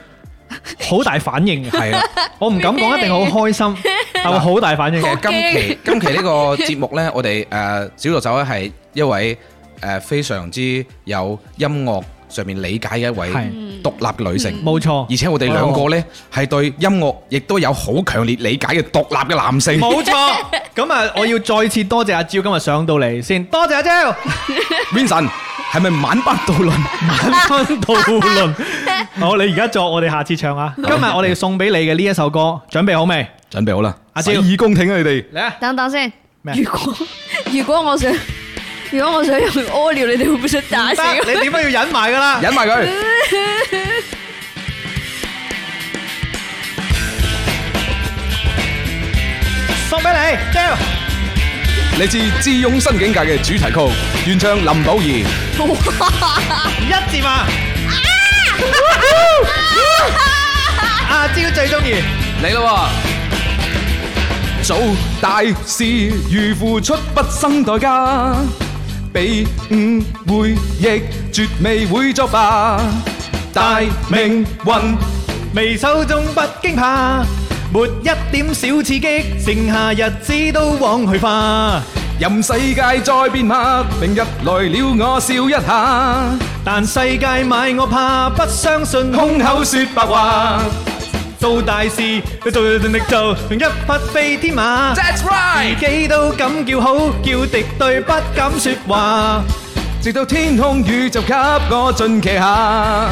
S2: 好大反應嘅。
S3: 係啦。
S2: 我唔敢講一定好開心，但會好大反應嘅。
S3: 今期今期呢個節目呢，我哋誒小助手咧係一位誒、呃非常之有音樂上面理解嘅一位
S2: 係
S3: 獨立嘅女性。
S2: 冇錯，
S3: 而且我哋兩個呢，係對音樂亦都有好強烈理解嘅獨立嘅男性。
S2: 冇錯。 咁啊，我要再次多謝阿蕉今日上到嚟先，多謝阿蕉。
S3: Vincent 係咪晚班渡輪？
S2: 晚婚渡 輪，好，你而家作，我哋下次唱啊。今日我哋送俾你嘅呢一首歌，準備好未？
S3: 準備好啦，
S2: 阿蕉
S3: 洗耳恭聽啊！你哋
S2: 嚟啊！
S5: 等等先，
S2: 咩
S5: 如果如果我想，如果我想用屙尿，你哋會唔會想打死我？
S2: 得，你點解要忍埋 噶啦？
S3: 忍埋佢。
S2: 送俾你蕉。
S3: 嚟自《智勇新境界》嘅主題曲，原唱林寶儀。
S2: 一字嘛。阿蕉最中意。
S3: 嚟啦喎！做大事如付出不生代價，被誤會亦絕未會作罷。大命運
S2: 微手中不驚怕，沒一點小刺激，剩下日子都往去化。
S3: 任世界再變黑，明日來了我笑一下。
S2: 但世界買我怕，不相信
S3: 空口說白話
S2: 做大事，做盡力做，用一匹飛天馬。
S3: ，That's
S2: 自
S1: 哎
S3: right。
S2: 己都敢叫好，叫敵對不敢說話。
S3: 直到天空宇宙給我盡旗下，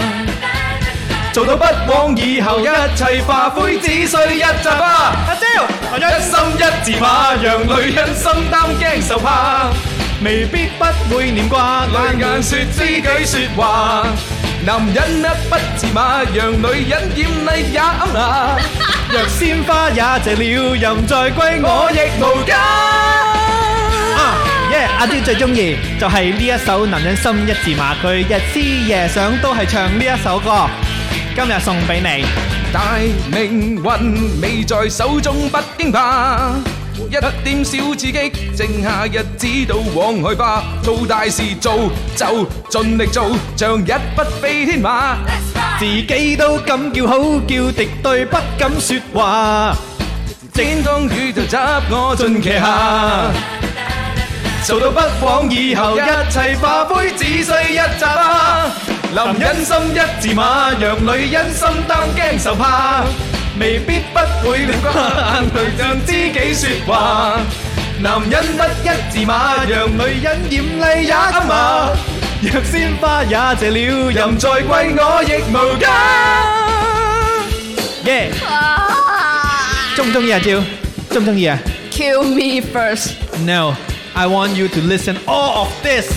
S3: 做到不枉以後，一切化灰，只需一扎花。
S2: 阿蕉，我
S3: 一心一字馬，讓女人心擔驚受怕，
S2: 未必不會念掛，
S3: 淚眼說知己說話。男人一不自馬，讓女人艷麗也暗下，
S2: 若鮮花也謝了，任再歸我
S3: 我亦無家。
S2: 啊耶！阿蕉最中意就係呢一首《男人心一字馬》，佢日思夜想都係唱呢一首歌。今日送俾你，
S3: 大命運未在手中，不驚怕。一點小刺激，剩下日子到往去吧。做大事做就盡力做，像一匹飛天馬。
S2: 自己都敢叫好，叫敵對不敢說話。
S3: 天空宇宙執我盡旗下，做到不枉以後，一切化灰，只需一扎花。男人心一字馬，讓女人心擔驚受怕，未必不會亂花眼淚像知己説話。男人不一字馬，讓女人艷麗也啱馬。
S2: 若鮮花也謝了，任
S3: 任再貴我亦無家。
S2: 耶！中唔中意啊？蕉中唔中意啊
S5: Kill me first！
S2: ？No，I want you to listen all of this。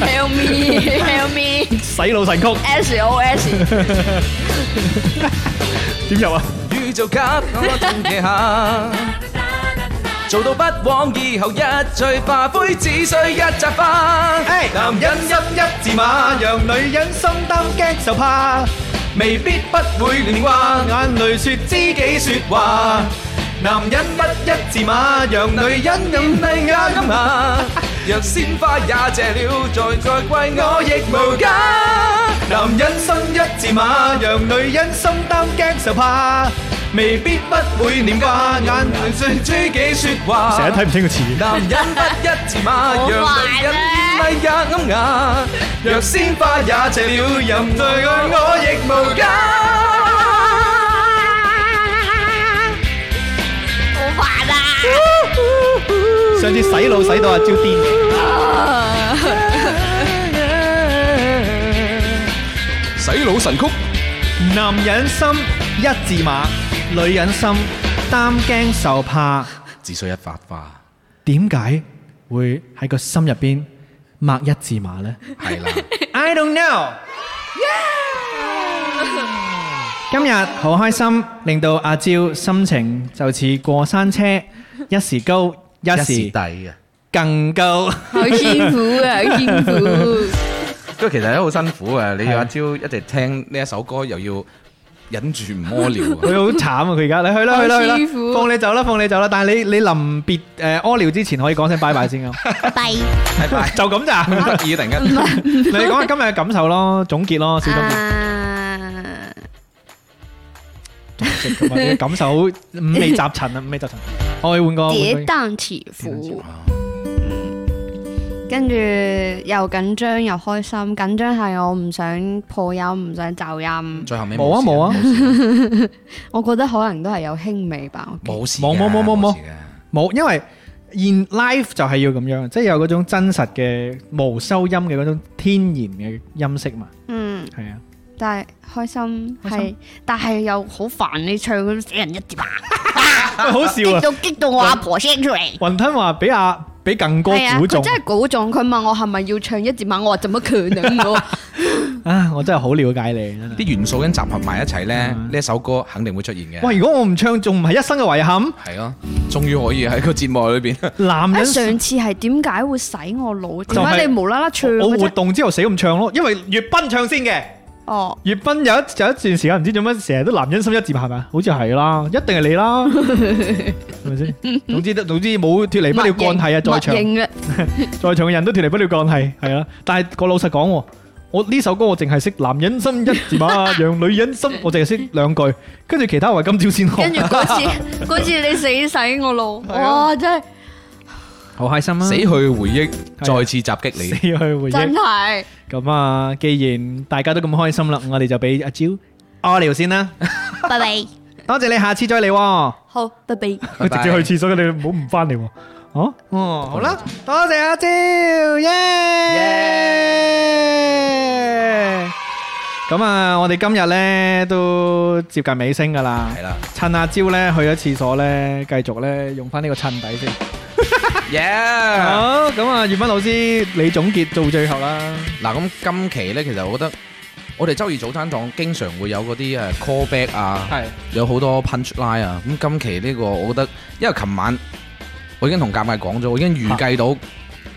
S5: Help me，Help me，SOS。
S2: 洗腦神 曲點入啊？
S3: 宇宙給我盡旗下，做到不枉以後，一醉化灰，只需一扎花。
S2: Hey，
S3: 男人一一字馬，讓女人心擔驚受怕，未必不會亂掛，眼淚説知己説話。男人不一字馬，讓女人任你眼下。若鮮花也謝了，再再貴我亦無家。男人心一字馬，讓女人心擔驚受怕，未必不會念掛，眼淚説知己説話。
S2: 成日睇唔清個詞。
S3: 男人不一字馬，讓女人艷麗也暗啞。若鮮花也謝了，任再愛我亦無家。
S5: 啊
S2: 上次洗腦洗到阿蕉癲。
S3: 洗腦神曲，
S2: 男人心一字馬，女人心擔驚受怕。
S3: 只需一發 花。
S2: 點解會喺個心入邊擘一字馬呢？
S3: 係啦，
S2: I don't know。今日好開心，令到阿蕉心情就似過山車，一時高，一時
S3: 嘅。
S2: 更高。
S5: 好辛苦啊，好辛苦。
S3: 因為其實都好辛苦嘅，你
S2: 係
S3: 要阿蕉一直聽呢一首歌，又要忍住唔屙尿啊。
S2: 佢好慘啊！佢而家你去啦去啦去
S5: 好
S2: 啦
S5: 辛苦，
S2: 放你走啦放你走啦！但係你你臨別誒屙尿之前可以講聲拜拜先啊！
S3: 拜拜，
S2: 就咁咋？
S3: 好得意啊突然間。
S2: 你講下今日嘅感受咯，總結咯，小總
S4: À.
S2: 結。
S4: 啊
S2: 同埋 à, 你嘅感受好五味雜陳啊，五味雜陳。我去換個換個
S4: 跌宕起伏，
S3: 哦
S4: 跟住又緊張又開心，緊張係我唔想破音，唔想走音，
S3: 最後尾
S2: 冇啊冇啊
S3: 事嘅，
S4: 我覺得可能都係有輕微吧。我記得
S3: 冇事嘅，
S2: 冇冇冇冇冇
S3: 事嘅
S2: 冇，因為 in life 就係要咁樣，即係有嗰種真實嘅無收音嘅嗰種天然嘅音色嘛，
S4: 嗯，
S2: 係啊，
S4: 但係開心
S2: 開心
S4: 係，但係又好煩你唱嗰啲死人一碟啊，
S2: 好笑
S4: 激
S2: 啊！
S4: 到激到我阿婆聲出嚟。
S2: 雲吞話俾阿俾更哥
S4: 係啊，
S2: 估
S4: 佢
S2: 中
S4: 真係估中，佢問我係咪要唱一字馬，我話怎麼可 能？我
S2: 啊！我真係好了解你真係。
S3: 啲元素因集合埋一齊咧，
S2: 嗯
S3: 呢一首歌肯定會出現嘅。
S2: 哇！如果我唔唱，仲唔係一生嘅遺憾？
S3: 係咯，終於可以喺個節目裏邊。
S2: 男
S4: 啊
S2: 人
S4: 上次係點解會洗我腦？點
S2: 就係
S4: 解你無啦啦唱
S2: 我
S4: 嘅
S2: 活
S4: 啫？
S2: 動之後死咁唱咯，因為粵斌唱先嘅。
S4: 哦，
S2: 粵斌有一有一段時間唔知做乜，成日都男人心一字拍係咪？好似係啦，一定係 你啦，係咪先？總之總之冇脱離不了
S4: 默
S2: 幹
S4: 認
S2: 係啊，在場
S4: 默認嘅
S2: 在場嘅人都脱離不了幹係係啦。但係個老實講喎，我呢首歌我淨係識男人心一字 馬，讓女人心我淨係識兩句，跟住其他我係今朝先
S4: 跟住
S2: 學，
S4: 嗰次，嗰次你死洗我腦，哇！真係
S2: 好開心啊！
S3: 死去回憶，
S2: 啊
S3: 再次襲擊你
S2: 死。去回憶
S4: 真。係
S2: 咁啊，既然大家都咁開心啦，我哋就俾阿蕉屙尿先啦。
S4: 拜拜，
S2: 多謝你，下次再嚟喎。
S4: 好拜拜。
S2: 佢直接去廁所，你唔好唔翻嚟喎。哦，哦，好啦，多謝阿蕉，耶！咁啊，我哋今日咧都接近尾聲噶啦，
S3: 係啦，
S2: 趁阿蕉咧去咗廁所咧，繼續咧用翻呢個襯底先。
S3: 耶！
S2: 好，咁啊，葉斌老師，你總結到最後啦。
S3: 嗱，咁今期呢，其實我覺得我哋周二早餐檔經常會有嗰啲誒 callback 啊，
S2: 係，
S3: 有好多 punchline 啊。咁今期呢個，我覺得因為琴晚我已經同尷尬講咗，我已經預計到
S2: 啊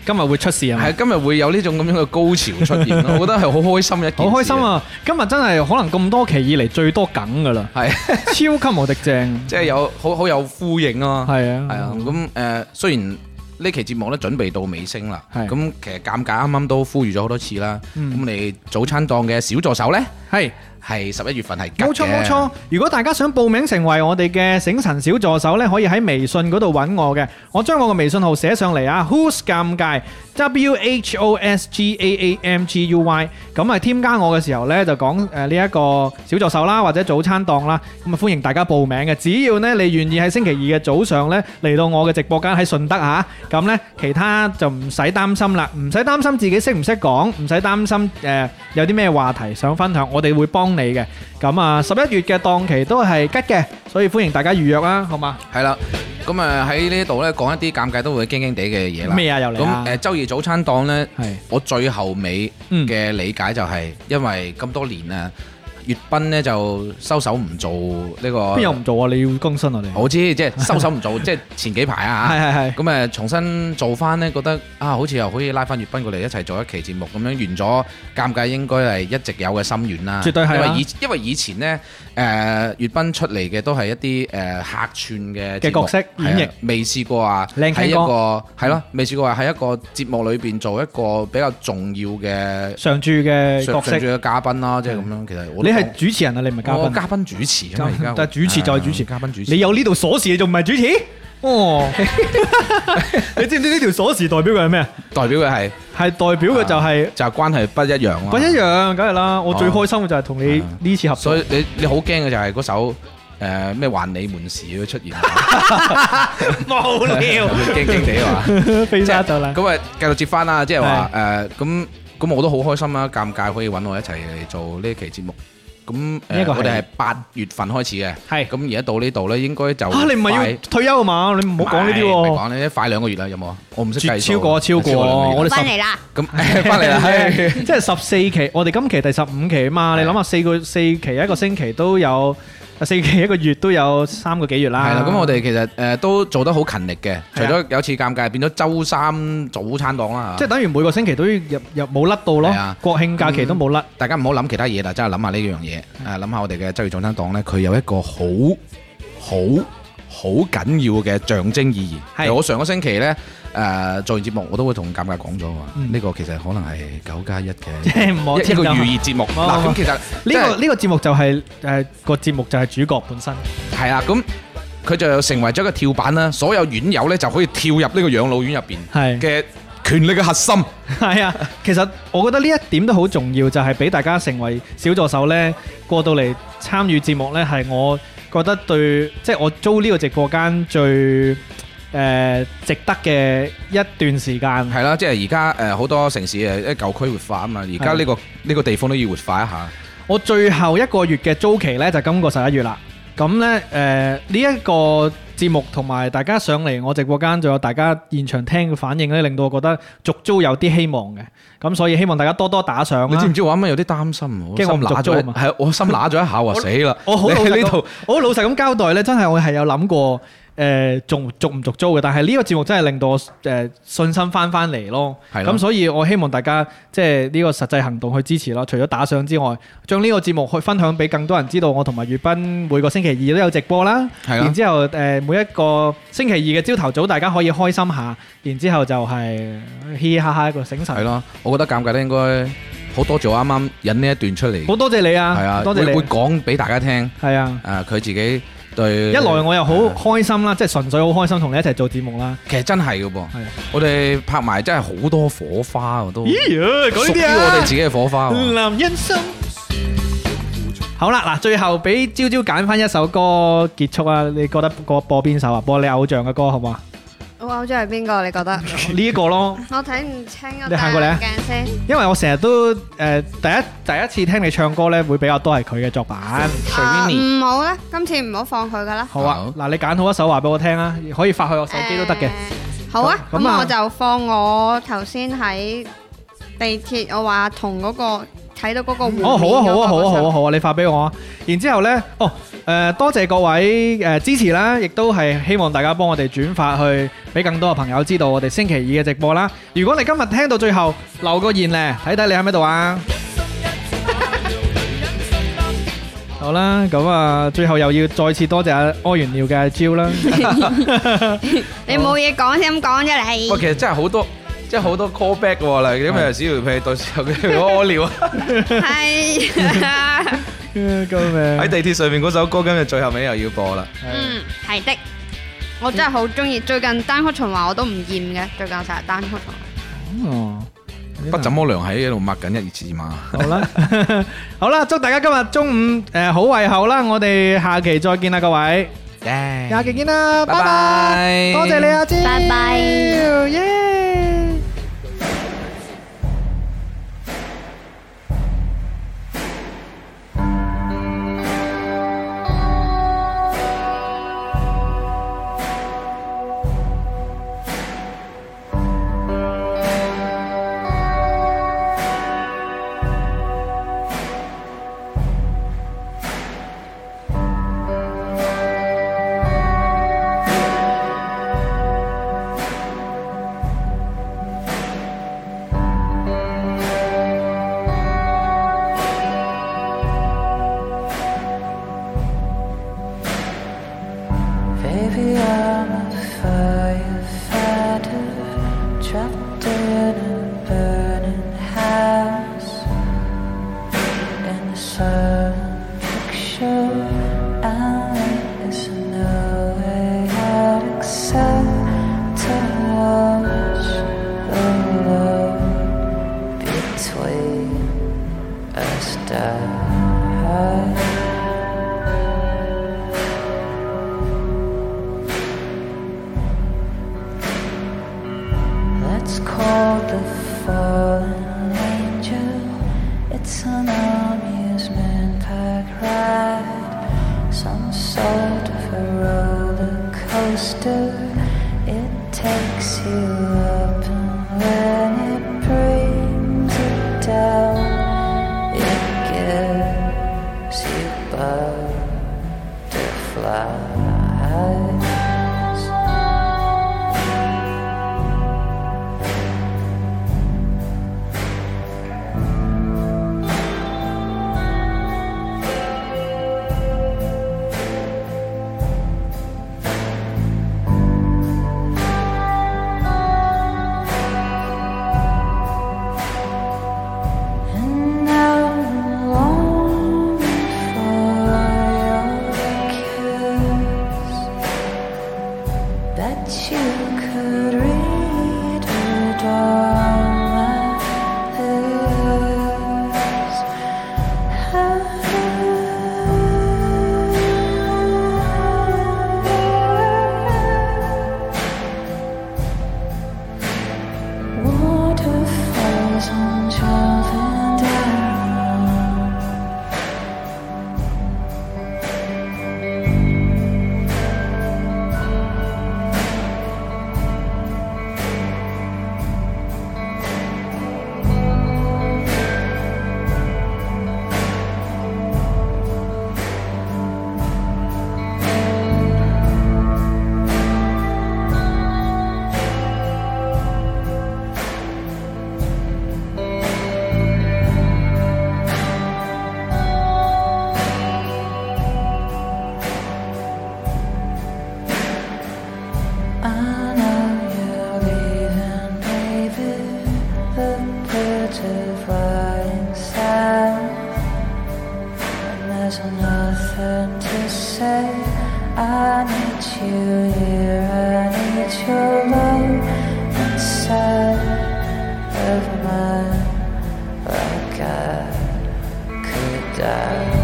S2: 今日會出事啊嘛
S3: 係。今日會有呢種咁樣嘅高潮出現咯。我覺得係好開心嘅一件事
S2: 好開心！啊！今日真係可能咁多期以嚟最多梗噶啦，
S3: 係
S2: 超級無敵正，
S3: 即係有好好有呼應啊！
S2: 係啊，
S3: 係啊，咁誒、呃，雖然呢期節目咧準備到尾聲啦，
S2: 係
S3: 咁其實尷尬啱啱都呼籲咗好多次啦。咁、
S2: 嗯
S3: 你早餐檔嘅小助手呢，
S2: 係
S3: 係十一月份係吉嘅
S2: 冇錯冇錯。如果大家想報名成為我哋嘅醒神小助手呢，可以喺微信嗰度揾我嘅，我將我個微信號寫上嚟啊，Who's 尷尬 W H O S G A A M G U Y，咁啊添加我嘅時候呢，就講誒呢一個小助手啦，或者早餐檔啦，咁啊歡迎大家報名嘅，只要呢你願意喺星期二嘅早上呢嚟到我嘅直播間喺順德嚇，咁呢其他就唔使擔心啦，唔使擔心自己識唔識講，唔使擔心誒有啲咩話題想分享，我哋會幫你嘅。咁啊，十一月嘅檔期都係吉嘅，所以歡迎大家預約啦，好嘛？
S3: 係啦。咁啊喺呢度呢，講一啲尷尬都會驚驚地嘅嘢啦。
S2: 咩啊又嚟
S3: 咁
S2: 啊
S3: 誒，周二早餐檔呢，
S2: 係，
S3: 我最後尾
S2: 嗯，
S3: 嘅理解就係、因為咁多年啊，粵斌呢就收手唔做呢、個
S2: 邊。有唔做啊？你要更新我哋，
S3: 我知，即係收手唔 做，即係前幾排啊。
S2: 係係係，
S3: 咁誒重新做翻呢，覺得啊，好似又可以拉翻粵斌過嚟一齊做一期節目咁樣完咗，尷尬應該係一直有嘅心願啦。
S2: 絕對係啦啊
S3: 因為以因為以前呢，誒粵斌出嚟嘅都係一啲誒呃客串嘅
S2: 嘅
S3: 節目
S2: 角色
S3: 係啊
S2: 演繹
S3: 未試過啊，
S2: 靚仔
S3: 喺一
S2: 哥
S3: 個係咯，未試過啊話喺一個節目裏邊做一個比較重要嘅
S2: 常駐嘅角
S3: 上
S2: 色
S3: 上，
S2: 嗯
S3: 嘅嘉賓啦，即係咁樣。其實我
S2: 你
S3: 都
S2: 係
S3: 講
S2: 主持人啊，你唔係嘉
S3: 我
S2: 賓
S3: 嘉
S2: 啊。
S3: 賓主持啊嘛，而家我啊
S2: 但係主持就係主持
S3: 嘉賓主持。
S2: 你有呢度鎖匙，你仲唔係主持？ 哦，你知唔知呢條鎖匙代表嘅係咩？
S3: 代表嘅係啊
S2: 係代表嘅就係
S3: 就係關係不一樣啊啦。
S2: 不一樣，梗係啦。我最開心嘅就係同你呢次合作
S3: 所。以你你好驚嘅就係嗰首誒咩還你門匙嘅 出現，
S2: 無聊，
S3: 驚驚地啊 話，
S2: 飛
S3: 即
S2: 沙走啦。
S3: 咁啊繼續接翻啦，即係話誒咁咁我都好開心啦，尷尬可以揾我一齊嚟做呢期節目。咁
S2: 呢
S3: 誒
S2: 個係
S3: 我哋係八月份開始嘅，
S2: 係
S3: 咁而家到呢度咧，應該就
S2: 嚇，你唔係要
S3: 快
S2: 退休啊嘛？你唔好講呢啲
S3: 唔係
S2: 喎。
S3: 講呢啲快兩個月啦，有冇啊？我唔識計
S2: 絕
S3: 數
S2: 超過超過，
S3: 兩個月
S2: 我哋十
S4: 翻嚟啦，
S3: 咁 翻 嚟啦，係
S2: 即係十四期，我哋今期第十五期啊嘛，
S3: 係
S2: 你諗下四個四期一個星期都有，四期一個月都有三個幾月啦。
S3: 係啦，咁我哋其實誒都做得好勤力嘅，除
S2: 係啊
S3: 咗有次尷尬，變咗周三早餐檔啦嚇
S2: 即係等於每個星期都要入入冇甩到咯
S3: 係啊，
S2: 國慶假期都冇甩，
S3: 大家唔好諗其他嘢啦，真係諗下呢樣嘢。
S2: 嗯
S3: 誒，諗下我哋嘅周月早餐檔呢，佢有一個好好好緊要嘅象徵意義。
S2: 係
S3: 其實我上個星期呢，誒、做完節目，我都會同尷尬講咗啊話，呢、
S2: 嗯哦
S3: 個其實可能係九加一
S2: 即
S3: 嘅
S2: 係 唔
S3: 一
S2: 好
S3: 嗯一
S2: 添
S3: 個
S2: 㗎
S3: 預
S2: 嘛
S3: 熱節目。
S2: 冇
S3: 嗱，
S2: 冇
S3: 咁其實
S2: 啊呢
S3: 即
S2: 個
S3: 係
S2: 呢個節目就係誒個節目就係主角本身，
S3: 係啦，咁佢就成為咗一個跳板啦。所有院友呢，就可以跳入呢個養老院入邊
S2: 係
S3: 嘅權力嘅核心。
S2: 系啊，其實我覺得呢一點都好重要，就係俾大家成為小助手呢。過到嚟參與節目呢，係我覺得對，即係我租呢個直播間最誒、呃值得嘅一段時間。
S3: 係啦，即係而家誒好多城市誒一舊區活化啊嘛，而家呢個呢個地方都要活化一下。
S2: 我最後一個月嘅租期呢，就今個十一月啦。咁呢，誒呢一個節目同埋大家上嚟我直播間，仲有大家現場聽嘅反應呢，令到我覺得續租有啲希望嘅。咁所以希望大家多多打賞
S3: 你
S2: 啦
S3: 知唔。知我啱啱有啲擔心啊，我
S2: 驚我唔
S3: 心揦
S2: 做
S3: 咗
S2: 啊
S3: 一，
S2: 嘛
S3: 係我心揦咗一下，話死啦！
S2: 我好
S3: 你
S2: 老
S3: 喺
S2: 實
S3: 呢
S2: 呢
S3: 度
S2: 度，我好老實咁交代咧，真係我係有諗過誒，續續唔續租嘅。但係呢個節目真係令到我誒、呃信心翻翻嚟咯。
S3: 係咯
S2: 咁所以我希望大家即係呢個實際行動去支持咯。除咗打賞之外，將呢個節目去分享俾更多人知道。我同埋月斌每個星期二都有直播啦。
S3: 係啦
S2: 然之後誒、每一個星期二嘅朝頭早，大家可以開心下。然之後就係嘻嘻哈哈一個醒神。
S3: 係，咯，我覺得尷尬咧，應該好多謝我啱啱引呢一段出嚟，
S2: 好多謝你啊！
S3: 係啊，
S2: 多謝
S3: 會
S2: 你
S3: 會。講俾大家聽。
S2: 係啊。
S3: 誒，佢自己對
S2: 一來我又好開心啦，即係純粹好開心同你一齊做節目啦。
S3: 其實真係嘅噃
S2: 係，啊
S3: 我哋拍埋真係好多火花喎，都屬
S2: 咦，講呢
S3: 於
S2: 啲
S3: 我哋
S2: 啊
S3: 自，己嘅火花喎。
S2: 男人心。好啦，嗱，最後俾朝朝揀翻一首歌結束啊！你覺得播播邊首啊？播你偶像嘅歌好唔好啊？
S5: 我偶像係邊個？你覺得？
S2: 呢一個咯，
S5: 我睇唔清啊！
S2: 你行過嚟啊
S5: 戴眼鏡先。
S2: 因為我成日都誒、呃第一第一次聽你唱歌咧，會比較多係佢嘅作品。
S4: Ờ,
S5: 啊
S4: ừ,
S5: 唔好啦，今次唔好放佢噶啦。
S2: 好啊，嗱，你揀好一首話俾我聽啊，可以發去我手機都得嘅
S5: 誒。。
S4: À,
S5: 好啊，
S2: 咁
S5: 咁
S2: 啊
S5: 我就放我頭先喺地鐵，我
S4: à,
S5: 話同嗰個睇到嗰個湖面
S2: 哦，好啊，好啊，
S5: 嗰個
S2: 好啊，好啊，
S5: 上
S2: 好啊，你發俾我啊。然之後呢，哦，誒、多謝各位誒、支持啦，亦都係希望大家幫我哋轉發去，俾更多嘅朋友知道我哋星期二嘅直播啦。如果你今日聽到最後留個言呢，睇睇你喺唔喺度啊？好啦，咁啊，最後又要再次多謝阿屙完尿嘅阿 Jill 啦。
S5: 你冇嘢講先咁講啫，你
S3: 喂，其實真係好多，即係好多 callback 喎啦，因為啊小條屁到時候佢屙尿啊，
S5: 係
S2: 救命！
S3: 喺地鐵上面嗰首歌，今日最後尾又要播啦。
S5: 嗯係的。我真係好中意，最近單曲循環我都唔厭嘅，最近成日單曲循環。
S2: 哦
S3: 不怎麼良喺度抹緊一二字嘛，
S2: 好啦， 好啦，祝大家今日中午誒好胃口啦！我哋下期再見啦，各位。下期見啦，拜
S3: 拜拜
S2: 拜！多謝你啊，姐，
S7: 拜拜
S2: 耶！
S8: Baby, I'm a firefighter trapped in a burning house. In the silent picture, and there's no way out except to watch the road between us die. That's called the fallen angel. It's an amusement park ride, some sort of a roller coaster. It takes you up and then it brings you down. It gives you butterflies. And I'm longing for your kiss. nothing to say. I need you here, I need your love inside of mine, like I could die.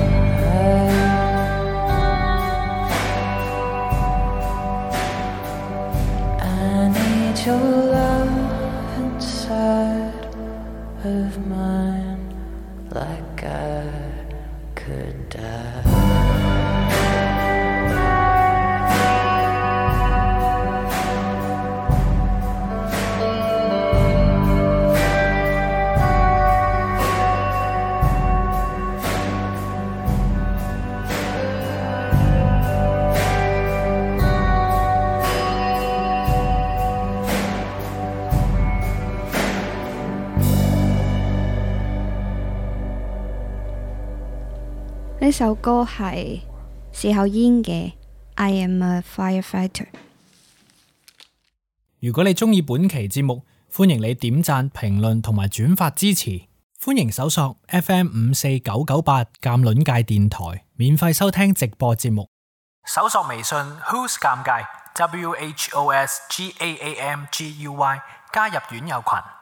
S8: I need your love inside of mine, like I could die.
S5: 呢首歌係事後煙嘅《I Am a Firefighter》。
S9: 如果你中意本期節目，歡迎你點讚、評論同埋轉發支持。歡迎搜索 FM 五四九九八鑑論界電台，免費收聽直播節目。搜索微信 Who's 尷尬 W H O S G A A M G U Y 加入院友群。